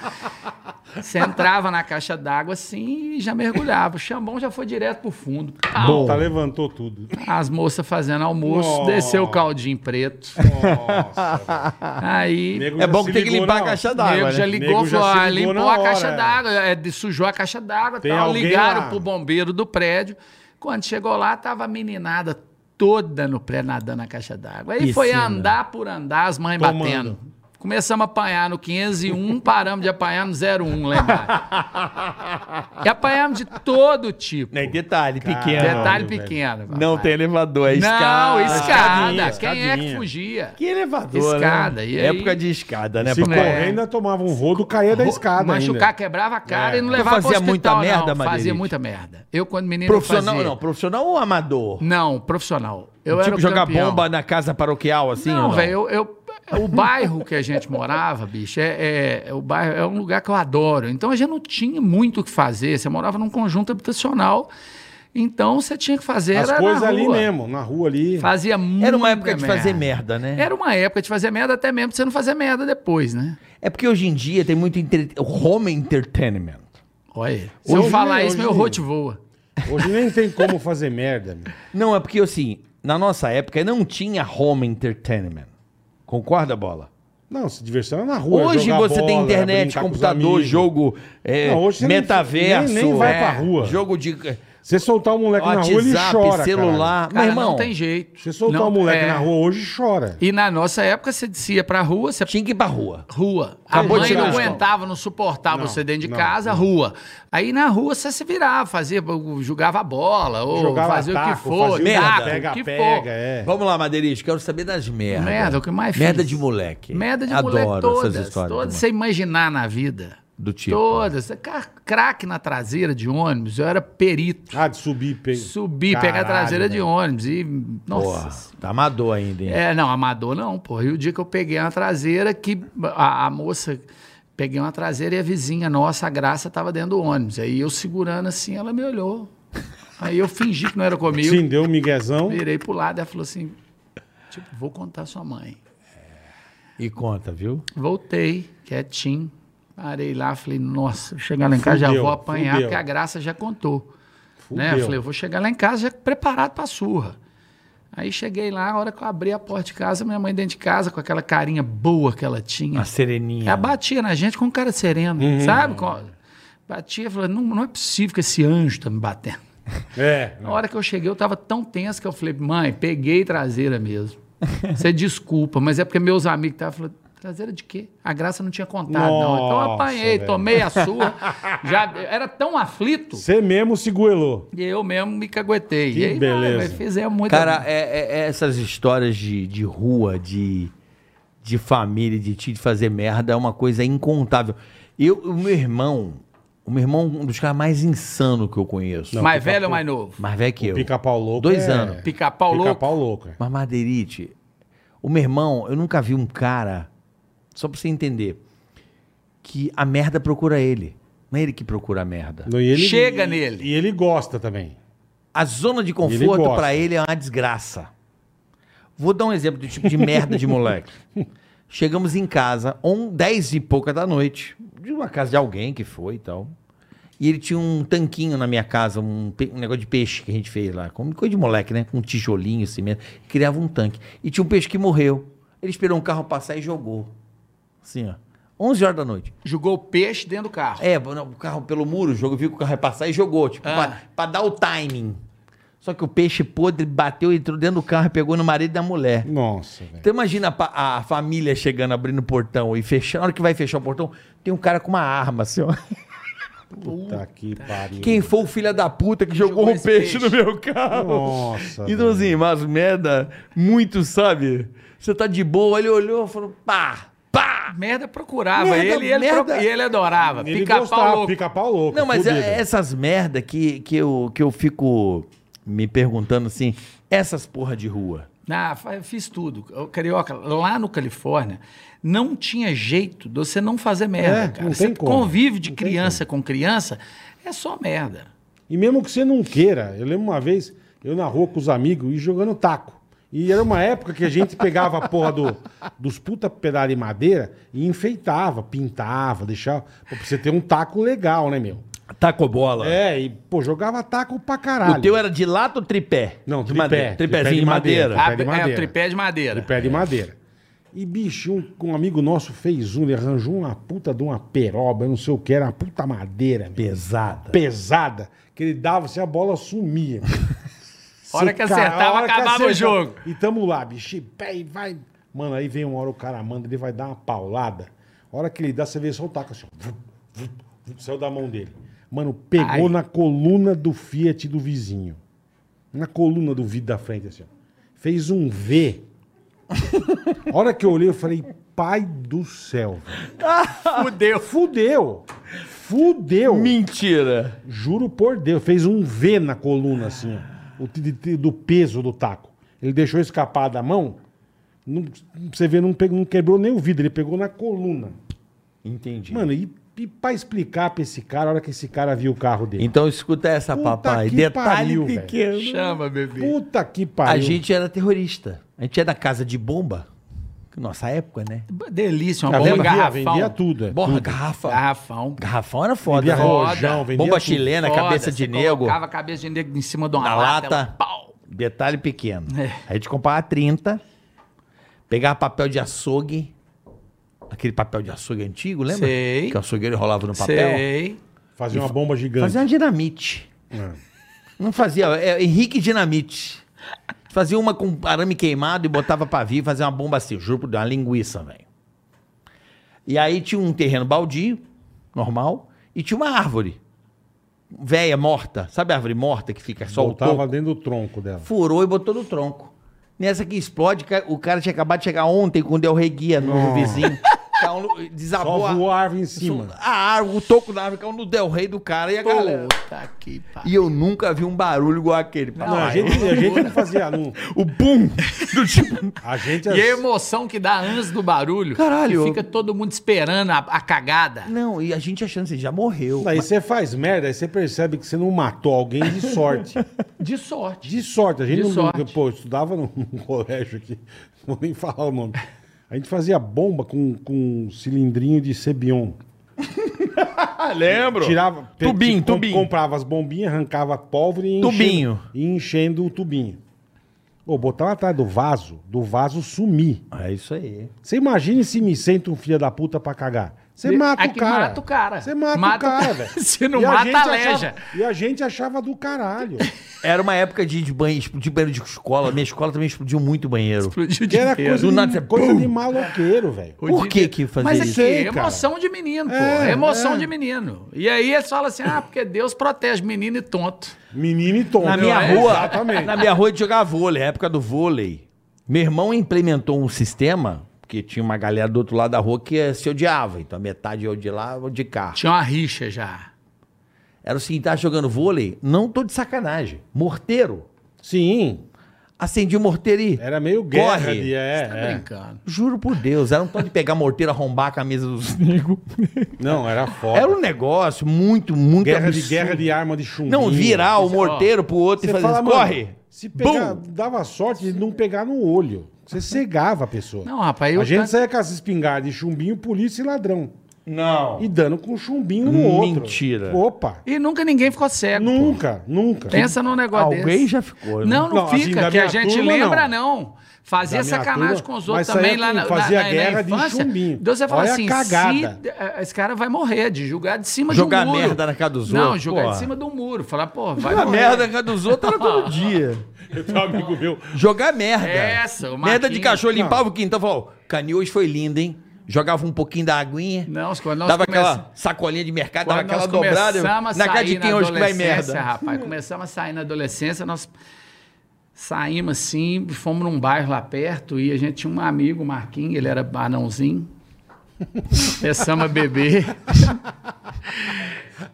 Você entrava na caixa d'água assim e já mergulhava. O Xambão já foi direto pro fundo. Pau!
Tá, levantou tudo.
As moças fazendo almoço,
Nossa.
desceu o caldinho preto.
Nossa.
Aí,
Nego
É
já
bom
se
que tem que
ligou
limpar
na
a
hora.
caixa
o
d'água,
nego
né?
já ligou,
Nego já
falou,
se
ah,
ligou
limpou
na
a caixa
hora, é.
d'água, é, de- sujou a caixa d'água,
Tem
tal,
alguém
ligaram
lá.
pro bombeiro do prédio. Quando chegou lá, tava a meninada toda no prédio nadando na caixa d'água. Aí foi
Piscina.
andar por andar, as mães
Tomando.
batendo. Começamos a apanhar no 501, paramos de apanhar no 01 lá embaixo. e apanhamos de todo tipo.
Nem detalhe, pequeno.
Detalhe
é velho.
pequeno.
Não
papai.
tem elevador, é
Não,
escada.
escada.
Escadinha,
Quem é que
escadinha.
fugia?
Que elevador,
Escada,
né?
e aí-
Época de escada, né,
Se
papai?
correr, ainda tomava um rodo, caía da escada
Machucar,
ainda.
quebrava a cara
É.
e não
Tu
levava
fazia
pro
muita
hospital,
merda,
não. Fazia
Madeirite?
muita merda. Eu, quando menino, eu
Profissional,
fazia...
não, profissional ou amador?
Não, profissional. Eu era
tipo,
o
jogar
campeão.
bomba na casa paroquial, assim? ou
Não, velho, eu, eu- O bairro que a gente morava, bicho, é, é- é o bairro, é um lugar que eu adoro. Então, a gente não tinha muito o que fazer. Você morava num conjunto habitacional. Então, você tinha que fazer
As
era na
coisas ali
rua.
mesmo, na rua ali.
Fazia muito
Era uma época de fazer merda, né?
Era uma época de fazer merda até mesmo pra você não fazer merda depois, né?
É porque hoje em dia tem muito entre- home entertainment.
Olha ele. Se
Hoje
eu falar
nem-
isso,
hoje
meu
nem.
rote voa.
Hoje nem tem como fazer merda, meu.
Não, é porque assim, na nossa época não tinha home entertainment. Concorda, bola?
Não, se diversão é na rua.
Hoje
jogar
você tem
bola,
internet,
brincar com os
computador,
amigos.
jogo, é,
Não, hoje você nem-
metaverso.
nem- nem vai
é,
pra rua.
Jogo de é,
Você soltar o moleque na rua, ele
WhatsApp,
chora.
celular.
Cara,
Meu irmão,
não tem jeito.
Você soltar
Não,
o moleque
é.
na rua hoje, chora.
E na nossa época, você descia pra rua, você
tinha que ir pra rua.
Rua. A
Acabou de
mãe
tirar
não
a escola.
aguentava, não suportava
Não,
você dentro de
não,
casa,
não.
rua. Aí na rua você se virava, fazia, jogava a bola, ou
Jogava
fazia o que
taco,
for,
fazia o
taco, o
pega,
que
pega,
for.
é.
Vamos lá, Madeirista, quero saber das merdas.
Merda, o que mais
Merda
fiz?
de moleque.
Merda de
Adoro
moleque todas,
essas histórias.
todas
do-
você imaginar na vida.
Do tipo.
Todas. Ca- Craque na traseira de ônibus, eu era perito.
Ah, de subir, pe...
Subir, pegar a
Caralho,
traseira de
velho.
ônibus e...
Porra,
Nossa
tá amador ainda, hein?
É, não, amador não, porra. E o dia que eu peguei uma traseira que a, a moça. Peguei uma traseira e a vizinha nossa, a Graça, tava dentro do ônibus. Aí eu segurando assim, ela me olhou. Aí eu fingi que não era comigo.
Sim, deu um miguezão.
Virei pro lado e ela falou assim: Tipo, vou contar sua mãe.
E conta, viu?
Voltei, quietinho. Parei lá, falei, nossa, chegar lá em casa já
Fudeu,
vou apanhar,
fudeu.
porque a graça já contou.
Fudeu.
Né? Eu falei, eu vou chegar lá em casa já preparado pra surra. Aí cheguei lá, a hora que eu abri a porta de casa, minha mãe dentro de casa, com aquela carinha boa que ela tinha.
Assim,
A sereninha.
Ela batia na gente com um cara sereno,
Uhum.
sabe? Com- Batia e falou, não, não é possível que esse anjo tá me batendo.
É.
Na hora que eu cheguei, eu tava tão tenso que eu falei, mãe, peguei traseira mesmo. Você desculpa, mas é porque meus amigos estavam falando, traseira de quê? A graça não tinha contado, não. Então eu
Nossa,
apanhei,
velho.
tomei a surra. já era tão aflito
Você mesmo se goelou.
que eu mesmo me caguetei.
Que
e aí,
beleza.
vai, vai, fizemos muita...
Cara, é, é- é essas histórias de, de rua, de, de família, de tio, de fazer merda, é uma coisa incontável. Eu, o meu irmão, o meu irmão, é um dos caras mais insano que eu conheço.
Não,
mais
pica-
velho ou mais novo?
Mais velho que eu.
Pica-pau louco.
Dois anos.
Pica-pau louco?
Pica-pau louco. é.
Mas Madeirite, o meu irmão, eu nunca vi um cara, só pra você entender, que a merda procura ele. Não é ele que procura a merda.
Não, e ele-
Chega
e-
nele.
E ele gosta também.
A zona de
Ele
conforto
gosta.
pra ele é uma desgraça. Vou dar um exemplo do tipo de merda de moleque. Chegamos em casa, um, dez e pouca da noite, de uma casa de alguém que foi e tal. E ele tinha um tanquinho na minha casa, um, pe- um negócio de peixe que a gente fez lá. Como coisa de moleque, né? Com um tijolinho, cimento. Criava um tanque. E tinha um peixe que morreu. Ele esperou um carro passar e jogou. Assim, ó. 11 horas da noite.
Jogou o peixe dentro do carro.
É, não, o carro pelo muro, o jogo viu que o carro ia passar e jogou, tipo,
Ah.
pra, pra dar o timing. Só que o peixe podre bateu, entrou dentro do carro e pegou no marido da mulher.
Nossa, velho.
Então imagina a, pa- a família chegando, abrindo o portão e fechando. Na hora que vai fechar o portão, tem um cara com uma arma, assim, ó.
Puta que pariu.
Quem foi o filho da puta que jogou,
Jogou
um
esse
peixe, no
peixe.
meu carro?
Nossa,
Então assim, mas merda, muito, sabe? Você tá de boa, ele olhou e falou, pá, pá.
Merda procurava
Merda,
ele, e ele
merda.
pro- e ele adorava.
Ele
Pica-pau
gostava,
louco.
pica-pau louco.
Não, mas é-
fudido.
essas merda que, que, eu, que eu fico me perguntando assim, essas porra de rua.
Ah, fa- eu fiz tudo. Eu, Carioca, lá no Califórnia, não tinha jeito de você não fazer merda,
É,
cara.
não
você
tem como.
convive de
Não tem
criança com criança, é só merda.
E mesmo que você não queira, eu lembro uma vez, eu na rua com os amigos e jogando taco. E era uma época que a gente pegava a porra do, dos puta pedaços de madeira e enfeitava, pintava, deixava. Pô, pra você ter um taco legal, né, meu?
Tacobola.
É, e, pô, jogava taco pra caralho.
o teu era de lata ou tripé?
Não,
de
tripé,
Madeira.
tripé
Tripézinho
de
de madeira.
madeira.
Ah,
de
é,
madeira.
o tripé de madeira.
De pé de madeira. E, bicho, um, um amigo nosso fez um, ele arranjou uma puta de uma peroba, eu não sei o que, era uma puta madeira, meu.
Pesada.
pesada que ele dava, assim, a bola sumia.
A hora
Você,
que acertava,
a hora que
acabava o jogo.
E tamo lá, bicho, e pé e vai. Mano, aí vem uma hora o cara manda, ele vai dar uma paulada. A hora que ele dá, você vê só o taco assim, ó, vup, vup, vup, saiu da mão dele. Mano, pegou
Ai.
na coluna do Fiat do vizinho. Na coluna do vidro da frente, assim, ó. Fez um V. A hora que eu olhei, eu falei, pai do céu.
Fudeu.
velho. Fudeu! Fudeu!
Mentira.
Juro por Deus, fez um V na coluna, assim, ó, o ti- ti- ti- do peso do taco. Ele deixou escapar da mão, não- você vê, não, pegou- não quebrou nem o vidro, ele pegou na coluna.
Entendi.
Mano, e, e pra explicar pra esse cara, a hora que esse cara viu o carro dele?
então escuta essa,
Puta
papai.
que
Detalhe
pariu, velho.
pequeno.
Chama, bebê.
Puta que
é
pariu.
A gente era terrorista. A gente era da casa de bomba. Nossa época, né?
Delícia, uma
Ah,
bomba
vendia-
garrafão.
vendia tudo, é.
Borra,
Tudo.
garrafa.
Garrafão.
Garrafão era foda.
Vendia
né?
rojão, vendia
Bomba
tudo.
chilena,
Foda,
cabeça
você
de nego.
Colocava a cabeça de nego em cima de uma
Na
lata.
lata.
ela pau.
Detalhe pequeno.
É.
A gente comprava 30, pegava papel de açougue, aquele papel de açougue antigo, lembra?
Sei.
Que o açougueiro enrolava no papel.
Sei.
Fazia uma bomba gigante.
Fazia uma dinamite.
É.
Não fazia, é, Henrique Dinamite. Fazia uma com arame queimado e botava pavio e fazia uma bomba assim, juro, por Deus, uma linguiça, velho. E aí tinha um terreno baldio, normal, e tinha uma árvore. Velha, morta. Sabe a árvore morta que fica só o
Soltava
toco?
dentro do tronco dela.
Furou e botou no tronco. Nessa que explode, ca- o cara tinha acabado de chegar ontem com Del Reguia no vizinho. Caiu no-
Só
Desabou
voou
a,
a árvore em cima.
a árvore, o toco da árvore caiu no Del Rey do cara e a galera.
Puta que pariu.
E eu nunca vi um barulho igual aquele.
Não, a
papai.
gente, a gente não fazia. Não,
O boom do tipo.
a gente. é
E a emoção que dá antes do barulho.
Caralho.
Que fica todo mundo esperando a, a cagada.
Não, e a gente achando que ele já morreu.
Daí você faz merda, aí você percebe que você não matou alguém de sorte.
De sorte.
De sorte. A gente
De
não.
sorte.
Pô, eu estudava num, num colégio aqui, não vou nem falar o nome. A gente fazia bomba com, com um cilindrinho de Sebion.
Ah, lembro.
Tirava. pe- tipo,
Tubinho,
com-
tubinho.
Comprava as bombinhas, arrancava a pólvora e enchendo-
Tubinho.
E enchendo o tubinho. Pô, botava atrás do vaso, do vaso sumir.
É isso aí.
Você imagina se me senta um filho da puta pra cagar. Você
De-
mata o
aqui
cara.
É mata o cara.
Você mata,
Mata
o
o
cara,
cara.
velho.
Se não
E
mata,
gente achava-
aleja.
E a gente achava do caralho.
Era uma época de, de banho, de banheiro de escola. Minha escola também explodiu muito banheiro.
Explodiu
Que
de
era
inteiro.
coisa,
Do nada
de,
você-
coisa
Pum!
de maloqueiro, velho.
O
Por
de-
que que fazia
Mas é
isso?
que
Sei,
é
cara.
emoção de menino, pô.
É,
É, emoção
é.
de menino. E aí eles falam assim, ah, porque Deus protege menino e tonto.
Menino e tonto.
Na minha
É,
rua,
Exatamente.
na minha rua de jogar vôlei, época do vôlei. Meu irmão implementou um sistema que tinha uma galera do outro lado da rua que eh, se odiava. Então metade eu de lá, eu de cá.
Tinha uma rixa já.
Era o seguinte, tava jogando vôlei, não tô de sacanagem. Morteiro.
Sim.
Acendi o morteiro e
Era meio guerra
Corre.
de- é,
Você tá
é.
brincando.
Juro por Deus, era um tal de pegar morteiro, arrombar a camisa dos negros.
Não, era foda.
Era um negócio muito, muito
guerra de
absurdo.
guerra de arma de chumbinho.
Não, virar o morteiro pro outro e
Você
fazer
fala,
isso.
mano,
corre!
Se pegar,
Bum!
dava sorte de não pegar no olho. Você cegava a pessoa.
Não, rapaz, eu
a gente
tanto-
saía com as espingardas de chumbinho, polícia e ladrão.
Não.
E dando com chumbinho no outro.
Mentira.
Opa.
E nunca ninguém ficou cego. pô.
Nunca, nunca.
Pensa num negócio
Alguém
desse.
já ficou, né?
Não, não,
Não, assim,
fica,
da
que a
minha
gente
turma,
lembra,
não.
não.
Da
Fazia
minha
sacanagem
turma,
com os
mas
outros também
saía
lá
com-
na,
fazia
na, na,
guerra
na
de
infância.
chumbinho.
Então você fala
Olha a
assim,
cagada.
se- eh, esse cara vai morrer de julgar de cima
Jogar
de um muro.
merda na cara dos
Não,
outros,
jogar
porra.
de cima de um muro. Falar, pô, vai
Jogar
morrer.
merda na cara dos outros era todo dia.
Eu tenho um amigo meu.
Jogar merda.
É Essa, o
merda de
Marquinhos.
cachorro, limpava o quintal e falava, Cani hoje foi lindo, hein? Jogava um pouquinho da aguinha.
Não, quando nós
dava
começa-
aquela sacolinha de mercado, dava
Quando
aquela
nós
dobrada.
começamos a
Na cara de
sair
quem
na
hoje que vai
adolescência,
merda?
rapaz, começamos a sair na adolescência, nós saímos assim, fomos num bairro lá perto e a gente tinha um amigo, o Marquinhos, ele era anãozinho. Começamos a beber.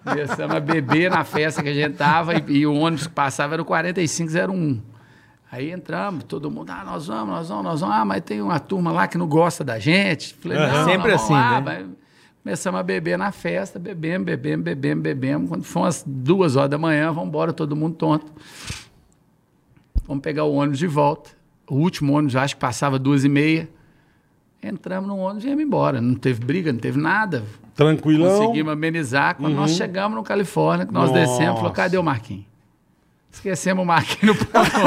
Começamos a beber na festa que a gente tava e, e o ônibus que passava era o 4501. Aí entramos, todo mundo, ah, nós vamos, nós vamos, nós vamos. Ah, mas tem uma turma lá que não gosta da gente. Falei,
Aham.
não,
Sempre
nós vamos
assim,
lá,
né?
vai. Começamos a beber na festa, bebemos, bebemos, bebemos, bebemos. Quando foi umas duas horas da manhã, vamos embora, todo mundo tonto. Vamos pegar o ônibus de volta. O último ônibus, acho que passava duas e meia. Entramos no ônibus e íamos embora. Não teve briga, não teve nada.
Tranquilão.
Conseguimos amenizar. Quando
Uhum.
nós chegamos no Califórnia, que nós
Nossa.
descemos, falou, cadê o Marquinhos? Esquecemos o Marquinhos no ponto.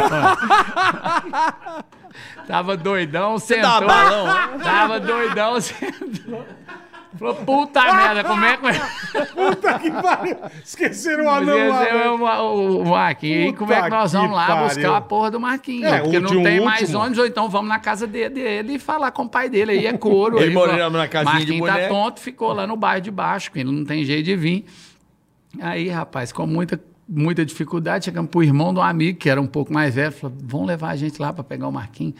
Tava doidão, sentou.
dá balão?
Tava doidão, sentou. Falou, puta merda, como é que...
Puta que pariu. Esqueceram o anão lá.
é um-
velho.
Esquecemos é o, o, o Marquinhos. E
Puta
como é que nós vamos
que
lá
pariu.
buscar a porra do Marquinhos?
É,
porque não
último,
tem mais
último.
ônibus, ou então vamos na casa de- dele e falar com o pai dele. Aí é couro.
Ele
aí,
morava
pô,
na casinha de
Marquinhos
boneca.
tá tonto, ficou lá no bairro de baixo, que ele não tem jeito de vir. Aí, rapaz, com muita, muita dificuldade, chegamos pro irmão de um amigo, que era um pouco mais velho, falou: vão levar a gente lá para pegar o Marquinhos.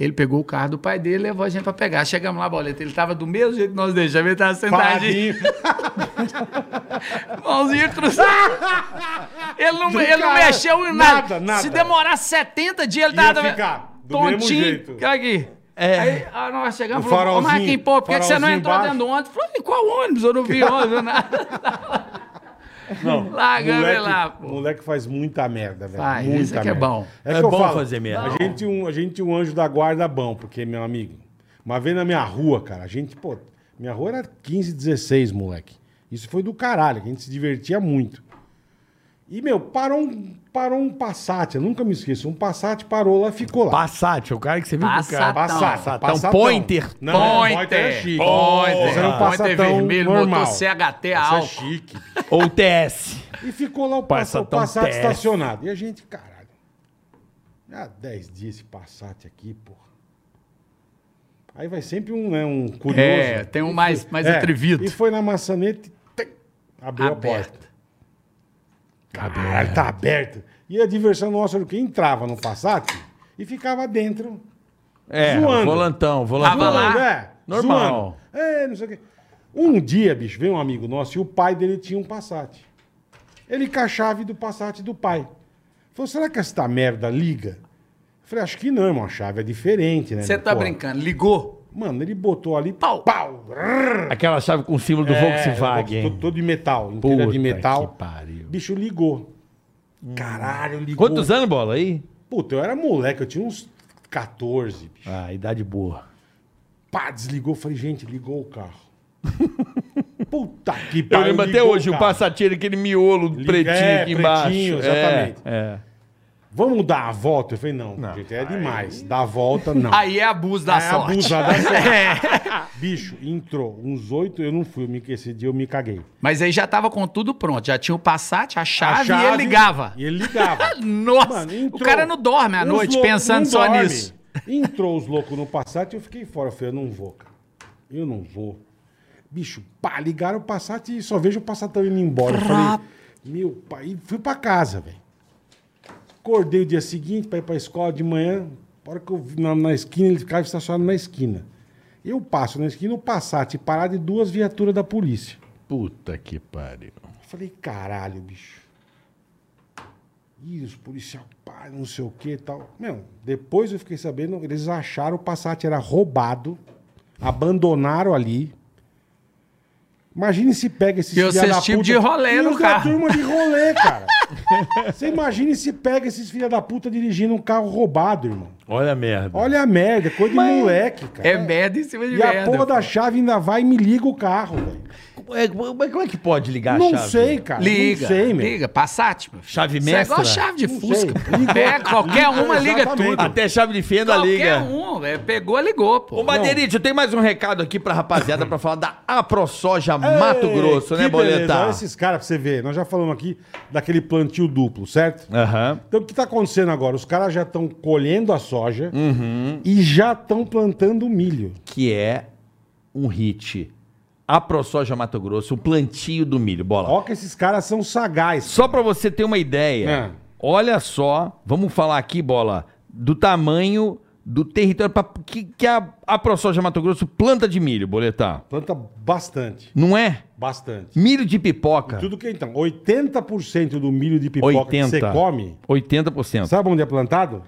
Ele pegou o carro do pai dele e levou a gente para pegar. Chegamos lá, boleta. Ele tava do mesmo jeito que nós deixamos, ele tava sentadinho.
Paradinho.
Mãozinha cruzada. Ele não, ele não
cara,
mexeu em nada.
nada, nada.
Se demorar 70 dias, ele
Ia
tava.
ficar do
tontinho.
mesmo jeito.
Aqui.
É.
Aí ah, nós chegamos
O
e falamos, ô
farolzinho,
Marquinhos, pô, por que, que você não
farolzinho
entrou
embaixo.
dentro do ônibus? Falei, qual ônibus? Eu não vi ônibus, né?" nada.
Não,
Larga ele
moleque,
lá, pô.
moleque faz muita merda, velho.
Faz,
muita
isso é que é
merda.
bom.
É,
É
que eu
bom
falo,
fazer merda.
é A gente, um, a gente um anjo da guarda bom, porque, meu amigo, Uma vez na minha rua, cara, a gente, pô, minha rua era 15, 16, moleque. Isso foi do caralho, que a gente se divertia muito. E, meu, parou um, parou um Passat, eu nunca me esqueço. Um Passat parou lá e ficou lá.
Passat, é o cara que você viu que o cara.
Passatão.
Passatão. Pointer.
Não, é, Pointer era
Pointer,
chique.
Pointer,
Era
Pointer
um Passatão
vermelho,
normal.
motor CHT
Isso é
alto.
chique.
Ou TS.
E ficou lá o, passa, o
Passatão
Passat
TS.
estacionado. E a gente, caralho. Há 10 dias esse Passat aqui, porra. Aí vai sempre um, né, um curioso.
É, tem um mais, mais
É,
atrevido.
E foi na maçaneta e tem, abriu a porta.
Aberto.
Caralho, tá aberto. E a diversão nossa era o quê? Entrava no Passat e ficava dentro.
É,
Zoando.
volantão, volantão.
Tava lá.
Zoando, é.
Normal.
Zoando. É, não sei o quê. Um dia, bicho, veio um amigo nosso e o pai dele tinha um Passat. Ele com a chave do Passat do pai. Falou, será que essa merda liga? Eu falei, acho que não, irmão. A chave é diferente, né?
Você
meu?
tá
Pô,
brincando, ligou?
Mano, ele botou ali, pau,
Pau.
pau. É,
Aquela chave com o símbolo
É,
do Volkswagen.
Todo, todo de metal, inteira
Puta
de metal.
que pariu. Hum.
Bicho ligou. Caralho, ligou.
Quantos anos, bola aí?
Puta, eu era moleque, eu tinha uns 14, bicho.
Ah, idade boa.
Pá, desligou. Falei, gente, ligou o carro. Puta que
Eu
pariu.
lembro até
ligou
hoje, o
carro.
passatinho, aquele miolo
Liga-
pretinho
é,
aqui embaixo.
pretinho,
exatamente.
exatamente.
É,
Vamos dar a volta? Eu falei, não, gente, é demais. Dá a volta, não.
Aí é abuso da
é
sorte.
abusar da sorte.
É.
Bicho, entrou uns oito, eu não fui, eu me, esse dia eu me caguei.
Mas aí já tava com tudo pronto. Já tinha o Passat, a chave,
A chave-
e ele ligava.
E ele ligava.
Nossa,
Mano,
o
entrou
cara não dorme à
uns
noite
loucos,
pensando
não
só
dorme.
nisso.
Entrou os loucos no Passat e eu fiquei fora. Eu falei, eu não vou, cara. Eu não vou. Bicho, pá, ligaram o Passat e só vejo o Passatão indo embora. Eu falei,
Rap-
meu pai, e fui pra casa, velho. Acordei o dia seguinte pra ir pra escola de manhã. A hora que eu vi na, na esquina, ele ficava estacionado na esquina. Eu passo na esquina, o Passat parado e duas viaturas da polícia.
Puta que pariu.
Eu falei, caralho, bicho. Ih, os policial, pá, não sei o que e tal. Meu, depois eu fiquei sabendo, eles acharam o Passat era roubado, abandonaram ali. Imagine se pega esses
E vocês
filha da
tipo
puta-
de rolê
E
no
os
carro.
da turma de rolê, cara. Você imagina se pega esses filha da puta dirigindo um carro roubado, irmão.
Olha a merda.
Olha a merda, coisa de moleque, cara.
É merda em cima de
E
merda.
a porra da
pô.
chave ainda vai e me liga o carro, velho.
É, como é como é que pode ligar a
Não
chave?
sei, cara.
Liga,
Não sei, meu.
liga, Passat. Meu. filho.
Chave
Isso é igual
mestra?
chave de
Não
fusca.
sei. Liga.
Pega, qualquer uma liga
Exatamente.
tudo.
Até chave de fenda
Qualquer
liga.
um, velho. Pegou, ligou, pô.
Ô, Baderite, eu tenho mais um recado aqui pra rapaziada pra falar da AproSoja Mato
Ei,
Grosso, né,
que beleza.
Boletar?
Olha esses caras pra você ver. Nós já falamos aqui daquele plantio duplo, certo?
Aham.
Então o que tá acontecendo agora? Os caras já estão colhendo a soja
Uhum.
e já estão plantando milho.
Que é um hit. AproSoja Mato Grosso, o plantio do milho. Bola.
Ó que esses caras são sagazes.
Só pra você ter uma ideia,
É.
olha só, vamos falar aqui, bola, do tamanho do território pra- que, que a, a ProSoja Mato Grosso planta de milho, boletar.
Planta bastante,
Não é?
bastante.
Milho de pipoca.
Tudo que então, 80% do milho de pipoca que
80.
você come,
80%.
sabe onde é plantado?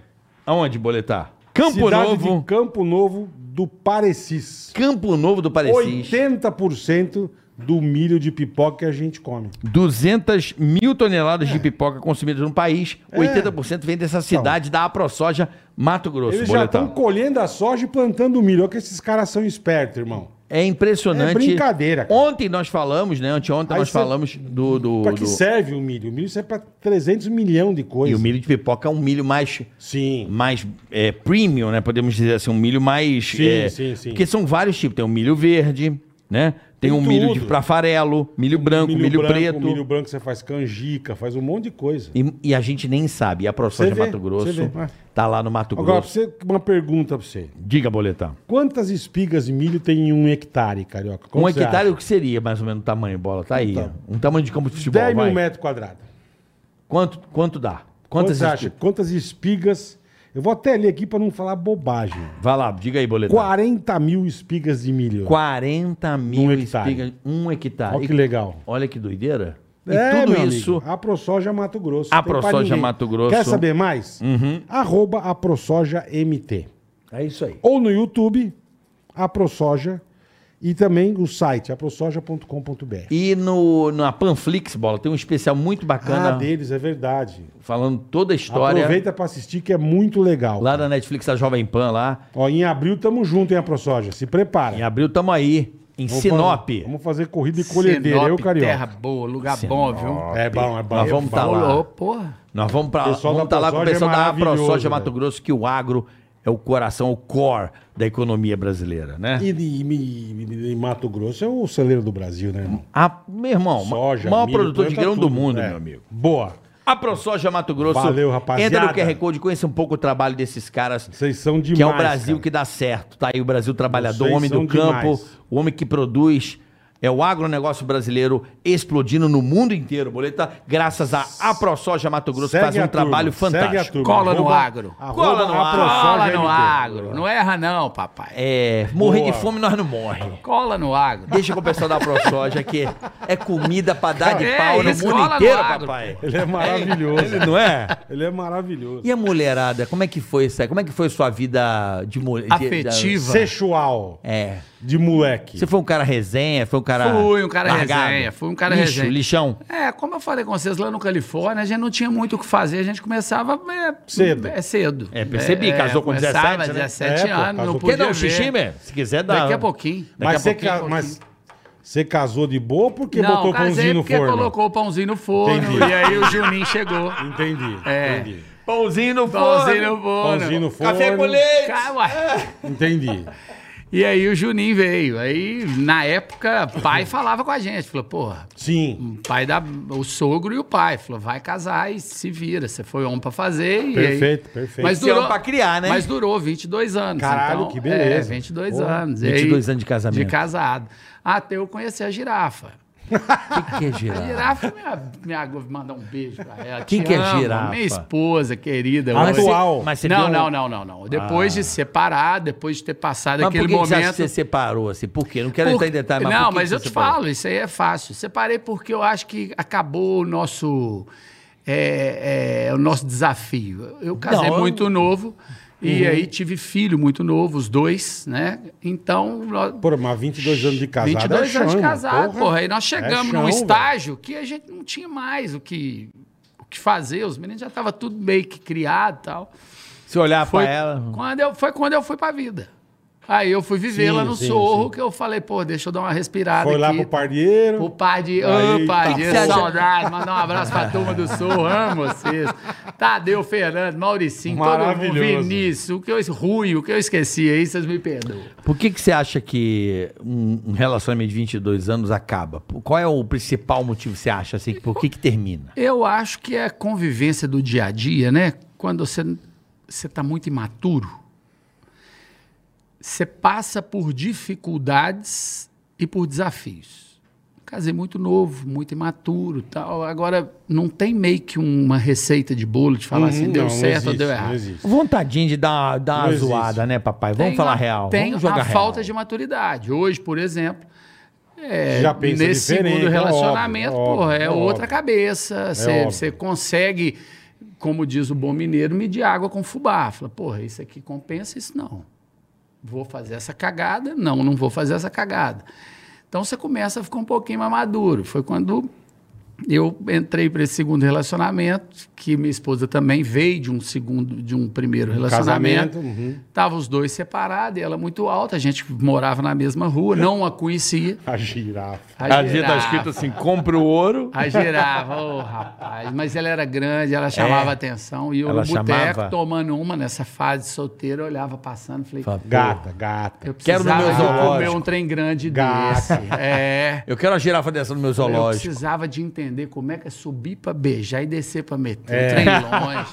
Aonde, boletar? Campo
Cidade
Novo.
de Campo Novo do Parecis.
Campo Novo do Parecis.
80% do milho de pipoca que a gente come.
200 mil toneladas
É.
de pipoca consumidas no país. 80% vem dessa cidade da AproSoja Mato Grosso,
Então. Eles já
boletar.
estão colhendo a soja e plantando milho. Olha que esses caras são espertos, irmão.
É impressionante.
É brincadeira, cara.
Ontem nós falamos, né? Anteontem
Aí
nós
cê-
falamos do. do,
Pra que é
do-
serve o milho? O milho serve pra 300 milhões de coisas.
E o milho de pipoca é um milho mais,
Sim.
mais é, premium, né? Podemos dizer assim, um milho mais.
Sim,
é,
sim, sim.
Porque são vários tipos. Tem o milho verde, né? Tem,
Tem
o milho de
tudo.
pra farelo, milho branco, milho,
branco,
preto.
Milho branco você faz canjica, faz um monte de coisa.
E, e a gente nem sabe. E a ProSoja
Você vê,
Mato Grosso
você vê, é.
tá lá no Mato
Agora, pra
Grosso.
você, uma pergunta pra você.
Diga, boletão.
Quantas espigas de milho tem em um hectare, Carioca?
um
Quanto você
hectare, o
acha?
que seria mais ou menos o tamanho, bola? Tá aí.
Então.
ó. Um tamanho de campo de futebol.
10
vai.
mil metros quadrados.
Quanto, quanto dá? tipo?
Quantas,
Quantas
você acha?
espi-
Quantas espigas... Eu vou até ler aqui pra não falar bobagem.
Vai lá, diga aí, boletão.
40 mil espigas de milho.
40 mil
Um hectare.
espigas. Um hectare.
Olha que legal.
Olha que doideira.
É,
e tudo
meu
isso.
Amigo, a ProSoja Mato Grosso.
A
Tem pra
ProSoja
ninguém.
Mato Grosso. Uhum.
Quer saber mais? Arroba a ProSoja MT.
É isso aí.
Ou no YouTube, a ProSoja. E também o site, aprosoja.com.br.
E no, na Panflix, bola, tem um especial muito
Ah,
bacana
deles, é verdade.
falando toda a história.
Aproveita pra assistir que é muito legal.
Lá na Netflix da Jovem Pan lá.
Ó, em abril tamo junto, hein, AproSoja? Se prepara.
Em abril tamo aí, em
Vamos
Sinop.
fazer- vamos fazer corrida e colhedeira, eu,
Sinop,
Carioca.
terra boa, lugar bom, viu?
É bom, é bom.
Nós vamos
É bom.
tá lá.
Ô, ô, porra.
Nós vamos para
Pessoal
vamos
da
tá lá com o
ProSoja é
pessoal da
maravilhoso,
ProSoja Mato
velho.
Grosso, que o agro é o coração, o core da economia brasileira, né?
E, e, e- e- e Mato Grosso é o celeiro do Brasil, né, irmão?
Ah, meu irmão,
Soja,
maior
milho,
produtor de
planta
grão do
tudo,
mundo,
é.
meu amigo.
Boa.
A ProSoja Mato Grosso.
Valeu, rapaziada.
Entra no QR Code, conheça um pouco o trabalho desses caras.
Vocês são demais.
que é o Brasil
cara.
que dá certo, tá aí o Brasil trabalhador,
Vocês
o homem do
são
campo,
demais.
o homem que produz. É o agronegócio brasileiro explodindo no mundo inteiro, boleta, graças a AproSoja Mato Grosso, que
Segue
faz um
a turma,
trabalho
segue a
fantástico.
turma.
Cola no
Arroba-
agro.
arroba
Cola no agro.
AproSoja
Cola no
LT.
agro. Não erra não, papai. É,
É, morrer
Boa.
de fome nós não morre.
Cola no agro.
Deixa com o pessoal da ProSoja que é comida pra dar de
É,
pau no
isso,
mundo
cola no
inteiro,
agro,
papai.
Ele é maravilhoso.
Não é?
Ele é maravilhoso.
E a mulherada, como é que foi isso aí? Como é que foi sua vida de mulher? de-
Afetiva.
Sexual.
da- É.
De moleque.
Você foi um cara resenha, foi um cara.
Fui um cara
largado?
resenha, fui um cara
Lixo,
resenha.
Lixão.
É, como eu falei com vocês lá no Califórnia, a gente não tinha muito o que fazer, a gente começava é,
Cedo.
É cedo.
É, percebi, casou com
começava
17, né?
17
É, pô,
anos,
casou
não
com-
podia
Quer dar um
ver.
xixi, man? Se quiser, dá.
Daqui a pouquinho.
Daqui a
Mas você,
pouquinho,
ca- mas você casou de boa ou porque
não,
botou
casei
pãozinho no
porque
forno?
colocou o pãozinho no forno
Entendi.
e aí o Juninho chegou.
Entendi,
É.
entendi.
Pãozinho no
Pãozinho no forno.
Pãozinho no forno.
Café com leite.
Cara, ué.
Entendi.
E aí o Juninho veio. Aí, na época, pai falava com a gente. Falou, porra,
Sim.
o pai da. O sogro e o pai. Falou, vai casar e se vira. Você foi homem pra fazer. e aí-
Perfeito, perfeito.
Mas
Você é
durou,
homem pra criar, né?
Mas durou 22 anos.
Caralho,
então,
que beleza.
É, 22
Porra,
anos. E
22 anos de casamento.
De casado. Até eu conheci a girafa.
O que é
A
girar?
girafa, minha, minha vou mandar um beijo pra ela.
Quem
Te
que é
amo,
girafa? Ah,
Minha esposa querida.
Mas
hoje.
você- Atual.
Mas você
não,
deu um- Ah.
não, não, não, não. Depois de separar, depois de ter passado
Mas por
aquele
que, que você acha
momento.
que você separou assim? Por quê? Não quero
Por-
entrar em detalhe, mas por
não,
que
mas
que
eu
você
te
separou?
falo, isso aí é fácil. Separei porque eu acho que acabou o nosso, é, é, o nosso desafio. Eu casei
Não, eu- Uhum.
muito novo e aí tive filho muito novo, os dois, né? Então, nós-
Pô, mas 22 anos de casado
22
é chão,
anos de
irmão.
casado, porra. Aí nós
É
chegamos
chão,
num
velho.
estágio que a gente não tinha mais o que, o que fazer. Os meninos já estavam tudo meio que criado e tal.
Se olhar
Foi
pra ela.
quando eu, foi quando eu fui pra vida. Aí eu fui viver
Sim,
lá no
sim,
Sorro,
sim.
que eu falei, pô, deixa eu dar uma respirada
Foi lá
aqui.
pro pardieiro.
O Padre,
Aí,
ô Padre,
tá bom.
saudade, mandar um abraço pra turma do Sul, amo vocês. Tadeu Fernando, Mauricinho, todo mundo,
Maravilhoso.
Vinícius, o que eu, Rui, o que eu esqueci aí, vocês me perdoam.
Por que, que você acha que um um relacionamento de 22 anos acaba? Qual é o principal motivo que você acha assim? Por que, que termina?
Eu acho que é a convivência do dia a dia, né? Quando você você tá muito imaturo, você passa por dificuldades e por desafios. Casei muito novo, muito imaturo, tal. Agora não tem meio que uma receita de bolo de falar assim,
Uhum,
deu
não, não
certo ou
existe,
deu
Não
errado.
existe.
Vontadinha de dar, dar uma
Não existe.
zoada, né, papai? Vamos
Tem
falar
a-
real.
Tem
Vamos jogar
a
real.
falta de maturidade. Hoje, por exemplo, é,
Já pensa
nesse
diferente,
segundo
é
relacionamento,
óbvio, é
porra,
óbvio,
é
é
outra
óbvio. É
cabeça. Você
óbvio.
você consegue, como diz o bom mineiro, medir água com fubá. Fala, porra, isso aqui compensa, isso não. Vou fazer essa cagada? Não, não vou fazer essa cagada. Então você começa a ficar um pouquinho mais maduro. Foi quando eu entrei para esse segundo relacionamento, que minha esposa também veio de um segundo, de um primeiro relacionamento.
Casamento. uhum.
Tava os dois separados, e ela muito alta, a gente morava na mesma rua, não a conhecia.
A girafa.
A gente tá escrito assim: compra o ouro.
A girava, ô rapaz, mas ela era grande, ela chamava atenção. E eu
É. Ela
no boteco,
chamava?
tomando uma nessa fase solteira, olhava passando, falei,
Fala,
Gata, gata.
eu
quero no meu
precisava de comer
zoológico.
um trem grande
Gata.
desse. É.
Eu quero a girafa dessa no meu
Eu
zoológico.
precisava de entender como é que é subir pra beijar e descer pra meter.
É.
Um trem longe.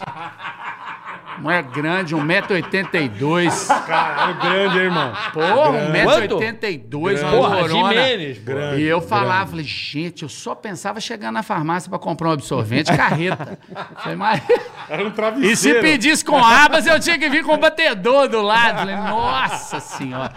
Mulher grande, 1,82m.
Caralho, grande, hein, irmão. Ah,
Porra,
Quanto?
1,82m, uma
Porra,
lorona.
Jimenez, porra.
Grande,
E eu
grande.
falava, falei, gente, eu só pensava chegando na farmácia pra comprar um absorvente, carreta. Falei, mas...
Era um
E se
travesseiro.
pedisse com abas, eu tinha que vir com o batedor do lado. Falei, nossa senhora.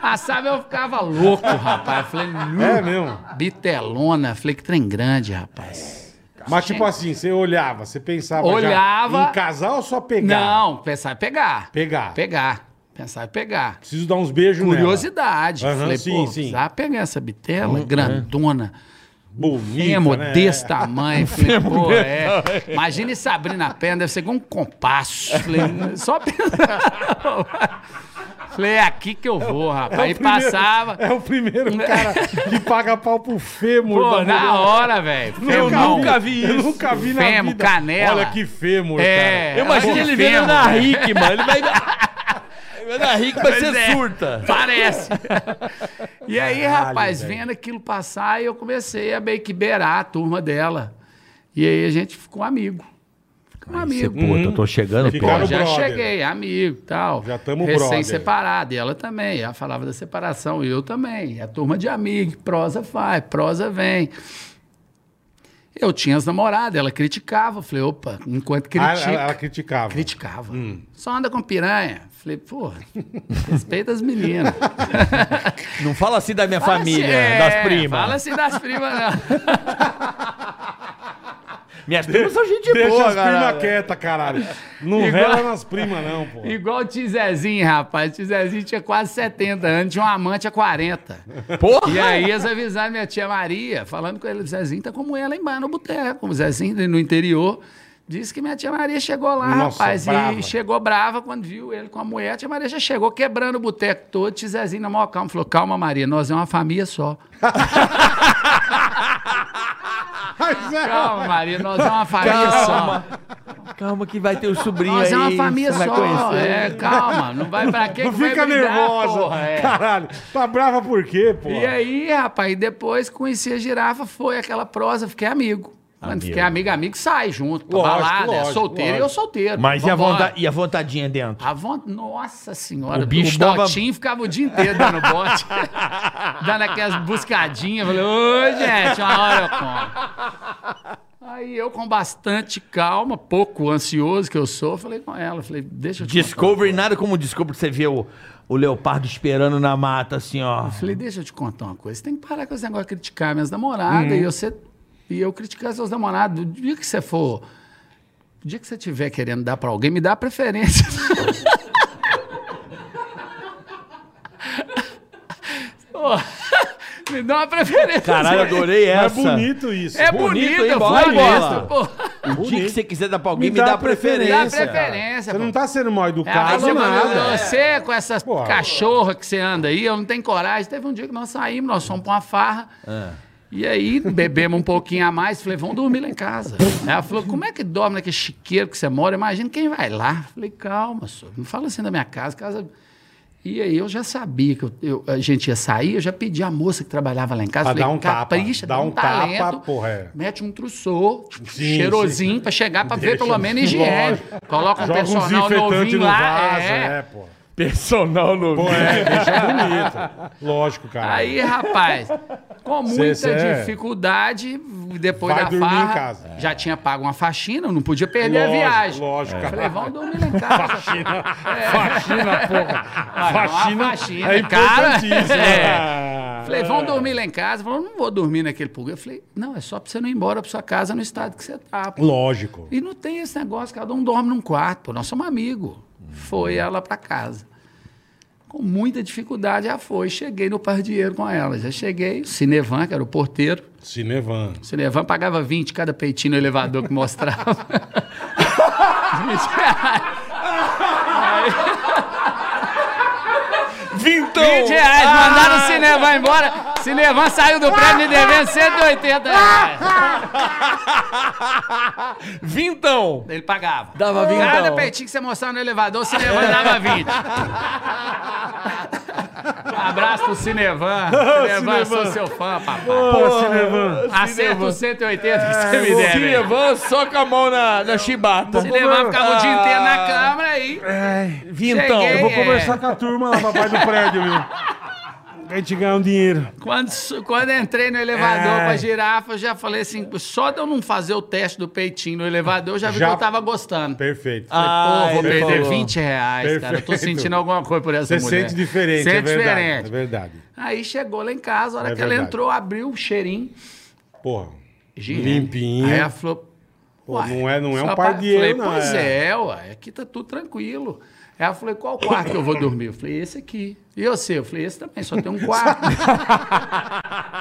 Passava, eu ficava louco, rapaz. Falei, nu.
É mesmo.
Bitelona. Falei, que trem grande, rapaz.
Mas tipo assim, você olhava, você pensava já
Olhava.
em casar ou só pegar?
Não, pensava em pegar.
Pegar.
Pegar. Pensar em pegar.
Preciso dar uns beijos nela.
Curiosidade.
Aham,
Falei,
sim, Uhum, é.
pô,
sim.
precisava pegar essa bitela grandona.
Bonita,
Fêmur
né?
desse tamanho. Falei, pô, é. Imagina isso abrindo a perna, deve ser igual um compasso. Falei, só pensar. Falei, é aqui que eu vou, rapaz. Aí
primeiro-
passava.
É o primeiro cara que paga pau pro fêmur.
Pô,
da mulher.
na hora, velho. Eu não.
nunca vi
Eu
isso.
nunca vi na
Fêmur,
vida.
canela.
Olha que fêmur,
É.
cara.
Eu imagino
Ela tem
ele vendo
fêmur.
Ana Rick, mano. Ele vai. Ana Rick vai
Pois
ser
é.
surta.
Parece. E aí,
Caralho,
rapaz,
velho.
vendo aquilo passar, eu comecei a meio que beirar a turma dela. E aí a gente ficou amigo. Ficou
Você,
amigo.
puta, eu tô chegando,
Ficaram
pô.
Pô, já
tá brother.
cheguei, amigo e tal.
Já tamo brother.
Recém-separado. E ela também. Ela falava da separação. E eu também. É a turma de amigo. Prosa vai, prosa vem. Eu tinha as namoradas, ela criticava. Eu Falei, opa, enquanto
Ah,
critica.
ela, Hum. ela criticava.
Criticava. Só anda com piranha. Falei, pô, respeita as meninas.
Não fala assim da minha
Fala
família,
assim, é,
das primas.
Fala assim das primas, não. assim.
Minhas primas são gente
Deixa
boa,
as primas
cara.
quietas, caralho. Não
é Igual-
rela nas primas, não, pô.
Igual o Tizezinho, rapaz. O Tizezinho tinha quase 70 anos, tinha um amante a 40.
Porra!
E aí eles avisaram minha tia Maria, falando com ele, o Zezinho tá como ela embaixo no boteco. O Zezinho no interior. Disse que minha tia Maria chegou lá,
Nossa,
rapaz,
brava.
e chegou brava quando viu ele com a mulher. A tia Maria já chegou quebrando o boteco todo, tio Zezinho na maior calma. Falou, calma, Maria, nós é uma família só. Ah,
é,
Calma, Maria, nós é uma família só.
Calma. Calma que vai ter o sobrinho
Nós
aí.
é uma família
você vai
só.
conhecer.
É, calma, não vai pra quê
Não
que vai
fica
brigar,
nervosa.
porra, é.
Caralho. Tá brava por quê, pô?
E aí, rapaz, depois conheci a girafa, foi aquela prosa, fiquei amigo. Quando
Amigo.
fiquei amigo, amigo, sai junto, pra
Lógico,
balada,
lógico,
é solteiro,
lógico.
eu solteiro.
Mas e a,
vambora.
vonta- e a vontadinha dentro?
A von- Nossa senhora,
O
o,
bicho
botinho
tava-
ficava o dia inteiro dando bote, dando aquelas buscadinhas. Falei, ô gente, uma hora eu como. Aí eu, com bastante calma, pouco ansioso que eu sou, falei com ela, falei, deixa eu te contar uma
Discovery, nada como Discovery, que você vê o, o leopardo esperando na mata, assim, ó.
Falei, deixa eu te contar uma coisa. Você tem que parar com esse negócio de criticar minhas namoradas
Uhum.
e, você, e eu criticar seus namorados. O dia que você for. O dia que você estiver querendo dar pra alguém, me dá preferência. Pô, me dá uma preferência.
Caralho, adorei
Mas
essa.
É bonito isso.
É
bonito,
bonito,
hein,
eu
bola?
fui bosta, pô.
O dia que você quiser dar pra alguém,
Me
me,
dá
dá,
a
Me
preferência.
dá
Preferência,
preferência,
Você
pô. É,
não tá sendo mal
Ela
educado,
falou,
nada. É.
"Não, você com essas
Pô.
cachorra que você anda aí, eu não tenho coragem. Teve um dia que nós saímos, nós fomos pra uma farra.
É.
E aí bebemos um pouquinho a mais. Falei, vamos dormir lá em casa. Ela falou, como é que dorme naquele chiqueiro que você mora? Imagina quem vai lá. Falei, calma, senhor. Não fala assim da minha casa. casa... E aí eu já sabia que eu- eu- a gente ia sair. Eu já pedi à moça que trabalhava lá em casa.
Pra
falei,
dar um tapa,
capricha,
dá
dá
um
um
tapa,
talento.
porra, é.
Mete um trussô, tipo,
Sim,
cheirosinho, pra chegar pra ver
Deixa-
pelo menos higiene.
Lógico.
Coloca um
Joga um
personal
desinfetante
novinho
no
lá.
vaso,
é.
é, pô.
Personal no
Pô, é, deixa bonito. Lógico, cara.
Aí, rapaz, com
Cê-
muita
cê é-
dificuldade, depois
Vai
da
dormir
farra,
em casa.
já tinha pago uma faxina, eu não podia perder
Lógico,
a viagem.
lógico, cara.
Falei, vamos dormir lá em casa.
Faxina, porra.
Ah, não, a
Faxina,
faxina,
é
cara. é.
importantíssimo. Ah.
Falei, vamos dormir lá em casa. Falou, não vou dormir naquele pulga. Eu falei, não, é só pra você não ir embora pra sua casa no estado que você tá. pô.
Lógico.
E não tem esse negócio, cada um dorme num quarto. pô, Nós somos amigos. Foi ela pra casa. Com muita dificuldade, já foi. Cheguei no pardieiro com ela. Já cheguei, o Cinevan, que era o porteiro.
Cinevan.
O Cinevan pagava 20 cada peitinho no elevador que mostrava.
Vintão! Ah,
20 reais, mandaram o Cinevan embora. Cinevan saiu do prédio me devendo 180 reais.
Vintão!
Ele pagava.
Dava
Cada
então.
vintão.
peitinho que você mostrava no elevador, o Cinevan
É.
dava 20. Um abraço pro Cinevan. Cinevan, sou seu fã, papai.
Pô,
é.
Cinevan. É,
Acerta os 180 que você me deve. Cinevan.
Cinevan, soca a mão na, na chibata.
um-
ficava um- o dia inteiro na
Ah.
câmara aí.
Vintão!
Cheguei.
Eu vou
É.
conversar com a turma lá, papai do prédio, viu? A gente ganhar um dinheiro.
Quando, su- quando eu entrei no elevador
Ai.
com a girafa, eu já falei assim: só de eu não fazer o teste do peitinho no elevador, eu já vi
Já-
que eu tava gostando.
Perfeito.
Pô, vou
ele
perder
falou.
20 reais, cara. Eu tô
Perfeito.
sentindo alguma coisa por essa
Você
mulher.
sente diferente,
Sente
é verdade. É
diferente.
verdade.
Aí chegou lá em casa, a hora
É
que ela
verdade.
entrou, abriu o cheirinho.
Porra.
Girene.
Limpinho.
Aí ela falou:
Pô,
Uai,
não é, não é
só
um
pa-
par de erro,
falei,
não.
Pois é, uai, aqui tá tudo tranquilo. Aí ela falou, qual quarto que eu vou dormir? Eu falei, esse aqui. E você? Eu falei, esse também, só tem um quarto.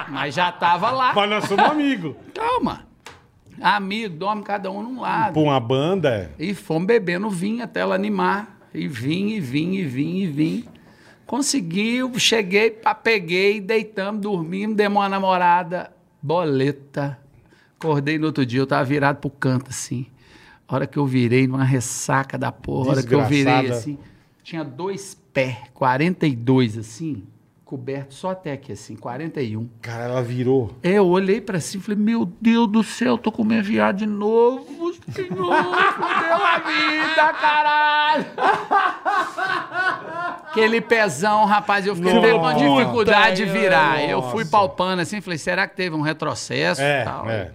Mas já tava lá.
Mas nós somos amigos.
Calma. Amigo, dorme cada um num lado.
Pô, uma banda, é.
E fomos bebendo vinho até ela animar. E vim, e vim, e vim, e vim. Conseguiu, cheguei, pá, peguei, deitamos, dormimos, demos uma namorada, boleta. Acordei no outro dia, eu tava virado pro canto, assim. A hora que eu virei, numa ressaca da porra, a hora que eu virei,
Desgraçada.
assim, tinha dois pés, 42, assim, coberto só até aqui, assim, 41.
Cara, ela virou.
É, eu olhei pra cima e falei, meu Deus do céu, eu tô com minha viagem de novo, senhor, fudeu a vida, caralho. Aquele pezão, rapaz, eu fiquei tendo uma
Nossa.
dificuldade de virar. Eu fui
Nossa.
palpando assim, falei, será que teve um retrocesso
É,
e tal?
é.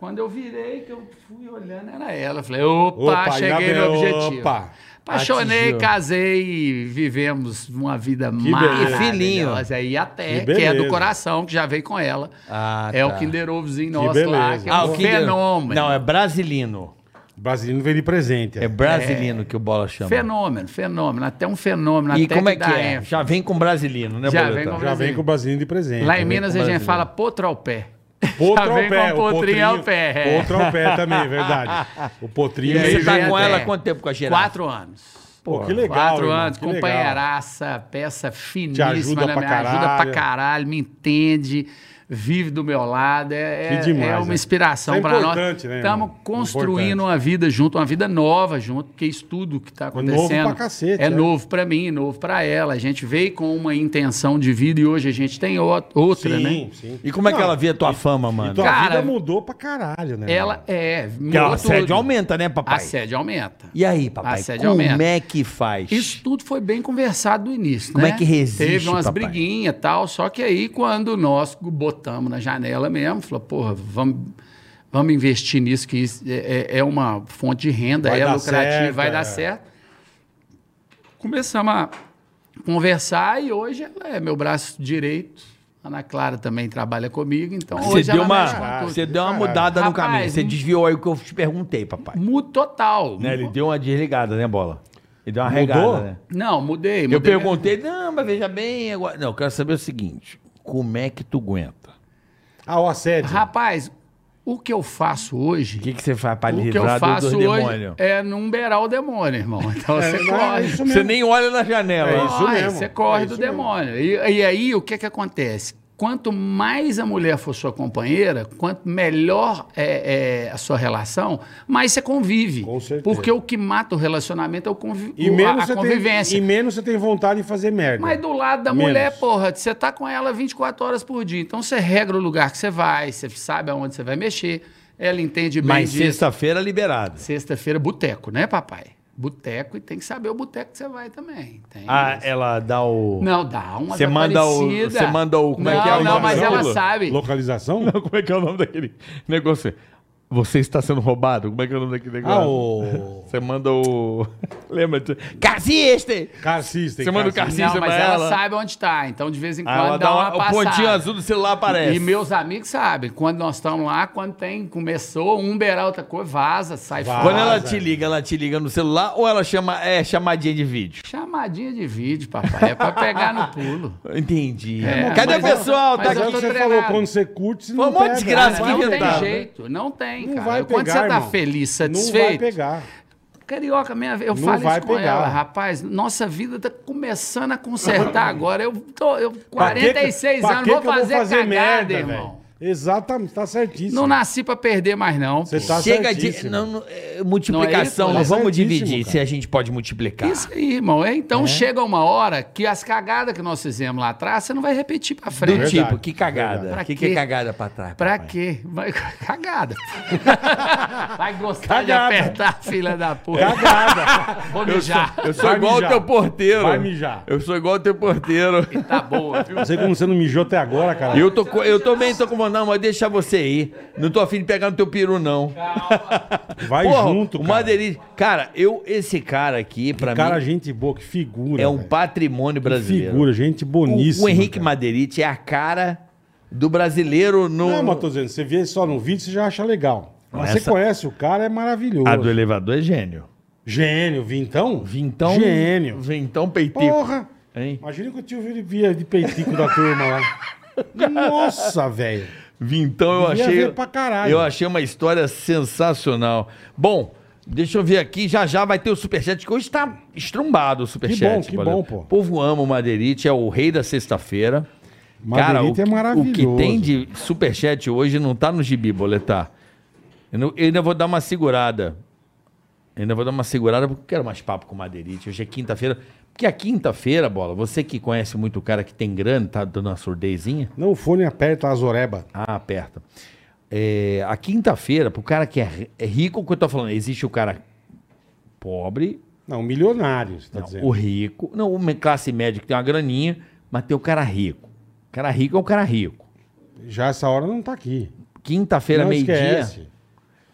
Quando eu virei, que eu fui olhando, era ela. Falei, opa,
Opa, ainda
cheguei no
bem,
objetivo.
opa,
Apaixonei,
atingiu.
casei e vivemos uma vida
beleza.
maravilhosa.
E filhinho.
E até,
Que
que, é
beleza.
do coração, que já veio com ela.
Ah,
é
tá.
o Kinder Ovozinho nosso lá,
beleza.
que é um
Ah, o
Kinder-
fenômeno.
Não, é brasilino.
Brasileiro veio de presente.
É brasilino que o Bola chama.
Fenômeno, fenômeno. Até um fenômeno.
é- E
até
como é que
dá
é?
ênfase.
Já vem com brasilino, né,
Já
Boletão?
vem com
Já vem com o brasileiro de presente.
Lá em
vem
Minas
com
a gente
brasileiro.
fala potro ao pé.
é Potro
já
ao
vem
pé,
com
o
potrinho,
potrinho
ao pé. é.
Potro ao pé também, verdade. O potrinho
E aí
E
você
aí
tá
vem
com
até.
ela há quanto tempo com a girafa?
É. Quatro anos.
Pô, que legal.
Quatro
irmão,
anos,
que legal.
companheiraça, peça finíssima,
ajuda
né?
pra
me ajuda pra
caralho.
caralho, me entende, vive do meu lado, é, é-
Que demais,
é
né?
uma inspiração
Isso é
pra nós.
importante, né,
Estamos
irmão?
construindo
Importante. É
uma vida junto, uma vida nova junto, porque isso tudo que tá
novo pra
acontecendo
cacete,
é
é.
novo pra mim, novo pra ela. A gente veio com uma intenção de vida e hoje a gente tem o- outra, né?
Sim, sim.
E como é que
Não,
ela vê a tua fama, mano?
E tua
Cara,
vida mudou pra caralho, né?
Ela
mano?
é,
Porque
mudou
a sede
tudo.
aumenta, né, papai?
A sede aumenta.
E aí, papai,
A sede
como
aumenta.
é que faz?
Isso tudo foi bem conversado no início,
Como
né?
é que resiste,
Teve umas
papai?
briguinhas e tal, só que aí quando nós botamos na janela mesmo, falou, porra, vamos, vamos investir nisso, que isso é, é- é uma fonte de renda,
Vai
é
dar
lucrativa,
certo,
vai
é.
dar certo. Começamos a conversar e hoje ela é meu braço direito. A Ana Clara também trabalha comigo, então
Você
hoje
deu,
ela mexe com
uma,
tudo. Ah,
você deu uma
Caralho.
mudada no
Rapaz, Hum.
caminho. Você
não-
desviou aí o que eu te perguntei, papai.
Mu- total.
Né, Ele deu uma desligada, né, bola? Ele deu uma
Mudou?
regada, né?
Não, mudei.
Eu
mudei.
perguntei, não, mas veja bem. Agora... Não, eu quero saber o seguinte: como é que tu aguenta?
Ah, o assédio.
Rapaz, o que eu faço hoje...
O que, que você faz pra
O que eu
é
livrar do- dos
faço hoje
demônios?
é não beirar o demônio, irmão. Então
É,
você
não, é
corre.
isso
Você
mesmo.
nem olha na janela.
É isso.
Corre,
mesmo,
Você corre
é
do
isso mesmo.
demônio. E, e aí, o que que acontece? Quanto mais a mulher for sua companheira, quanto melhor é, é a sua relação, mais você convive.
Com certeza.
Porque o que mata o relacionamento é o convi
E
o-
menos,
a,
você
a convivência.
Tem, e menos você tem vontade de fazer merda.
Mas do lado da
Menos.
mulher, porra, você tá com ela 24 horas por dia. Então você regra o lugar que você vai, você sabe aonde você vai mexer. Ela entende bem
Mas
disso.
sexta-feira liberado.
Sexta-feira, boteco, né, papai? Boteco e tem que saber o boteco que você vai também. Tem
Ah,
isso.
ela dá o.
Não, dá uma
Você manda o- você manda o- como
Como
é
não,
que é o
não, mas
nome?
ela
Lula?
sabe.
Localização?
Como é que é o nome daquele negócio? Você está sendo roubado? Como é que é o nome daquele negócio?
Ah, o.
Você manda o. Lembra? tu- Cassiste!
Carcista.
Você manda o
carcista.
carcista
Não, mas
pra
ela,
ela.
sabe onde tá. Então, de vez em
Aí
quando,
Ah, ela
dá, uma,
o
passada.
pontinho azul é do celular aparece.
E meus amigos sabem. Quando nós estamos lá, quando tem, começou, um beirar outra coisa, vaza, sai
Vaza.
Quando ela
velho.
te liga, ela te liga no celular ou ela chama é chamadinha de vídeo?
Chamadinha de vídeo, papai. É pra pegar no pulo.
Entendi.
É,
Cadê o
mas eu-
pessoal?
mas
tá
Mas é
eu
o
aqui.
tô
que você
treinado.
falou, quando você curte, você
Foi
não
um monte de desgraça
não
Não vai
tem
inventaram.
pegar.
jeito, não tem,
Não
cara.
vai
quando
pegar,
você tá
irmão.
feliz,
Não vai
satisfeito,
pegar.
Carioca, minha, eu
Não
falo
vai
isso com
pegar.
ela, rapaz. Nossa vida tá começando a consertar agora. Eu tô, eu
Pra que que-
46
pra
anos,
que
vou
que eu
fazer, cagada, irmão.
velho? Exatamente, tá certíssimo.
Não nasci pra perder mais não.
Você
pô.
tá
Chega de
certíssimo.
não, não, é, multiplicação,
Não é
não,
isso?
vamos
Certíssimo,
dividir
cara.
se a gente pode
tá.
multiplicar.
Isso aí, irmão. É, Então chega uma hora que as cagadas que nós fizemos lá atrás, você não vai repetir pra
Do
frente.
tipo,
Verdade,
que cagada.
verdade.
O que,
Pra
que é
quê?
cagada pra trás?
Pra
papai?
quê? Vai, cagada. Vai gostar
Cagada.
de apertar, filha da puta.
Tá Cagada.
Vou
Eu sou,
mijar.
eu sou
Vai
igual o
mijar.
teu porteiro.
Vai mijar.
Eu sou igual o teu porteiro.
Tá boa, viu?
Não sei como você não mijou até agora, cara.
E Eu, tô, co- eu também tô com vontade, não, mas deixa você ir. Não tô afim de pegar no teu peru, não.
Vai
Porra,
junto,
o
cara.
Madeirid- Cara, eu, esse cara aqui, pra
Cara,
mim,
gente boa, que figura.
é um
velho.
patrimônio brasileiro.
Figura, gente
o,
boníssima.
o Henrique
cara.
Madeirite é a cara do brasileiro no.
Não, mas tô dizendo, você vê só no vídeo, você já acha legal. Mas
Essa-
você conhece o cara, é maravilhoso.
A do elevador é gênio.
Gênio, Vintão?
Vintão. tipo.
Gênio.
Vintão peitico.
Porra!
Hein?
Imagina que o tio Vini via de peitico da turma lá. Nossa, velho.
Vintão eu
Devia
achei.
ver pra caralho.
Eu achei uma história sensacional. Bom, deixa eu ver aqui, já já vai ter o superchat, que hoje tá estrumbado o superchat.
bom, que
Paulinho.
bom, pô.
O povo ama o Madeirite, é o rei da sexta-feira.
Madeirite
o,
é
o que
maravilhoso.
tem de superchat hoje não tá no gibi, boletar. Eu, não- eu ainda vou dar uma segurada. Eu ainda vou dar uma segurada porque eu quero mais papo com o Madeirite. Hoje é quinta-feira. Porque a quinta-feira, bola, você que conhece muito o cara que tem grana, tá dando uma surdezinha.
Não, o fone aperta a zoreba.
Ah, aperta. É, a quinta-feira, pro cara que é, ri- é rico, o que eu tô falando? Existe o cara pobre,
Não, milionário, você tá
não,
dizendo.
o rico, não, uma classe média que tem uma graninha, mas tem o cara rico. O cara rico é o cara rico.
Já essa hora não tá aqui.
Quinta-feira,
não
meio-dia,
esquece.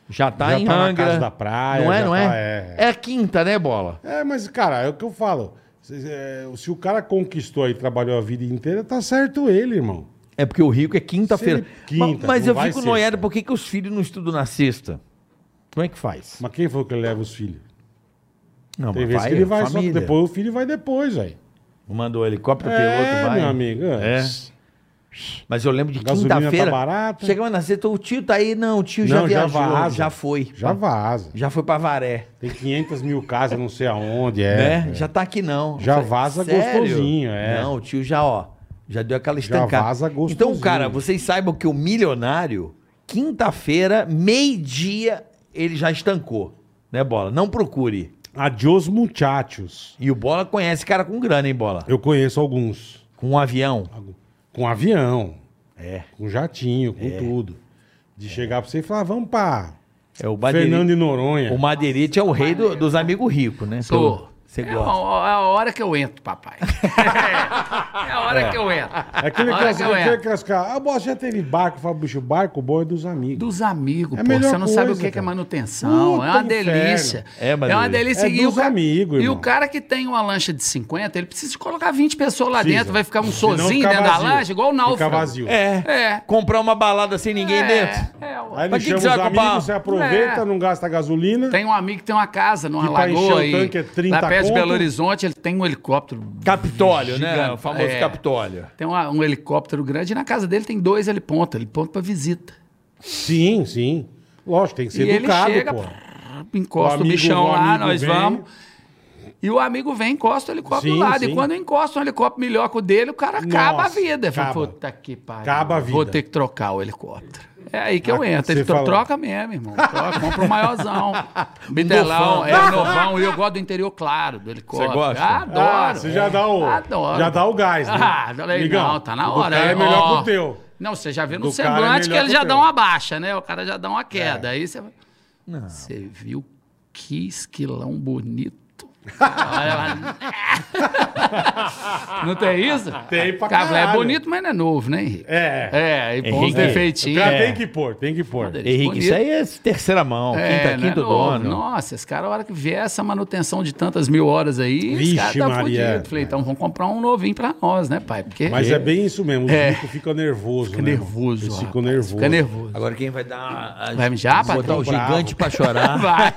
já tá
Já
em
tá na
Angra.
casa da praia,
não é,
já
não
tá-
é?
é.
É quinta, né, bola?
É, mas, cara, é o que eu falo. Se, é, se o cara conquistou e trabalhou a vida inteira, tá certo ele, irmão.
É porque o rico é quinta-feira.
Se ele- quinta,
Ma- mas
não
eu
vai
fico
sexta.
noiado, por que, que os filhos não estudam na sexta? Como é que faz?
Mas quem foi que leva os filhos?
Não,
Tem
mas
vezes que ele vai, só que
família.
depois o filho vai depois, velho.
Manda o helicóptero, o
É,
piloto vai.
meu amigo.
É. Mas eu lembro de
Gasolina tá
quinta-feira.
barata.
chegamos na sexta, o tio tá aí. Não, o tio já
Não, já
viajou. Já,
vaza.
foi.
Já vaza.
Já foi pra Varé.
Tem 500 mil casas, não sei aonde. É,
né? Já tá aqui não.
Já
Eu falei,
vaza
"Sério?"
gostosinho, é.
Não, o tio já, ó. Já deu aquela estancada.
vaza
Então,
gostosinho.
cara, vocês saibam que o milionário, quinta-feira, meio-dia, ele já estancou. Né, Bola? Não procure.
Adios muchachos.
E o Bola conhece cara com grana, hein, Bola?
Eu conheço alguns.
Com um avião.
Com avião,
É.
com jatinho, com tudo. De chegar pra você e falar, vamos pra
É o
Fernando
Baderite.
de Noronha.
O Madeirite é o rei do- dos amigos ricos, né?
Sou.
Pelo- Você
é,
gosta.
A, a hora que eu entro, papai. é a hora que eu entro.
É aquele
a
que,
hora
as,
que eu
aquele
entro.
que as caras. Ah, bosta, já teve barco. Fala, bicho, barco bom é dos amigos.
Dos amigos,
É a
pô. Você
melhor
não sabe o que
coisa,
que é
cara.
manutenção.
Puta
é uma
inferno.
delícia.
É, mas
uma
delícia.
delícia.
É
e,
dos
o ca-
amigos,
e o
irmão.
cara que tem uma lancha de 50, ele precisa colocar 20 pessoas lá
Precisa.
dentro. Vai ficar um
Senão
sozinho
né,
fica
dentro da
vazio.
lancha, igual o náufrago.
Fica vazio.
É.
É.
Comprar uma balada sem ninguém
É,
dentro.
é, ué.
Aí ele
Mas quem
chama
que
os
você vai
amigos,
comprar? um?
você aproveita,
É.
não gasta gasolina.
Tem um amigo que tem uma casa numa
Que pra encher o
lagoa e
tanque é 30
lá perto de
conto.
Belo Horizonte, ele tem um helicóptero.
Capitólio, né?
gigante.
O famoso
É.
Capitólio.
Tem uma- um helicóptero grande e na casa dele tem dois helipontos, heliponto pra visita.
Sim, sim. Lógico, tem que ser
e
educado,
ele chega,
pô.
prrr, encosta o,
amigo-
bichão
o
lá,
amigo
nós
vem.
vamos. E o amigo vem, encosta o helicóptero
Sim,
do lado.
sim.
E quando encosta um helicóptero melhor que o dele, o cara acaba a
Nossa,
vida. Fala,
acaba.
Puta que pariu.
Acaba a vida.
Vou ter que trocar o helicóptero. É aí que eu
Ah,
entro.
você
Ele tro-
fala-
troca mesmo, irmão. Troca, compra um maiorzão. Bitelão, é um novão. E eu gosto do interior claro do helicóptero.
Você gosta?
Ah, Adoro.
Ah, você já dá o-
Adoro.
já dá o gás, né?
Ah, falei,
Amigão,
não, tá na
o do
hora.
cara é
Ó,
melhor que o teu.
Não, você já vê
Do
no
cara é
semblante que
melhor
ele
que o
já
teu.
dá
É.
uma baixa, né? O cara já dá uma queda. Aí você vai... Você viu que esquilão bonito. não tem isso?
Tem pra
Cara, É
caralho.
bonito, mas não é novo, né, Henrique?
É.
É, e põe uns
Henrique,
O
defeitinhos.
cara
É.
tem que pôr, tem que pôr.
Madeirinha.
Henrique,
Bonito.
isso aí é terceira mão,
É,
quinta,
não é
quinto
novo.
dono.
Nossa, esse cara, a hora que vier essa manutenção de tantas mil horas aí,
Vixe,
esse cara tá
Maria.
fudido. Falei, então vamos comprar um novinho pra nós, né, pai? Porque
Mas é bem isso mesmo. Os
É.
ricos ficam nervosos.
fica nervoso.
Eles ficam
rapaz,
nervosos.
Fica nervoso.
Agora quem vai dar a, a-
Vai mijar,
botar
patrão?
o gigante pra chorar?
Vai.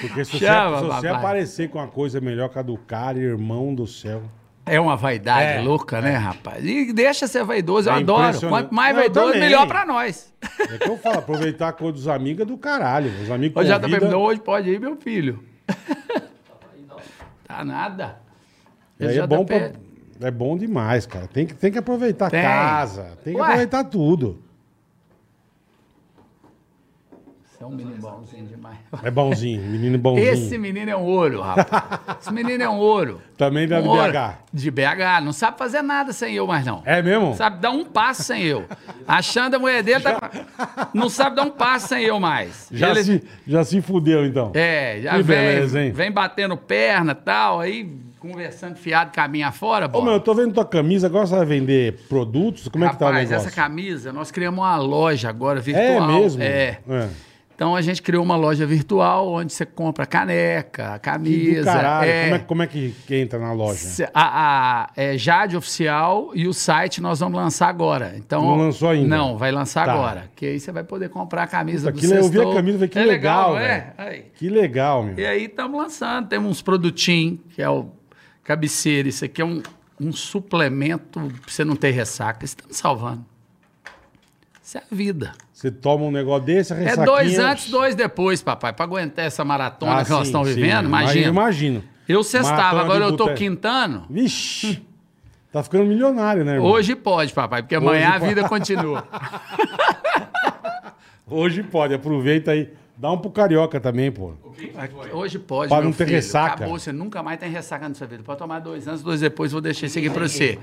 Porque se
Chama,
você, se você
papai.
aparecer com uma coisa melhor que a do cara, irmão do céu.
É uma vaidade
É,
louca, né, rapaz? E deixa ser vaidoso, eu
É
adoro.
impressionante.
Quanto mais
Não, eu
vaidoso,
também.
melhor pra nós.
É que eu falo, aproveitar a cor dos amigos é do caralho. Os amigos
Hoje já tá
convida-
terminou, hoje pode ir, meu filho. tá nada.
É, é
JP.
bom pra- é bom demais, cara. Tem que, tem que aproveitar a
Tem.
casa, tem que
Ué.
aproveitar tudo.
Você é um menino bonzinho demais.
É bonzinho, menino bonzinho.
Esse menino é um ouro, rapaz. Esse menino é um ouro.
Também da
um
do
ouro.
BH.
De BH. Não sabe fazer nada sem eu mais, não.
É mesmo?
Sabe dar um passo sem eu. A Xanda, a mulher dele, tá... com- não sabe dar um passo sem eu mais.
Já,
Ele-
se, já se fudeu, então.
É, já
Que
vem,
beleza, hein?
vem batendo perna e tal, aí conversando fiado caminho afora,
Ô, meu,
bola.
eu tô vendo tua camisa, agora você vai vender produtos? Como é que tá o
Rapaz,
negócio?
essa camisa, nós criamos uma loja agora virtual.
É mesmo?
É. Então a gente criou uma loja virtual onde você compra caneca,
Que do
camisa.
caralho.
é,
Como, é, como é que, que entra na loja?
se- a, a- é Jade Oficial e o site nós vamos lançar agora. Então,
Não lançou ainda.
Não, vai lançar
Tá.
agora. Que aí você vai poder comprar a camisa
Puta,
do
que le- eu vi a
Sextou.
camisa, falei, que
é legal,
legal,
é? Aí.
Que legal, meu.
E aí estamos lançando. Temos uns produtinhos, que é o cabeceira. Isso aqui é um, um suplemento pra você não ter ressaca. Estamos salvando. Isso é a vida.
Você toma um negócio desse, a
É
ressaquinha...
dois antes, dois depois, papai. Pra aguentar essa maratona
Ah,
que nós
sim,
estamos
sim.
vivendo,
Eu
imagina.
imagino.
Eu sextava,
Maratona
agora
de
eu tô
boteco.
quintando.
Vixe, tá ficando milionário, né, irmão?
Hoje pode, papai, porque amanhã a
pode.
vida continua.
Hoje pode, aproveita aí. Dá um pro carioca também, pô.
Hoje pode,
Pra
meu
não ter
filho.
ressaca.
Acabou, você nunca mais tem ressaca na sua vida. Pode tomar dois anos, dois depois, vou deixar isso aqui pra você.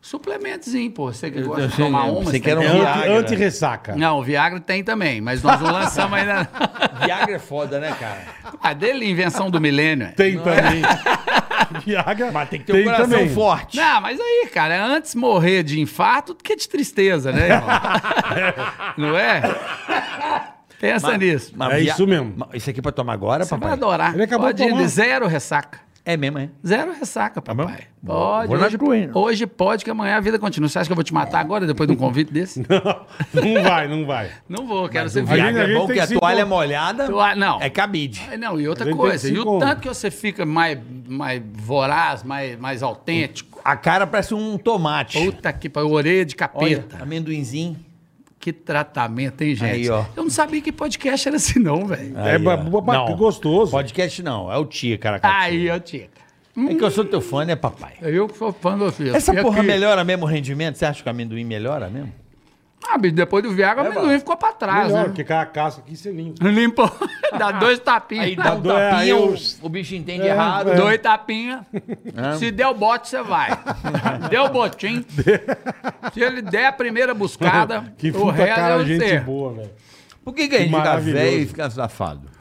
Suplementozinho, pô. Você que gosta de
achei-
tomar uma,
você
você
quer
tem
um
que-
Viagra.
Anti- Anti-ressaca.
Não, o Viagra tem também, mas nós não lançamos ainda.
Viagra é foda, né, cara?
A dele, invenção do milênio. é.
Tem também. Viagra. Mas tem que
Tem, um coração forte.
Não, mas aí, cara, é antes morrer de infarto do que de tristeza, né, irmão? não é? Pensa nisso.
É isso mesmo.
Ma- Isso aqui pra tomar agora,
Você vai
papai?
adorar.
Ele acabou
Pode
de tomar.
ir de zero ressaca.
É mesmo, é?
Zero ressaca, papai.
bom?
Pode.
Vou na
hoje,
Cruinha.
hoje pode, que amanhã a vida continua. Você acha que eu vou te matar agora, depois de um convite desse?
Não vai, não vai.
Não vou, quero ser
Viagra
viado.
Viagra
a
é
gente
bom
tem
que a
que se
toalha é
encont-
molhada.
Toa- não.
É cabide.
Ah, Não, e
A
outra
gente tem
coisa,
que se
e o
encontrar.
tanto que você fica mais, mais voraz, mais, mais autêntico.
A cara parece um tomate.
Puta que pariu, orelha de
Olha,
capeta.
amendoinzinho.
Que tratamento, hein, gente?
Aí, ó. Ah,
Eu não sabia que podcast era assim, não, velho.
É ba- ba- ba-
Não.
gostoso.
Podcast não, é o tia, cara.
Aí, ó, Tica.
É
hum.
que eu sou teu fã, né, papai?
Eu que sou fã do filho.
Essa
E
porra
aqui-
melhora mesmo o rendimento? Você acha que o amendoim melhora mesmo?
Ah, bicho, depois do Viagra,
É
o amendoim ficou pra trás,
É Melhor,
né?
porque com a casca aqui você limpa.
Limpo. Dá dois tapinhas.
Aí dá um
dor, é, aí
tapinha, o,
eu-
o bicho entende
É,
errado.
é.
Dois tapinhas. Se der o bote, você vai. Deu o botinho. Se ele der a primeira buscada,
Que
o
puta
resto
cara,
é
gente
você.
boa, velho.
Por que, que a gente fica
maravilhoso.
velho e fica safado?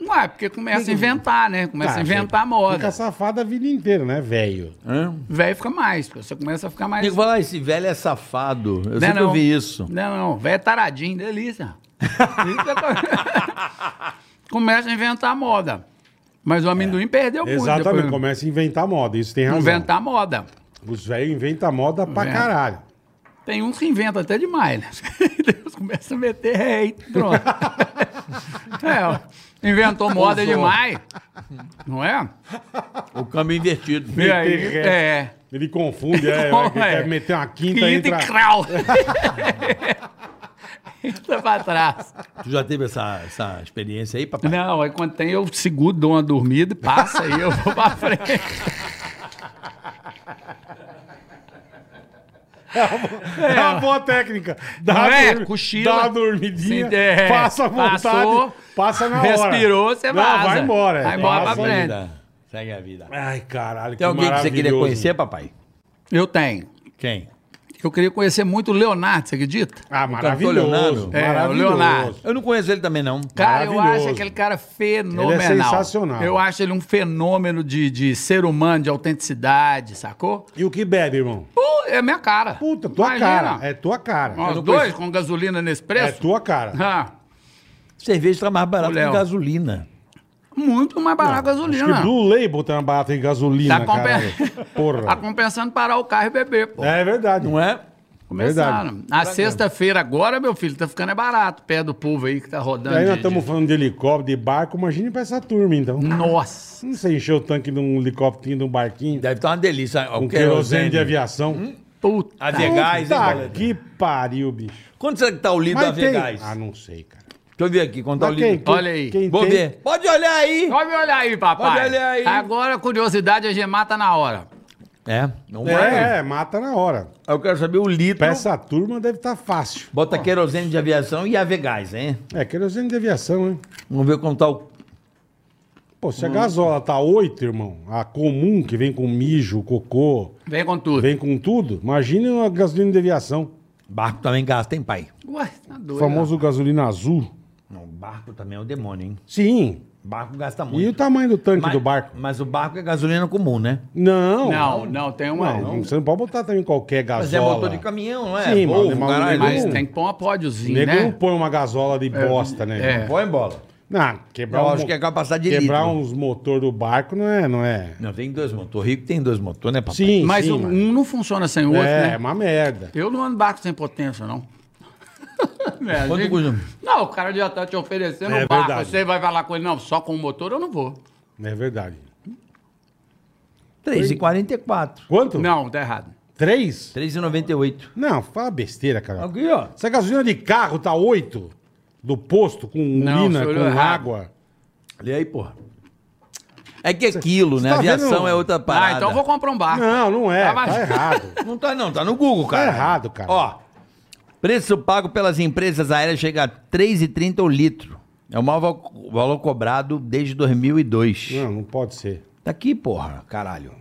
Não é, porque começa a inventar, né? Começa
Tá,
a inventar a moda.
Fica safado a vida inteira, né, velho?
Hã?
Velho fica mais, porque você começa a ficar mais...
Nego fala, ah, esse velho é safado. Eu
Né,
sempre ouvi isso.
Não, não. Velho é taradinho, delícia. Isso é co- Começa a inventar moda. Mas o amendoim perdeu É muito.
É. Exatamente,
depois.
começa a inventar moda, isso tem razão.
Inventar moda.
Os velhos inventam moda pra
Inventa.
caralho.
Tem uns que inventam até demais, né? Deus começa a meter rei, pronto. é, ó, inventou moda
Usou.
demais, não é?
O câmbio é invertido.
E aí,
ré.
é.
Ele confunde, é,
Bom,
ele quer
é.
meter uma quinta,
Quinta
entra...
e crau. Entra pra trás.
Tu já teve essa, essa experiência aí, papai?
Não, aí quando tem, eu seguro, dou uma dormida, e passa aí, eu vou pra frente.
É uma boa técnica. Dá
Não
uma
é?
dormi-
Cochila.
Dá uma dormidinha,
Sim, é.
passa a vontade,
Passou,
passa na hora.
respirou, você
Não,
vaza.
vai embora. é.
Vai embora pra
Passa.
frente.
Vida. né? Segue a vida.
Ai, caralho,
Tem alguém que você queria
maravilhoso.
conhecer, papai?
Eu tenho.
Quem?
Eu queria conhecer muito o Leonardo, você acredita?
Ah,
cantor
maravilhoso.
Leonardo?
É, o
maravilhoso.
Leonardo.
Eu não conheço ele também, não.
Cara, eu
Maravilhoso.
acho aquele cara fenomenal.
Ele é sensacional.
Eu acho ele um fenômeno de, de ser humano, de autenticidade, sacou?
E o que bebe, irmão?
Pô, é minha cara.
Puta, tua
Imagina.
cara. É tua cara.
Nós
não
dois
conheço.
com gasolina nesse
É
preço?
tua cara.
Ah,
Cerveja tá mais barata
Ô,
que
Léo.
gasolina.
muito mais barato a
Acho que
gasolina.
Blue Label tá uma barata em gasolina,
Tá compen-
caralho.
Tá
Porra.
compensando parar o carro e beber, pô.
É verdade.
Não é?
Começaram. A sexta-feira agora, meu filho, tá ficando é barato. Pé do povo aí que tá rodando.
Aí
de-
nós estamos
de-
falando de helicóptero, de barco, imagine pra essa turma, então.
Nossa.
Não sei encher o tanque de um helicóptero, de um barquinho,
Deve um estar uma delícia. O
com querosene de
avião.
aviação.
Puta.
Avegás, hein,
Puta
boleto?
que pariu, bicho.
Quanto será que tá o livro da Avegás?
Ah, não sei, cara.
Deixa eu ver aqui quanto tá o
Mas quem-
livro.
quem-
Olha aí.
quem
Vou
tem-
ver. Pode olhar aí.
Pode olhar aí, papai.
Pode olhar aí.
Agora, curiosidade, a gemata na hora.
É, não é.
É, é, mata na hora.
Eu quero saber o litro.
Pra essa turma deve estar fácil.
Bota querosene de aviação e avegás, hein?
É, querosene de aviação, hein?
Vamos ver quanto tá o...
Pô, se a gasola tá 8, irmão, a comum que vem com mijo, cocô,
Vem com tudo.
vem com tudo, imagine uma gasolina de aviação.
Barco também gasta, hein, pai?
Ué, tá doido.
O famoso gasolina azul.
Não, barco também é o um demônio, hein?
Sim,
Barco gasta muito.
E o tamanho do tanque
mas,
do barco?
Mas o barco é gasolina comum, né?
Não.
Não, não, tem uma.
Não, você não pode botar também qualquer gasola.
Mas é motor de caminhão, não é?
Sim,
Volvo,
mas- mas-
caralho.
Mas
Não.
tem que pôr uma
O
pódiozinho,
nego não
né?
põe uma gasola de bosta, né?
é.
Põe bola.
Não, quebrar,
Eu
um
acho
mo-
que é capacidade de
quebrar um-
litro.
uns motor do barco não é, não é.
Não, tem dois motores. Rico tem dois motores, né, papai?
Sim,
Mas
sim,
um, um não funciona sem o outro,
é,
né?
é uma merda.
Eu não ando barco sem potência, não. Meu
Quanto
amigo-
custa?
Não, o cara já tá te oferecendo
É
um barco.
verdade.
Você vai falar com ele, não, só com o motor eu não vou.
É verdade.
3,44.
Quanto?
Não, tá errado.
Três?
3,98.
Não, fala besteira, cara.
Aqui, ó.
Se a gasolina de carro tá oito do posto, com
Não,
urina,
você
com
olhou errado.
água.
Olha aí, porra. É que é quilo, né?
tá
Aviação
vendo?
é outra parada.
Ah, então eu vou comprar um barco.
Não, não é.
Tá
Tá,
mais-
errado.
Não tá não, tá no Google, cara.
errado, cara.
Ó, preço pago pelas empresas aéreas chega a 3,30 o litro. É o maior val- valor cobrado desde 2002.
Não, não pode ser.
Tá aqui, porra, caralho.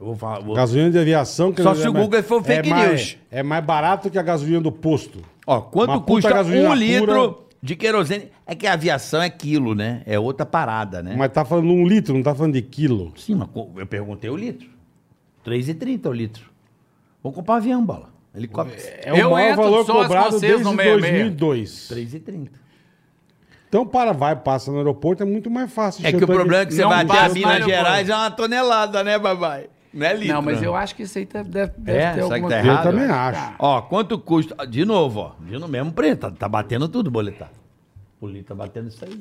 Eu vou falar... vou-
Gasolina de aviação... que
Só
não- é
se o
mais-
Google for fake
mais-
news.
É mais barato que a gasolina do posto.
Ó, quanto
Uma puta
custa
gasolina
um
pura.
litro de querosene? É que a aviação é quilo, né? É outra parada, né?
Mas tá falando um litro, não tá falando de quilo.
Sim, mas co- eu perguntei o litro. 3,30 o litro. Vou comprar um avião, bola. Helicóptero.
É o
Eu
maior
entro
valor
só as
cobrado
vocês
desde
no meio a meio.
2002.
3,30.
Então, para, vai, passa no aeroporto, é muito mais fácil.
É que o
Chantaria-
problema é que você
Não
vai até
passa
a Minas
no
Gerais é uma tonelada, né, babai? Não é litro.
Não, mas eu acho que isso aí tá- deve, deve
É,
ter
será que
alguma coisa.
tá
Ah,
errado?
Eu também acho.
Ó, quanto custa... Ah, De novo, ó. De no mesmo preço. Tá, tá batendo tudo, boletar. O litro tá batendo isso aí.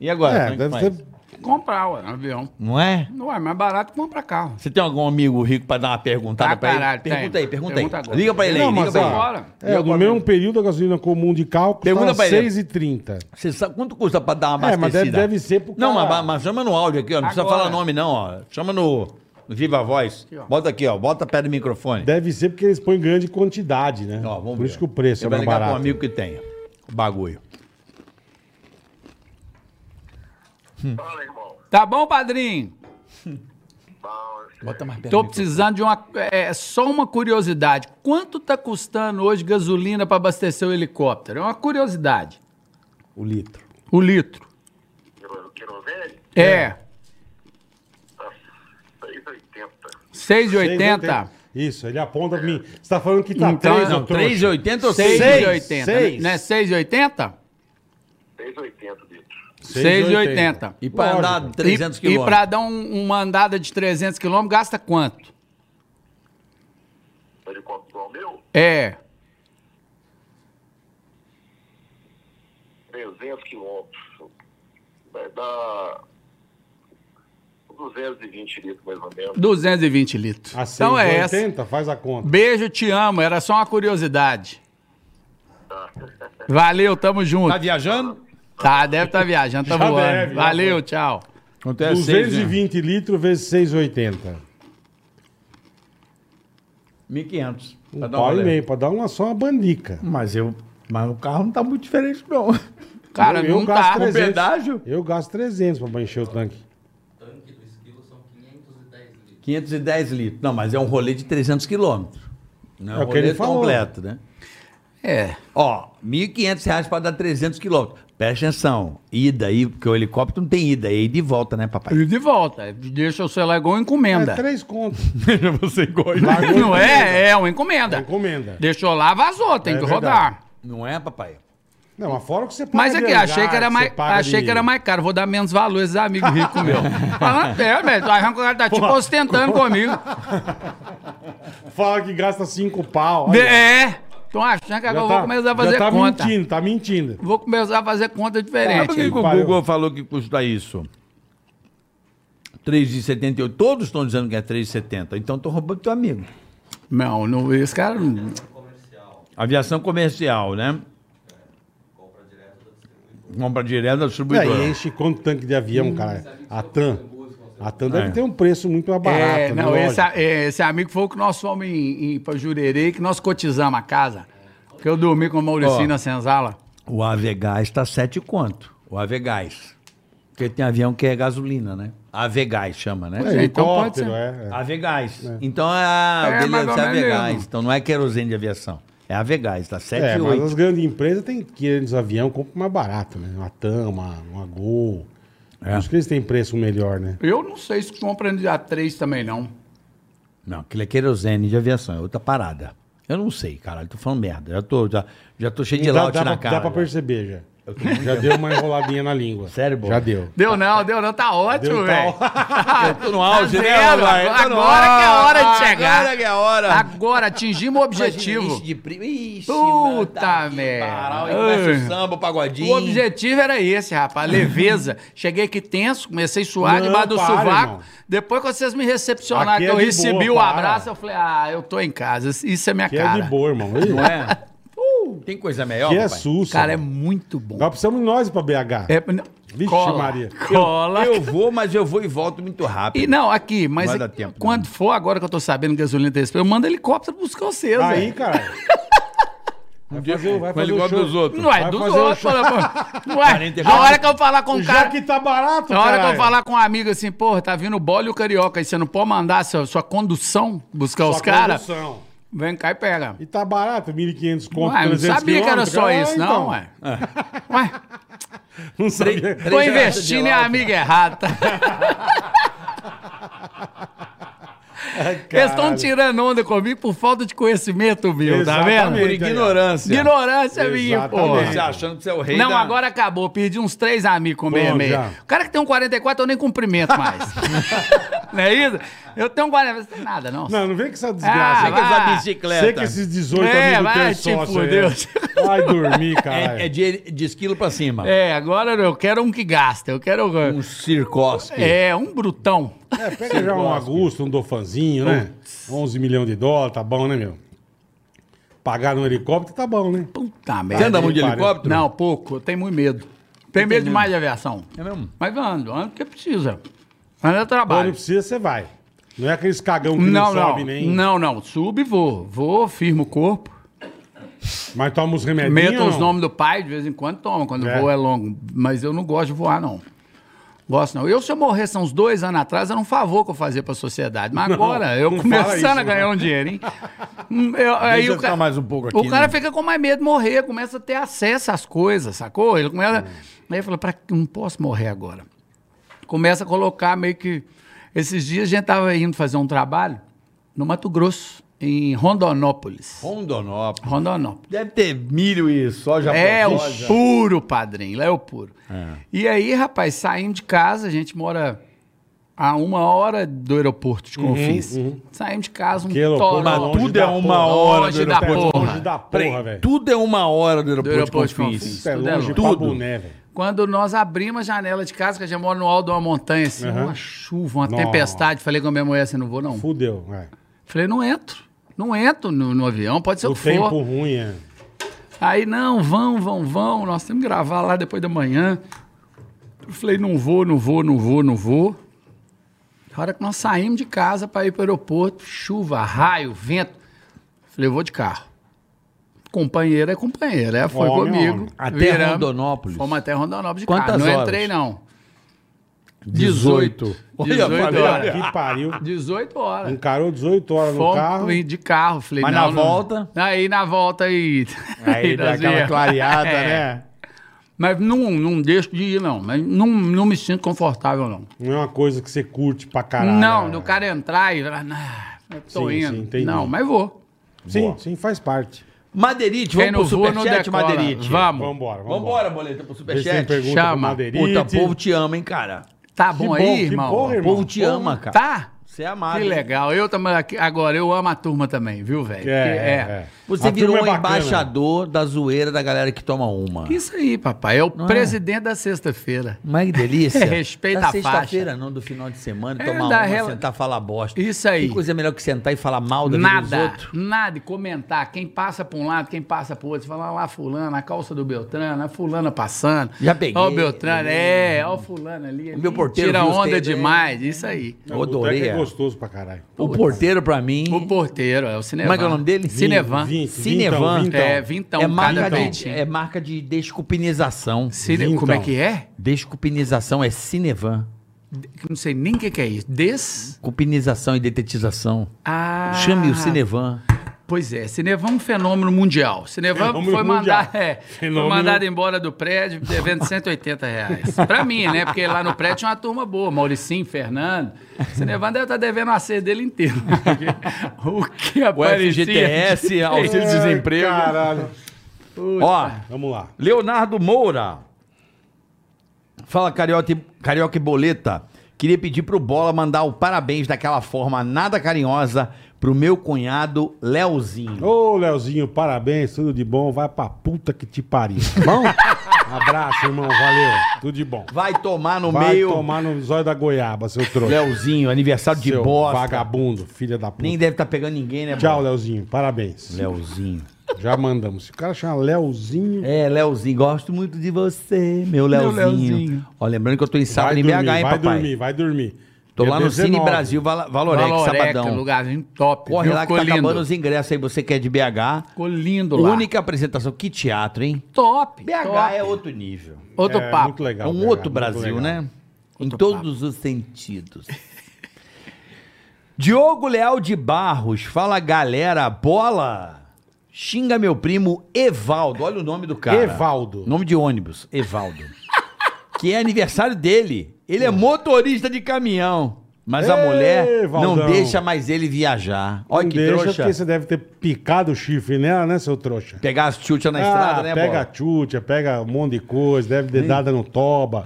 E agora?
É,
como que
deve
faz?
ser...
Comprar, ué, um avião.
Não é?
Não é mais barato que comprar carro.
Você tem algum amigo rico pra dar uma perguntada
Pra
Tá, pra ele?
caralho, tem.
Pergunta aí, pergunta,
Pergunta
aí.
agora.
Liga pra ele aí,
Não,
liga
mas
pra ele.
ó,
É, no mesmo período a gasolina comum de carro custava
Pergunta pra ele.
6,30.
Você sabe quanto custa pra dar uma
É, mas
abastecida?
deve- deve ser pro
Não,
cara-
mas, mas chama no áudio aqui, ó. Não precisa
Agora.
falar nome, não, ó. Chama no, no Viva Voz.
ó.
Bota aqui, ó. Bota perto do microfone.
Deve ser porque eles põem grande quantidade, né?
Ó, vamos
Por
ver.
isso que o preço
Você
é
vai
mais
ligar
barato.
pra um amigo que tenha. o Bagulho.
Fala, irmão.
Tá bom, padrinho?
Bom,
Bota mais perto.
Tô precisando de uma. É só uma curiosidade. Quanto tá custando hoje gasolina para abastecer o helicóptero? É uma curiosidade.
O litro.
O litro.
quero- querosene
É.
tá 6,80.
6,80.
Isso, ele aponta pra mim. Você tá falando que tá
Então,
3,
Não, 3,80 ou 6?
Seis.
6,80.
seis.
Né? 6,80?
6,80 litro.
6,80.
E pra
Lógico.
andar 300
E,
quilômetros.
e para dar um- uma andada de 300 quilômetros, gasta quanto?
O helicóptero ao meu,
É.
300 quilômetros. Vai dar 220 litros, mais ou menos.
220 litros.
A
então é essa.
6,80, faz a conta.
Beijo, te amo. Era só uma curiosidade. Valeu, tamo junto.
Tá viajando?
Tá, deve estar viajando, tá
Já
voando.
deve, já
Valeu,
foi.
tchau.
Quanto é 6,20.
220 litros vezes 6,80.
1.500.
Um pau e meio, pra dar uma só uma bandica.
Mas eu... Mas o carro não tá muito diferente, não.
Cara,
Eu- eu
não
gasto
tá.
três-
Pedágio?
Eu gasto 300 pra encher o tanque.
510 litros. Não, mas é um rolê de 300 quilômetros. Não é,
É
um
o que ele
rolê
falou.
completo, né?
É.
Ó, R$ 1.500 reais para dar 300 quilômetros. Presta atenção. Ida aí, porque o helicóptero não tem ida. É ida e volta, né, papai?
E de volta. Deixa o celular igual
É
encomenda.
três contos.
Você gosta.
Largou
Não
encomenda.
é? É uma encomenda.
Encomenda.
Deixou lá, vazou, tem
É
que
verdade.
rodar.
Não é, papai?
Não, mas fora o que você paga
Mas
de
aqui, achei
hangar,
que era
você
mais,
paga
achei
de-
que era mais caro. Vou dar menos valor a esses amigos ricos meus. Falando sério, velho. Arranca o cara tá tipo ostentando comigo.
Fala que gasta cinco pau. olha.
É. Tô achando que
Já
agora eu
tá-
vou começar a
já
fazer
tá
conta.
mentindo, tá mentindo.
Vou começar a fazer conta
Mas
diferente.
por que, que o
Pariu.
Google falou que custa isso? 3,78. Todos estão dizendo que é 3,70. Então tô roubando teu amigo.
Não, não, esse cara. não-
Aviação comercial, né? Compra direto da
É,
distribuidora.
e enche quanto tanque de
Hum.
avião, cara? A TAM. A TAM
É.
deve ter um preço muito mais barato.
É,
né?
não,
Lógico.
esse, a- é, esse amigo foi o que nós fomos em, em, pra Jurerê, que nós cotizamos a casa. Que eu dormi com o Mauricinho
Ó.
na senzala.
O Avegás tá 7 quanto? O Avegás. Porque tem avião que é gasolina, né? Avegás chama, né?
É,
então pode
helicóptero,
ser.
é. é.
Avegás. Então é,
É,
o dele
mais
deve
ou
ser
menos.
Avegás. Então não é querosene de aviação. É Avegás, tá 7
É,
e
mas
8.
as grandes empresas têm que ir nos avião, compra mais barato, né? Uma TAM, uma, uma Gol.
É.
Por isso que eles têm preço melhor, né?
Eu não sei se compra de A3 também, não.
Não, aquilo é querosene de aviação, é outra parada. Eu não sei, caralho, tô falando merda. Já tô, já, já tô cheio de
dá,
laute
dá
na
pra,
cara. né?
dá pra
já.
perceber já. Já deu uma enroladinha na língua.
Sério, bom?
Já deu.
Deu não, deu não, tá ótimo,
Deu
velho.
Eu tô no auge,
Tá
né?
zero,
Vai, eu tô no
agora que é a hora de
auge,
chegar.
Agora que é a hora.
Agora atingimos o objetivo.
Ixi, de prima. Ixi,
Puta
mano, que
merda.
Paral, e
Ai.
começa o samba, o pagodinho.
O objetivo era esse, rapaz, leveza. Cheguei aqui tenso, comecei a suar
Não,
debaixo do
para,
sovaco.
irmão.
Depois que vocês me recepcionaram,
Aqui
que
é
eu
de
recebi
boa,
o
para.
abraço, eu falei, ah, eu tô em casa, isso é minha
Que
cara.
é de boa, irmão.
Não
Ih,
é? Uh, Tem coisa melhor,
Que é
papai?
sussa.
Cara, é
mano.
muito bom.
Nós precisamos de nós pra BH.
É, não,
Vixe, Maria.
Cola.
Eu vou, mas eu vou e volto muito
E
rápido.
não, aqui, mas
Vai dar
aqui,
tempo,
quando for, agora que eu tô sabendo que gasolina tem esse preço, eu mando helicóptero buscar vocês,
Aí,
velho.
cara. Vai fazer, vai
Um Com ele
fazer o
igual
show. é
dos outros.
Ué,
Vai
é dos
fazer o
outros.
show.
pô. Ué,
44.
a hora que eu falar com o
Já
cara...
que tá barato,
Na hora que eu
caralho.
falar com um amigo assim, porra, tá vindo o bola e o carioca aí, você não pode mandar sua, sua condução buscar
Só
os caras?
produção.
Vem cá e pega.
E tá barato, 1.500 conto,
Ué, não
300
sabia que era
quilômetros,
só
cara. Ah,
isso,
então. É.
não, ué. Ué,
Não sabia.
tô
Três horas de
investindo em
lote.
amiga errada. Eles estão
Caralho.
tirando onda comigo por falta de conhecimento meu, tá
Exatamente.
vendo?
Por ignorância.
Ignorância minha, porra.
Exatamente.
Você achando que você é o rei
Não,
da-
agora acabou. Perdi uns três amigos com meia
Bom,
meia.
já.
O cara que tem um 44, eu nem cumprimento mais. não é isso? Eu tenho um 44, você tem nada, não.
Não, não vem com essa desgraça.
Ah,
Sei que essa
vai.
bicicleta...
tá. Sei que esses 18
É,
amigos
vai
têm
te
sócio aí. né?
fuder.
Vai dormir, caralho.
É, é de, de esquilo pra cima.
É, agora eu quero um que gasta. Eu quero.
Um circosque.
É, um brutão.
É, pega já um Augusto, um Dofanzinho, né? 11 milhões de dólares, tá bom, né, meu? Pagar num helicóptero tá bom, né?
Puta
Você anda
merda.
muito de
Pariu.
helicóptero?
Não, pouco. Eu tenho muito medo. Tenho medo demais de aviação.
É mesmo?
Mas ando, ando porque precisa. Ando é
Quando
trabalho.
precisa, você vai. Não é aqueles cagão que
Não,
não, sobe
não.
nem.
Não, não. Subo e vou. Vou, firmo o corpo.
Mas toma os remedinhos.
Meto
ou
os
não?
nomes do pai, de vez em quando toma, quando
É.
o voo é longo. Mas eu não gosto de voar, não. Gosto não. Eu, se eu morresse há uns dois anos atrás, era um favor que eu fazia pra sociedade. Mas agora, eu
não
começando
fala isso,
a ganhar
não.
um dinheiro, hein? Hum, eu- aí
eu
o
ficar
ca-
mais um pouco aqui,
O cara
né?
fica com mais medo de morrer, começa a ter acesso às coisas, sacou? Ele começa.
Hum.
Aí ele fala, pra que não posso morrer agora? Começa a colocar meio que. Esses dias a gente tava indo fazer um trabalho no Mato Grosso, em Rondonópolis.
Rondonópolis.
Rondonópolis.
Deve ter milho e soja.
É o
pra soja.
puro, padrinho. Lá é o puro.
É.
E aí, rapaz, saindo de casa, a gente mora a uma hora do aeroporto
Uhum,
de Confins. Saímos de casa, um
Que aeroporto
toro
Mas
Longe
tudo
da
é uma
porra.
hora
Longe da
aeroporto.
porra.
Longe da porra,
Peraí,
velho.
Tudo é uma hora do aeroporto de
aeroporto de
Confins.
Confins.
Isso é
tudo é
longe
longe.
pra
Tudo.
boné, velho.
Quando nós abrimos a janela de casa, que a gente mora no alto de uma montanha, assim,
Uhum.
uma chuva, uma
Nossa.
tempestade. Falei com a minha mulher assim, não vou não.
Fudeu, é. vai.
Falei, não entro. Não entro no, no avião, pode ser o
O
que for.
tempo ruim é.
Aí, não, vão, vão, vão, nós temos que gravar lá depois da manhã. Eu falei, não vou, não vou, não vou, não vou. Na hora que nós saímos de casa para ir para o aeroporto, chuva, raio, vento. Eu falei, eu vou de carro. Companheira é companheira, é, foi
Homem é
comigo.
homem.
Até
Viramos,
Rondonópolis.
Fomos até Rondonópolis de
Quantas
carro. Não
horas?
entrei, não.
18.
18.
Olha,
18
família.
horas.
Que pariu.
18 horas.
Encarou 18 horas no
Fomos
carro.
de carro. Falei,
Mas
não,
na
não.
volta?
Aí na volta aí.
Aí dá
nós
aquela
ia.
clareada,
É.
né?
Mas não, não deixo de ir, não. Mas não, não me sinto confortável, não.
Não é uma coisa que você curte pra caralho.
não,
né?
do cara entrar e falar, nah, eu tô
Sim, sim,
indo.
entendi.
não, mas vou.
Sim,
Boa.
sim, faz parte.
Maderite,
Quem
vamos
não
pro
voa, não
superchat,
decola.
Maderite.
Vamos.
Vambora, vambora.
Vambora, boleta, pro
Vê se tem
superchat.
pergunta
Chama.
pro Madeirite.
Puta, o povo te ama, hein, cara.
Tá
Que
bom aí,
que
irmão?
porra,
O povo te ama, cara.
Tá?
Você é amado.
Que
hein?
legal. Eu também aqui. Agora, eu amo a turma também, viu, velho?
É,
Porque
é, é.
Você
A
virou
turma
um
é bacana.
embaixador da zoeira da galera que toma uma.
Isso aí, papai. É o
é?
presidente da sexta-feira.
Mas que delícia.
Respeita
da
a
sexta-feira, não, do final de semana,
É,
tomar
da
uma,
rela-
sentar e falar bosta.
Isso aí.
Que coisa melhor que sentar e falar mal da vida dos
Nada,
outros?
nada de comentar. Quem passa pra um lado, quem passa pro outro. Fala "Ah lá, fulano, a calça do Beltrano, a fulana passando.
Já peguei.
Ó o Beltrano, é, ó o fulano ali. ali.
meu porteiro
Tira
viu os
onda
dedos,
demais, isso aí.
Não,
Eu
o
adorei,
boteco
é.
É gostoso pra caralho.
O porteiro, pra mim,
O porteiro, é o Cinevan.
Como é que é o nome dele?
Cinevan.
Vinte,
Cinevan.
vintão, vintão.
É, vintão,
é,
cada
marca de,
dentinho.
é marca de descupinização.
Cine-
vintão.
Como é que é?
Descupinização é cinevan.
Não sei nem o que, que é isso. Des...
Cupinização e detetização.
Ah,
Chame o cinevan.
Pois é, Cinevan é um fenômeno mundial. Cinevan
É, Fenômeno
foi, mandar,
mundial.
é, foi
Fenômeno-
mandado embora do prédio devendo 180 reais. Pra mim, né? Porque lá no prédio tinha uma turma boa, Mauricinho, Fernando. Cinevan deve estar devendo a ceia dele inteiro. porque o que
O
aparecia...
FGTS, auxílio é desemprego.
Ai, É, Caralho.
Ó,
Vamos lá.
Leonardo Moura. Fala, Carioca, e- Carioca e Boleta. Queria pedir pro Bola mandar o parabéns daquela forma nada carinhosa pro meu cunhado Leozinho.
Ô, Leozinho, parabéns, tudo de bom. Vai pra puta que te pariu, tá bom? Abraço, irmão, valeu. Tudo de bom.
Vai tomar no
Vai
meio,
tomar no zóio da goiaba, seu trouxa.
Leozinho, aniversário de
seu
bosta.
vagabundo, filha da puta.
Nem deve estar pegando ninguém, né,
Tchau,
Bola?
Leozinho, parabéns.
Leozinho.
Já mandamos. Se o cara chama Leozinho,
É, Leozinho, gosto muito de você, meu Leozinho.
Leozinho.
Ó, lembrando que eu tô em sábado em BH, hein,
vai
papai?
dormir, vai dormir.
Tô lá
Dia
no Cine
19.
Brasil Val Valorec,
Valoreca,
sabadão.
lugarzinho top.
Corre
viu?
lá que
Ficou
tá
lindo.
acabando os ingressos aí, você que é de BH.
Ficou lindo lá.
Única apresentação, que teatro, hein?
Top.
BH
top.
é outro nível.
Outro
É,
papo.
Muito legal.
é um
BH,
outro
muito
Brasil,
legal.
né? em todos os sentidos. Diogo Leal de Barros, fala galera, bola. Xinga meu primo Evaldo, olha o nome do cara.
Evaldo.
Nome de ônibus, Evaldo. que é aniversário dele. Ele é motorista de caminhão, mas a
Hum. Ei,
mulher não
Valdão.
deixa mais ele viajar. Olha
Não
que
deixa,
trouxa.
porque você deve ter picado o chifre nela, né, seu trouxa?
Pegar as tchutchas na
Ah,
estrada, né,
pega a
bola?
tchutcha, pega um monte de coisa, deve ter dada no toba.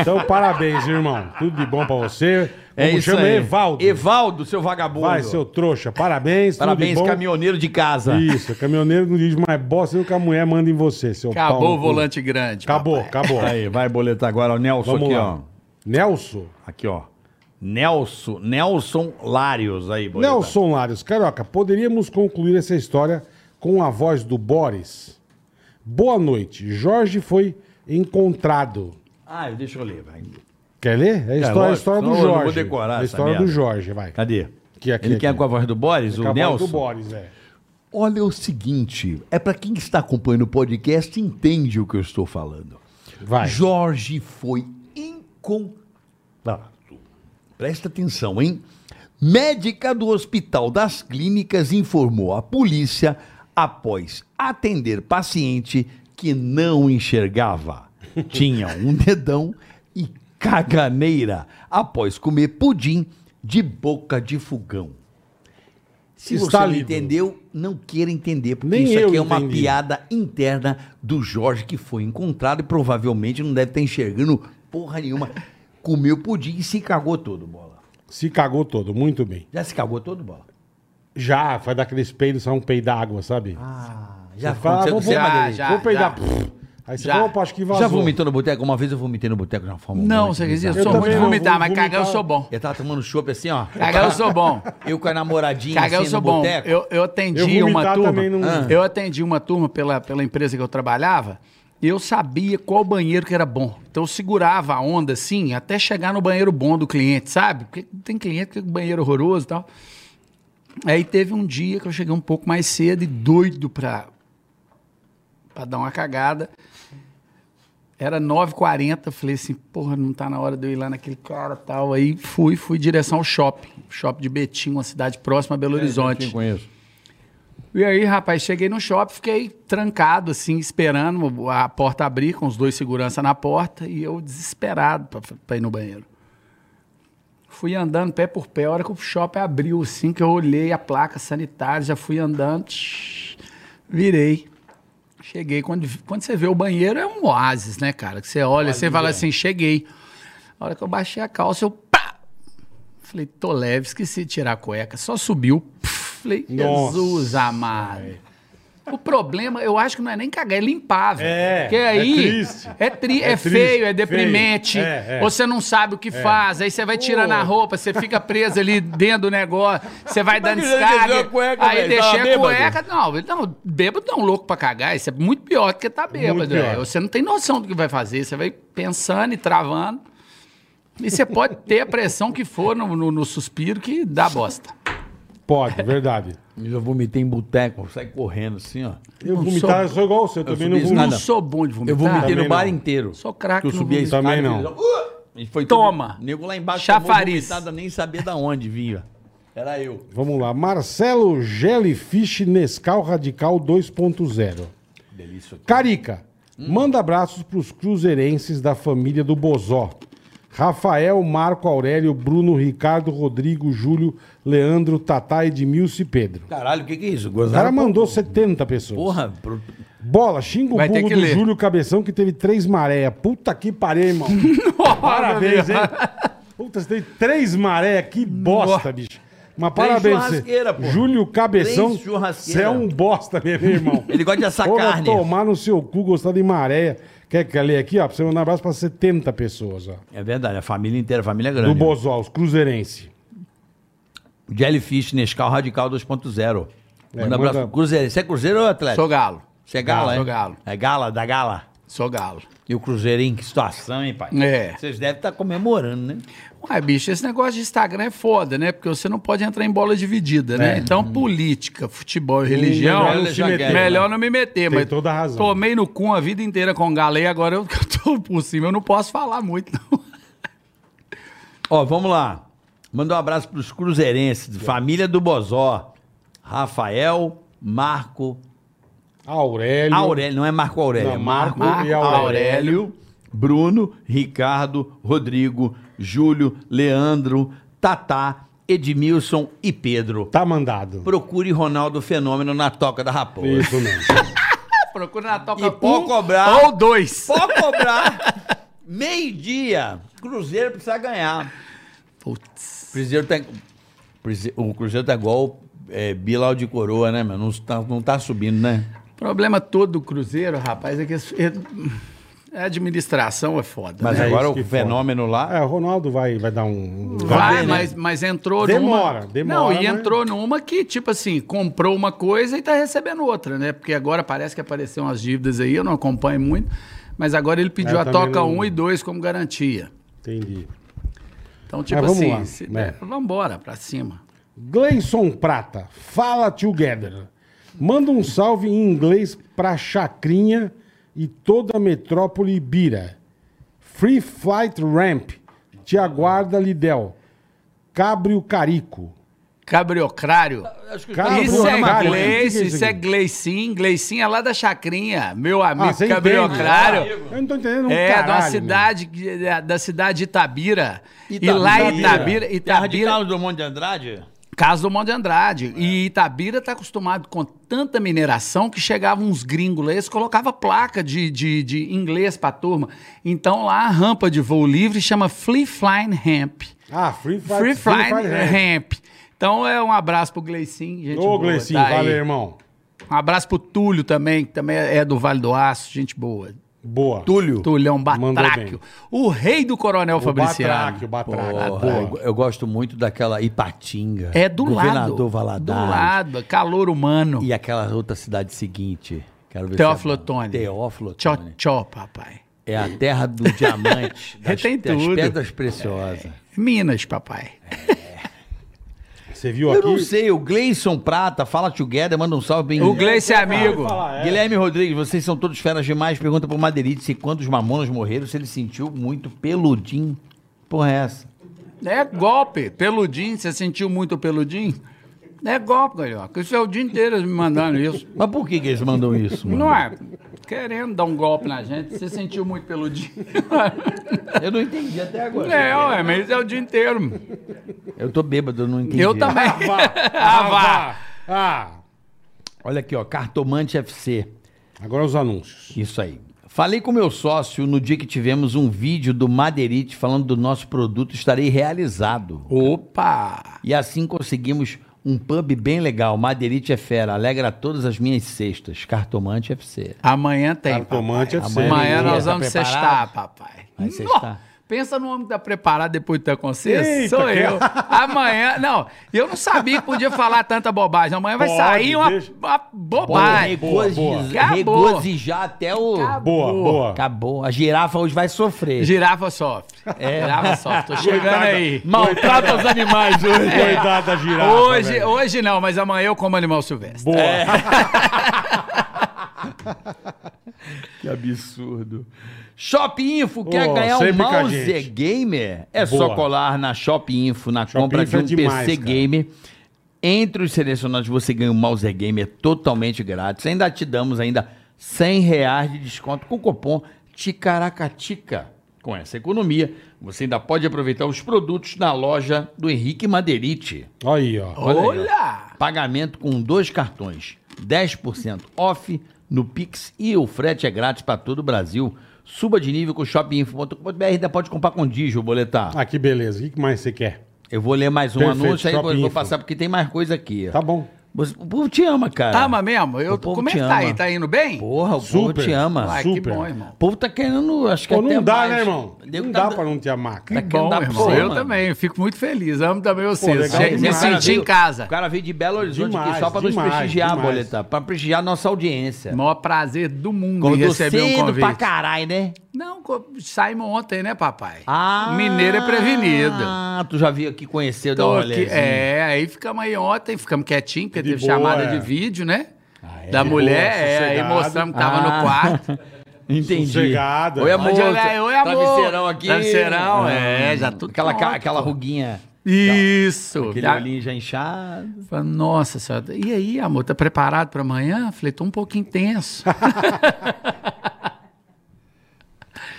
então, parabéns, irmão. Tudo de bom pra você.
É
Como
isso
chama
aí.
Evaldo.
Evaldo, seu vagabundo.
Vai, seu trouxa, parabéns. tudo de
Parabéns,
bom.
caminhoneiro de casa.
Isso, caminhoneiro não diz mais bosta do que a mulher manda em você, seu pau no
Acabou o
cu.
volante grande.
Acabou,
papai.
acabou.
Aí, vai boletar agora o Nelson
Vamos
aqui,
lá.
ó.
Nelson.
Aqui, ó. Nelson, Nelson Larios aí, boletar.
Nelson Larios, Carioca, poderíamos concluir essa história com a voz do Boris? Boa noite, Jorge foi encontrado.
Ah, deixa eu ler, vai.
Quer ler? É a história, a
lógico,
história do
senão eu não vou
Jorge. É
decorar
a
essa
história do
merda.
Jorge, vai.
Cadê?
Aqui, aqui,
Ele
aqui.
quer com a voz do Boris,
Com
o
a voz
Nelson?
do Boris, é.
Olha é o seguinte, é para quem está acompanhando o podcast entende o que eu estou falando.
Vai.
Jorge foi encontrado. Presta atenção, hein? Médica do Hospital das Clínicas informou a polícia após atender paciente que não enxergava. Tinha um dedão e caganeira após comer pudim de boca de fogão. Se você não
Estálido.
entendeu, não queira entender, porque
Nem
isso aqui
eu
é uma
entendi.
piada interna do Jorge que foi encontrado e provavelmente não deve estar enxergando porra nenhuma. Comeu pudim e se cagou todo, bola.
Se cagou todo, muito bem.
Já se cagou todo, bola?
Já, vai dar aqueles peidos, só um peido d'água, sabe?
Ah, já
Você fala,
aconteceu
vou,
com você,
vou-
Madeira?
já,
vou peidar.
já.
pff. Aí você
Já.
fala, opa, acho que
já,
vazou.
vomitou no boteco? Uma vez eu vomitei no boteco de uma forma
Não,
muito
você quer dizer,
bizarra.
eu sou
também
muito
não, vou
vomitar, mas cagar eu
vomitar. tá-
sou bom.
Eu tava tomando chopp assim, ó.
Cagar eu sou bom.
Eu com a namoradinha
Cagar eu
assim
sou
no
bom.
boteco.
Eu, eu atendi
Eu
uma
vomitar
turma.
também não- Ah.
Eu atendi uma turma pela, pela empresa que eu trabalhava. e Eu sabia qual banheiro que era bom. Então eu segurava a onda assim até chegar no banheiro bom do cliente, sabe? Porque tem cliente que é banheiro horroroso e tal. Aí teve um dia que eu cheguei um pouco mais cedo e doido pra, pra dar uma cagada. Era 9h40, falei assim, porra, não tá na hora de eu ir lá naquele cara e tal. Aí fui, fui em direção ao shopping. Shopping de Betim, uma cidade próxima a Belo Horizonte.
conheço.
E aí, rapaz, cheguei no shopping, fiquei trancado, assim, esperando a porta abrir, com os dois segurança na porta, e eu desesperado pra- pra ir no banheiro. Fui andando pé por pé, a hora que o shopping abriu, assim, que eu olhei a placa sanitária, já fui andando, tsh, virei. Cheguei, quando, quando você vê o banheiro, é um oásis, né, cara? Que você olha, você fala assim, cheguei. A hora que eu baixei a calça, eu pá! Falei, tô leve, esqueci de tirar a cueca. Só subiu. puf, Falei,
Nossa,
Jesus amado. O problema, eu acho que não é nem cagar, é limpar, velho.
É,
Porque
é
aí
triste.
É, tri, é,
É triste,
feio, é
feio.
deprimente.
É, é.
Você não sabe o que faz, aí você vai tirando a roupa, você fica preso ali dentro do negócio, você vai dando
que ele deixou a
descarga.
cueca,
Aí
velho? Tava
deixei a
bêbado?
cueca. Não, ele não, bêbado tá um louco pra cagar, isso é muito pior do que tá bêbado.
pior.
é. Você não tem noção do que vai fazer, você vai pensando e travando. E você pode ter a pressão que for no, no- no suspiro que dá bosta.
Pode, verdade.
Eu já vomitei em boteco, sai correndo assim, ó.
Eu
Não
vomitar,
sou-
eu sou igual você, eu também não
subi
Não
vomito.
escada.
sou bom de vomitar.
Eu vomitei
Também
no bar
não.
inteiro.
Sou craque
Que eu
no
subi a
vômito.
escada
Também
e
não.
fiz, ó, "Uh!" E foi
Toma.
Tudo, nego lá embaixo
Chafariz.
tomou vomitada, nem sabia da onde vinha. Era eu.
Vamos lá. Marcelo Jellyfish Nescau Radical 2.0.
Delícia.
Carica, manda abraços pros cruzeirenses da família do Bozó. Rafael, Marco Aurélio, Bruno, Ricardo, Rodrigo, Júlio, Leandro, Tatá, Edmilson e Pedro.
Caralho, o que, que é isso?
O
Gozaram
cara mandou 70 pessoas.
Porra, pro-
Bola, xinga o
Vai ter
burro
que
do
ler.
Júlio Cabeção que teve três maré. Puta que pariu, irmão. parabéns, hein? Puta, você teve três maré, que bosta, bicho. Mas
Três
parabéns. você.
churrasqueira, pô.
Júlio Cabeção,
Três
você
churrasqueira.
é um bosta mesmo, irmão.
ele gosta de assar
Porra,
carne.
tomar no seu cu, gostar de maré. Quer que eu leia aqui, ó? Pra você mandar um abraço pra 70 pessoas, ó.
É verdade, a família inteira, a família é
Do
grande.
Bozol, os cruzeirense.
Jellyfish Nescau Radical 2.0.
É,
manda
manda-
abraço. pro Cruzeiro. Você é Cruzeiro ou Atlético?
Sou galo.
Você é gala,
Sou
é?
galo.
É gala, da gala.
Sou galo.
E o Cruzeiro, hein? Que situação, hein, pai?
É.
Vocês devem estar comemorando, né?
Ué, bicho, esse negócio de Instagram é foda, né? Porque você não pode entrar em bola dividida, né? Então, política, futebol e religião.
melhor
Hum, Melhor,
não
não,
se
meter,
né?
me meter,
Tem
mas.
toda a razão.
Tomei no cu a vida inteira com galo e agora eu, eu tô por cima, eu não posso falar muito, não.
Ó, vamos lá. Manda um abraço pros cruzeirenses, família do Bozó. Rafael, Marco,
Aurélio.
Aurélio, não é Marco Aurélio,
Não,
é
Marco e Aurélio.
Aurélio. Bruno, Ricardo, Rodrigo, Júlio, Leandro, Tatá, Edmilson e Pedro.
Tá mandado.
Procure Ronaldo Fenômeno na Toca da Raposa.
Isso mesmo.
Procura na toca
E pode
um
cobrar.
ou dois.
Só cobrar meio-dia. Cruzeiro precisa ganhar.
Putz.
Cruzeiro tá, Cruze- o Cruzeiro tá igual é, Bilal de Coroa, né, mano? Não tá, não tá subindo, né?
O problema todo do Cruzeiro, rapaz, é que esse- é- a administração é foda.
Mas
né?
É
agora
isso
o
que foda.
fenômeno lá.
É, o Ronaldo vai, vai dar um.
Vai,
ver, né?
mas, mas entrou
Demora,
numa...
demora,
Não,
mas-
e entrou numa que, tipo assim, comprou uma coisa e tá recebendo outra, né? Porque agora parece que apareceram as dívidas aí, eu não acompanho muito, mas agora ele pediu
É, Eu
a
também
toca
não-
1 e 2 como garantia.
Entendi.
Então, tipo
vamos
assim,
lá,
se-
né?
vambora, pra cima.
Gleison Prata, fala together. Manda um salve em inglês pra Chacrinha e toda a metrópole Ibira. Free Flight Ramp, te aguarda, Lidel. Cabrio Carico.
Cabriocrário.
Acho que
Cara, Ah,
isso
Bruno
é
Armário, né? O que que é
Gleice,
isso
isso é
aqui? Ah,
Gleicin. Gleicin é lá da Chacrinha, meu amigo
você entende?
Cabriocrário.
Eu não tô entendendo um
É,
caralho.
da
meu.
cidade, que- da- da cidade de Itabira. E
Itabira.
lá em Itabira,
Terra de
Itabira,
Carlos do Monte de Andrade?
Caso do Monte Andrade. E Itabira está acostumado com tanta mineração que chegavam uns gringos lá, eles colocavam placa de, de, de inglês para turma. Então lá a rampa de voo livre chama Free Flying Ramp.
Ah, Free Flight,
Free Flying
Ramp.
Ramp. Então é um abraço pro Gleicin, gente.
Ô,
boa,
Gleicinho,
tá aí.
valeu, irmão.
Um abraço pro Túlio também, que também é do Vale do Aço, gente boa.
Boa.
Túlio.
Tulhão
Mandou
Batráquio. O rei do Coronel Fabriciano.
Batráquio, Batráquio.
Porra, eu,
Boa.
eu gosto muito daquela Ipatinga.
É do lado.
Governador Valadares.
Do lado, calor humano.
E aquela outra cidade seguinte. Quero ver se
Teófilo
é-
Otoni.
Teófilo
Tchó,
Otoni.
tchó, papai.
É a terra do diamante. das,
Tem
das
tudo.
pedras
É.
preciosas.
Minas, papai.
Você viu
Eu
aqui?
não sei, o Gleison Prata, fala together, manda um salve bem.
O Gleice é amigo.
falar, é.
Guilherme Rodrigues, vocês são todos feras demais. Pergunta pro Madeirite se quando os mamonas morreram, se ele sentiu muito peludinho. Porra, é essa?
É golpe. Peludinho, você sentiu muito peludinho? É golpe, galhoca. Isso é o dia inteiro eles me mandando isso.
Mas por que, que eles mandam isso, mano?
Não é? Querendo dar um golpe na gente. Você sentiu muito peludinho?
Eu não entendi até agora.
É, ué, mas isso é o dia inteiro.
Eu tô bêbado, eu não entendi.
Eu também.
Ah,
Ah, vá.
vá. Ah,
Olha aqui, ó, Cartomante FC.
agora os anúncios.
Isso aí. Falei com meu sócio no dia que tivemos um vídeo do Madeirite falando do nosso produto, estarei realizado.
Opa!
E assim conseguimos um pub bem legal. Madeirite é fera, alegra todas as minhas sextas. Cartomante FC.
Amanhã tem.
Cartomante
papai.
FC.
Amanhã
Amanhã,
nós
tá
vamos
preparado?
sextar, papai.
Vai sextar?
Nó, Pensa no homem que tá preparado depois de ter consciência.
Eita,
Sou
que-
eu. Amanhã. Não, eu não sabia que podia falar tanta bobagem. Amanhã vai
Pode,
sair uma,
deixa.
uma bobagem.
boa, boa.
regozijar
Acabou.
regozijar até o.
Acabou.
Boa, boa.
Acabou. A girafa hoje vai sofrer.
Girafa sofre. Girafa sofre. Tô chegando
Coitada.
aí. É.
Maltrata os animais hoje.
Coitada
É.
da girafa. né?
Hoje,
velho.
É.
hoje não, mas amanhã eu como animal silvestre.
Boa.
Que absurdo. Shop Info, quer
Ô,
ganhar um
sempre com a
mouse
gente.
gamer? É só
Boa.
colar na Shop Info, na
Shop
compra
Info
de um
é demais,
PC
cara.
gamer. Entre os selecionados, você ganha um mouse gamer totalmente grátis. Ainda te damos ainda R$ 100 reais de desconto com o cupom TICARACATICA. Com essa economia, você ainda pode aproveitar os produtos na loja do Henrique Maderite.
Olha aí, ó.
Olha!
Pagamento com dois cartões, 10% off no Pix e o frete é grátis para todo o Brasil. Suba de nível com shopinfo.com.br, ainda pode comprar com Digio, boletar.
Ah, que beleza. O que mais você quer?
Eu vou ler mais um
Perfeito,
anúncio, aí eu
Shop
vou
Info.
passar porque tem mais coisa aqui. ó.
Tá bom.
Você- o povo te ama, cara.
Tá, mas mesmo? Eu,
É. O povo
como é
te
que tá
ama.
aí? Tá indo bem?
Porra, o povo
Super.
te ama.
Ai, que
super.
bom, irmão.
O povo tá querendo, acho que
Pô,
até
não dá,
mais.
né, irmão?
Deu-
não
tá
dá
do-
pra não te amar,
Que
cara.
Tá
bom,
querendo dar pra
irmão.
você,
eu
mano.
também. eu Fico muito feliz. Amo também vocês.
legal
Che- Me
demais.
senti em casa.
O cara veio de Belo Horizonte aqui
um Demais,
só pra nos
demais,
prestigiar,
demais.
boletar. Pra prestigiar a nossa audiência.
O maior prazer do mundo em
Acordou
receber um
cedo
convite.
é pra caralho, né?
Não, co- saímos ontem, né, papai?
Ah,
Mineiro é prevenido.
Ah, tu já veio aqui conhecer, dar
Tô
uma
aqui-
olhada.
é, aí ficamos aí ontem, ficamos quietinhos, porque
De
teve
boa,
chamada
é.
de vídeo, né?
é?
da
De
mulher,
boa,
é, aí
sossegado.
mostramos que tava
Ah.
no quarto.
Entendi.
Sossegado.
Oi, amor.
Pode olhar aí, oi, amor.
Travesseirão aqui.
Travesseirão, é, já tudo
Aquela, ca-
pronto,
aquela
pô.
ruguinha,
Isso.
aquele
Da-
olhinho já inchado.
Falei, Nossa senhora, e aí, amor, tá preparado pra amanhã? Falei, tô um pouco intenso.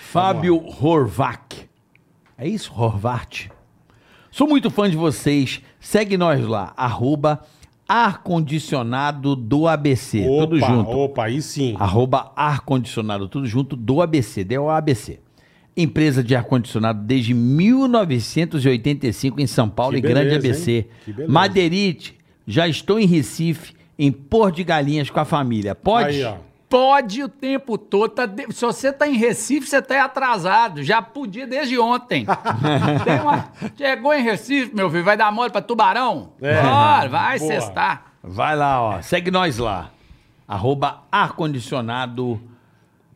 Fábio Horvath. É isso, Horvath? Sou muito fã de vocês. Segue nós lá, arroba arcondicionado do ABC.
Opa,
tudo junto.
Opa, aí sim.
Arroba ar-condicionado, tudo junto, do ABC, DO ABC. Empresa de ar-condicionado desde 1985 em São Paulo
Que
e Grande
beleza, hein?
ABC.
Que beleza.
Madeirite, já estou em Recife, em Pôr de Galinhas com a família. Pode?
Aí, ó.
Pode o tempo todo. tá de- Se você tá em Recife, você tá atrasado. Já podia desde ontem. Tem uma- Chegou em Recife, meu filho, vai dar mole pra Tubarão?
É.
Bora, vai
Boa.
cestar.
Vai lá, ó. Segue nós lá. Arroba ar-condicionado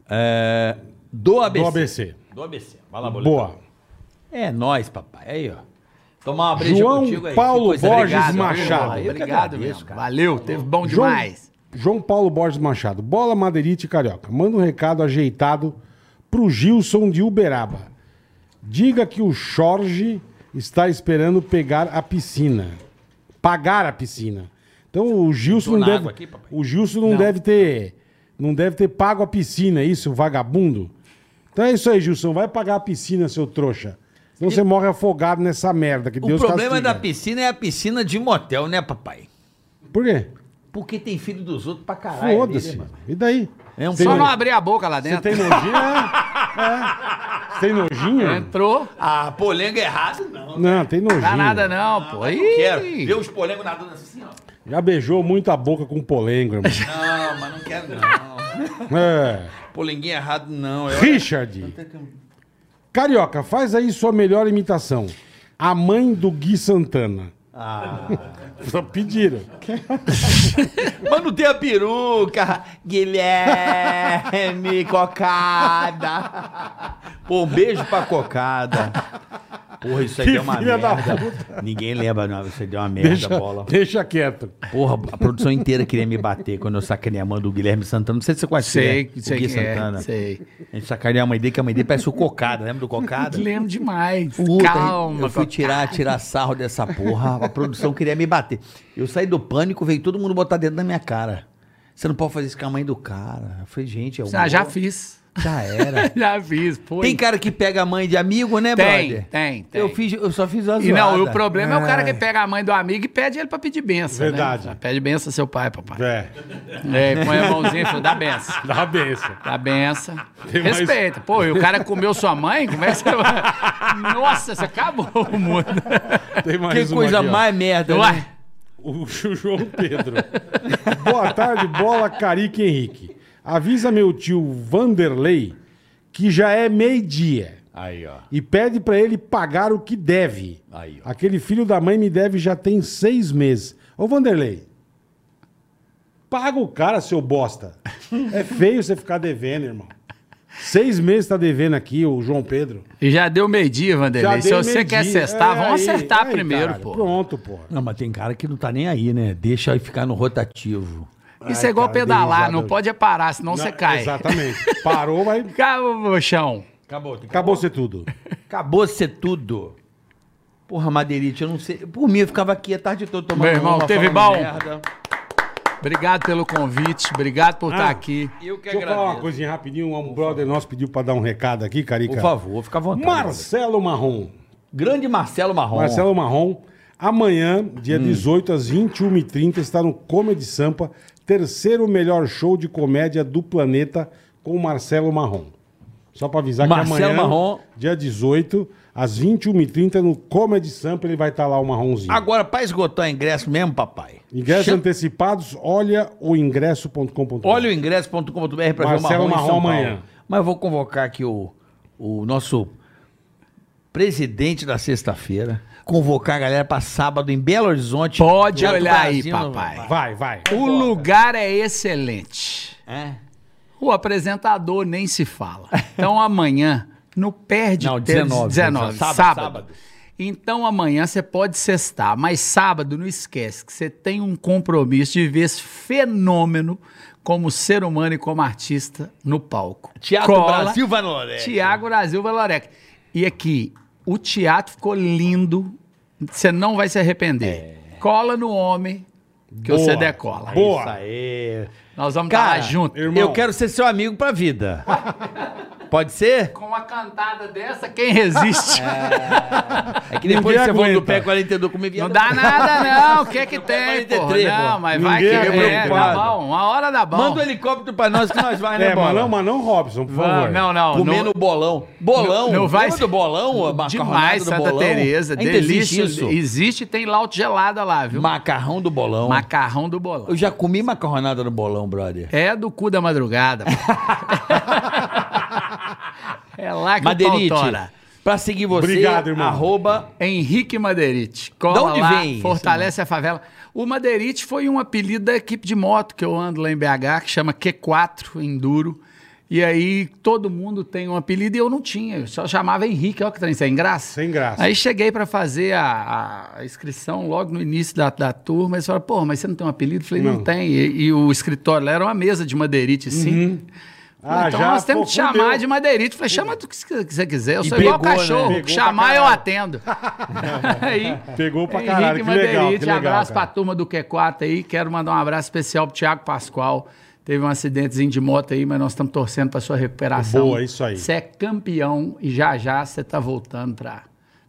é, do ABC.
Do ABC.
Do ABC. Vai lá, boleto.
Boa.
É nós, papai. Aí, ó. Tomar uma breja
João
contigo aí.
Paulo
Que coisa
Borges
legal.
viu,
Machado.
irmão?
Eu que
Obrigado,
agradeço,
mesmo.
cara.
Valeu, teve bom demais.
João, João Paulo Borges Machado. Bola Madeirite e Carioca. Manda um recado ajeitado pro Gilson de Uberaba. Diga que o Jorge está esperando pegar a piscina. Pagar a piscina. Então o Gilson
Tô
não
na
deve.
água aqui, papai.
o Gilson não, deve ter. Não deve ter pago a piscina, é isso, vagabundo? Então é isso aí, Gilson. Vai pagar a piscina, seu trouxa. Senão você morre afogado nessa merda que
O
Deus
problema
castiga.
da piscina é a piscina de motel, né, papai?
Por quê?
Porque tem filho dos outros pra caralho. ali,
Foda-se.
né, mano?
E daí?
É um
Tem
Só
filho.
não abrir a boca lá
Você
dentro.
tem nojinho? É. É. Você tem nojinho?
Entrou,
Ah, polengo errado, não. Não
Não, tem nojinho.
dá nada né? não, pô. Ih,
quero. Ver os polengos nadando assim, ó.
Já beijou muito a boca com polengo, irmão.
Não, mas não quero, não.
É.
Polenguinho errado, não. Eu-
Richard. Carioca, faz aí sua melhor imitação. A mãe do Gui Santana. Ah. Só pediram.
Mas não tem a peruca. Guilherme, cocada. Pô, um beijo pra cocada. Porra, isso aí
Que
deu uma
filha da
merda. Ninguém lembra, não. Isso aí deu uma merda,
Deixa,
bola.
deixa quieto.
Porra, a produção inteira queria me bater quando eu sacanei a mãe do Guilherme Santana. Não sei se você conhece
Sei,
né?
sei
o Gui
quem é,
Santana.
sei.
A gente sacaneou a mãe dele, que a mãe dele parece o Cocada. Lembra do Cocada?
Lembro demais.
Puta,
Calma,
eu fui
co-
tirar, tirar sarro dessa porra. A produção queria me bater. Eu saí do pânico, veio todo mundo botar dedo na minha cara. Você não pode fazer isso com a mãe do cara. Eu falei, gente, é
Ah,
humor.
já fiz.
Já era.
Já fiz, pô.
Tem cara que pega a mãe de amigo, né,
Tem,
brother?
tem, tem.
Eu, fiz, eu só fiz uma
E não, e
zoada.
o problema é o cara que
Ai.
pega a mãe do amigo e pede ele pra pedir benção. né?
Verdade.
Pede benção ao seu pai, papai.
É,
É, põe a mãozinha e fala, dá benção.
dá a benção.
Dá benção.
Tem mais-
Respeita. Pô, e o cara comeu sua mãe? Como é que você vai. Nossa, você acabou o mundo.
Tem
Que
mais uma
coisa
aqui, ó.
mais merda, né?
Ué,
O João Pedro. Boa tarde, bola Carica Henrique. Avisa meu tio Vanderlei que já é meio-dia
Aí, ó.
e pede pra ele pagar o que deve.
Aí, ó.
Aquele filho da mãe me deve já tem seis meses. Ô, Vanderlei, paga o cara, seu bosta. É feio você ficar devendo, irmão. Seis meses tá devendo aqui o João Pedro.
e já deu meio-dia,
Já
Vanderlei. Se
dei
você
meio-dia.
quer acertar,
É
vamos
aí,
acertar
aí,
primeiro,
caralho.
pô.
Pronto, pô.
Não, mas tem cara que não tá nem aí, né? Deixa aí ficar no rotativo.
Isso é igual
cara,
pedalar,
delizado.
não pode é parar, senão você
Não,
cai.
Exatamente. Parou, vai.
Acaba, mochão.
Acabou.
Acabou ser tudo.
Acabou ser tudo. Porra, Madeirite, eu não sei. Por mim, eu ficava aqui a tarde toda tomando
Meu irmão,
uma,
teve
falando
bom?
merda.
Obrigado pelo convite, obrigado por estar
Ah.
aqui.
Eu que
Deixa eu falar uma
agradeço.
coisinha rapidinho. Um brother nosso pediu pra dar um recado aqui, Carica.
Por favor, fica à vontade.
Marcelo Marrom.
Grande Marcelo Marrom.
Marcelo Marrom. Amanhã, dia
Hum.
18, às 21h30, está no Comedy Sampa, terceiro melhor show de comédia do planeta com Marcelo Marrom. Só pra avisar que
Marcelo
amanhã,
Marrom.
dia 18, às 21h30, no Comedy Sampa, ele vai estar lá o Marronzinho.
Agora, pra esgotar ingresso mesmo, papai.
Ingressos
Chama-
antecipados, olha o ingresso.com.br.
Olha o ingresso.com.br pra ver o Marrom, em São
Marcelo Marrom amanhã.
Paulo. Mas eu vou convocar aqui o, o nosso presidente da sexta-feira, convocar a galera pra sábado em Belo Horizonte.
Pode
Teatro
olhar aí,
Brasil,
papai.
Vai, vai.
O lugar é excelente.
É.
O apresentador nem se fala. Então amanhã, no Perde
Não,
Tempo-
19,
19,
sábado,
sábado,
sábado.
Então amanhã você pode cestar, mas sábado não esquece que você tem um compromisso de ver esse fenômeno como ser humano e como artista no palco.
Teatro
Cola,
Brasil vai no Loré.
Tiago Brasil Valorec. E aqui, o teatro ficou lindo. Você não vai se arrepender.
É.
Cola no homem que você
Boa.
decola.
Boa.
Isso aí.
Nós vamos estar
Cara,
lá junto.
Irmão.
eu quero ser seu amigo pra vida. Pode ser?
Com uma cantada dessa, quem resiste?
É que depois
Ninguém
você volta do
aguenta.
pé 42 comigo.
Não dá nada, não. O que é que tem,
43,
porra?
pô.
Não, mas vai que
Ninguém é
é, tá
preocupado.
bom. Uma hora dá bom.
Manda um helicóptero pra nós que nós vai, né,
É, mas
bola?
não, mas não Robson, por
Vamos,
favor.
Não, não.
Comendo
não-
bolão. Bolão.
Não, não vai
Lembra
ser-
do bolão? a macarronada
Demais,
do
Santa
bolão?
Teresa.
Ainda existe
Delícia.
isso?
Existe, tem laute gelada lá, viu?
Macarrão do bolão.
Macarrão do bolão.
Eu já comi macarronada no bolão, brother.
É do cu da madrugada. pô. é lá que
Madeirite,
o pau tora.
pra seguir você,
Obrigado, irmão.
arroba...
Henrique Madeirite. Cola
onde
lá,
vem isso,
fortalece a favela. O Madeirite foi um apelido da equipe de moto que eu ando lá em BH, que chama Q4 Enduro. E aí todo mundo tem um apelido e eu não tinha. Eu só chamava Henrique. Olha que trem é sem graça.
Sem graça.
Aí cheguei pra fazer a, a inscrição logo no início da, da turma. Eles falaram, pô, mas você não tem um apelido? Eu falei, não,
Não.
tem. E, e o escritório lá era uma mesa de Madeirite, assim.
Ah,
então
já,
nós temos
pô,
que chamar
fudeu.
de madeirite. Falei, chama do que você que você quiser. Eu
E
sou igual
pegou, né?
cachorro.
Pegou pra
chamar eu
caralho.
atendo. aí,
Pegou pra
Henrique
caralho, que legal, que legal,
abraço
cara.
pra turma do Q4 aí. Quero mandar um abraço especial pro Thiago Pascoal. Teve um acidentezinho de moto aí, mas nós estamos torcendo pra sua recuperação.
Boa, isso aí.
Você é campeão e já já você tá voltando pra,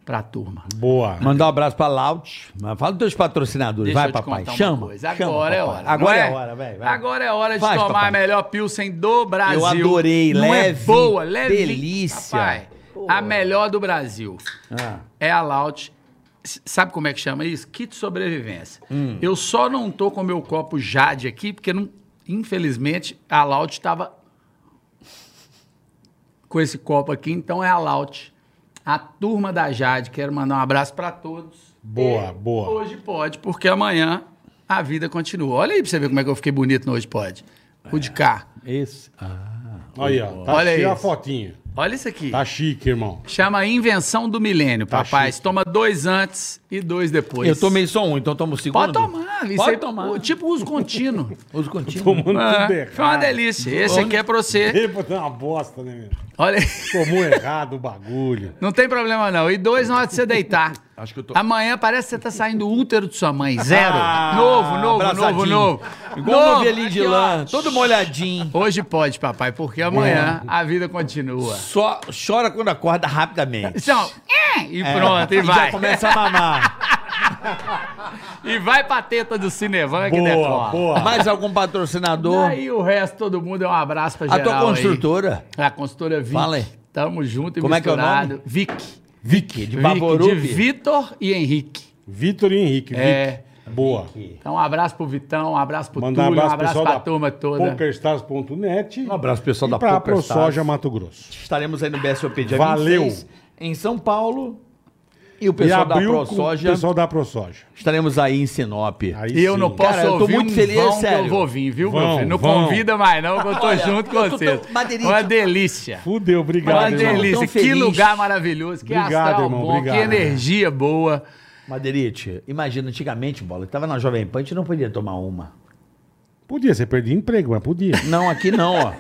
pra turma.
Boa.
Mandar um abraço pra Laut. Mas Fala dos teus patrocinadores.
Deixa
vai,
eu te
papai.
contar uma
Chama.
coisa. Agora
chama,
é
papai.
hora.
Agora
não
é hora, velho. vai.
Agora é hora de
Faz,
tomar
papai.
a melhor Pilsen do Brasil.
Eu adorei,
não
leve,
É boa, leve.
delícia.
Papai, a melhor do Brasil
Ah.
é a Laut. S- Sabe como é que chama isso? Kit sobrevivência.
Hum.
Eu só não tô com o meu copo Jade aqui, porque não- infelizmente a Laut estava com esse copo aqui, então é a Laut. A turma da Jade, quero mandar um abraço para todos.
Boa, boa.
Hoje pode, porque amanhã a vida continua. Olha aí pra você ver como é que eu fiquei bonito no Hoje Pode. O
É.
de cá.
Isso. Ah.
Aí, ó. Tá
Olha
cheia a
isso.
fotinha.
Olha isso aqui.
Tá chique, irmão.
Chama Invenção do Milênio,
Tá
papai.
chique.
Toma dois antes e dois depois.
Eu tomei só um, então tomo o
Pode
segundo.
tomar. Isso
Pode
aí,
tomar.
o- Tipo uso contínuo.
Uso contínuo.
Tomando
Ah,
tudo
foi uma
errado.
delícia. Esse aqui é pra você.
Bêbado é uma bosta, né, meu?
Olha aí.
Tomou errado o bagulho.
Não tem problema, não. E dois na hora de você deitar.
Acho que eu tô-
Amanhã parece que você tá saindo do útero de sua mãe. Zero.
Ah,
novo, novo, novo,
abraçadinho.
novo.
Igual o
Novo.
novelinho de
Aqui, ó.
lã, todo molhadinho. É.
Hoje pode, papai, porque amanhã a vida continua.
Só chora quando acorda rapidamente.
Então, é, e pronto, e
Já
vai.
começa a mamar.
E vai pra teta do Cinevan que
Boa,
decola.
boa.
Mais algum patrocinador?
Aí o resto, todo mundo, é um abraço pra
a
geral
tua construtora.
Aí. A construtora Vic.
Fala aí.
Tamo junto e
Como é que é o
misturado.
nome?
Vic.
Vicky, de
Vic,
Baborupi.
de Vitor e Henrique.
Vitor e Henrique, Vic.
É.
Boa.
Então, um abraço pro Vitão, um abraço pro
Mandar um
Túlio,
abraço,
um abraço
pessoal
pra
da
turma toda.
PokerStars.net.
Um abraço, pessoal
e
da
pra
PokerStars.
ProSoja Mato Grosso.
Estaremos aí no BSOP dia
Valeu.
26, em São Paulo. E o pessoal da
com
ProSoja.
o pessoal da ProSoja.
Estaremos aí em Sinop.
Aí
E eu
sim.
não posso
Cara, eu tô
ouvir
muito
um
feliz,
vão
sério.
que eu vou vir, viu, meu
Vão,
filho? Não
vão.
convida mais não, que eu tô
Olha,
junto com
eu tô
vocês.
tão- Madeirite.
Uma delícia.
Fudeu,
Uma
obrigado, irmão.
delícia.
Tão
Que
feliz.
lugar maravilhoso, que
Obrigado,
astral
irmão,
bom,
obrigado.
que energia boa.
Madeirite, imagina, antigamente, bola, que tava na Jovem Pan, a gente não podia tomar uma.
Podia, você perdia emprego, mas podia.
Não, aqui não, ó.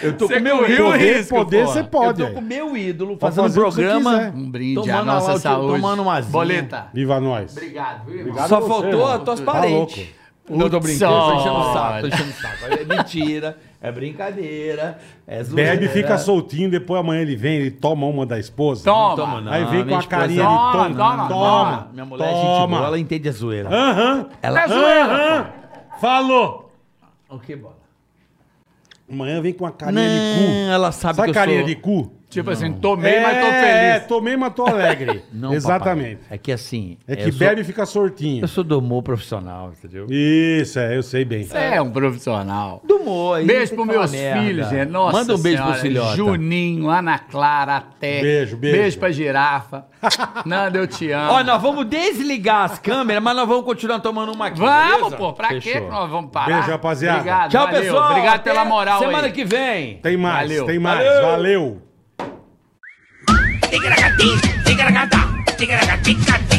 Eu tô
Você
com meu
correu
ídolo.
poder,
risco,
poder
pô.
você pode.
Eu tô com meu ídolo
Pode
fazendo um
fazer o que você
programa.
quiser.
Um brinde à
Tomando
nossa
lá o-
saúde.
tomando um uma asinha.
Boleta.
Viva nós.
Obrigado, viu, irmão?
Obrigado
Só
você,
faltou
mano.
as tuas
Tá
parentes.
louco.
Não, tô brincando, tô enchendo o saco,
Olha.
tô enchendo o saco. É mentira, é brincadeira, é zoeira.
Bebe, fica soltinho, depois amanhã ele vem, ele toma uma da esposa.
Toma.
Toma, não.
Aí vem com
minha
a
esposa- é
carinha de
Toma,
toma,
toma,
toma, toma.
Minha mulher é gente boa, ela entende a zoeira.
Aham,
Ela...
É zoeira,
aham. Falou.
O que bola?
Amanhã vem com a carinha de
Não,
cu.
ela sabe,
Sabe
que eu
carinha
sou...
de cu?
Tipo assim, tomei, mas tô
É,
feliz.
tomei, mas tô alegre.
Não,
Exatamente.
papai, É que assim...
É que
eu sou-
bebe e fica sortinho.
Eu sou do humor profissional, entendeu?
Isso, é, eu sei bem.
Você é um profissional.
Do humor. aí
Beijo pros
não tem que
meus
falar
filhos,
merda.
gente. Nossa
Manda um beijo pro
senhora.
filhote.
Juninho, Ana Clara, até.
Beijo, beijo.
Beijo pra girafa. Nanda, eu te amo.
Ó, nós vamos desligar as câmeras, mas nós vamos continuar tomando uma aqui,
vamos,
beleza?
pô. Pra quê que
Fechou.
nós vamos parar?
Beijo, rapaziada.
Obrigado,
Tchau,
valeu.
pessoal.
Obrigado
Até
pela moral
Semana
aí.
que vem.
Tem mais,
Valeu.
tem mais.
Valeu.
Valeu.
Ticaracati, ticaracata, ticaracati,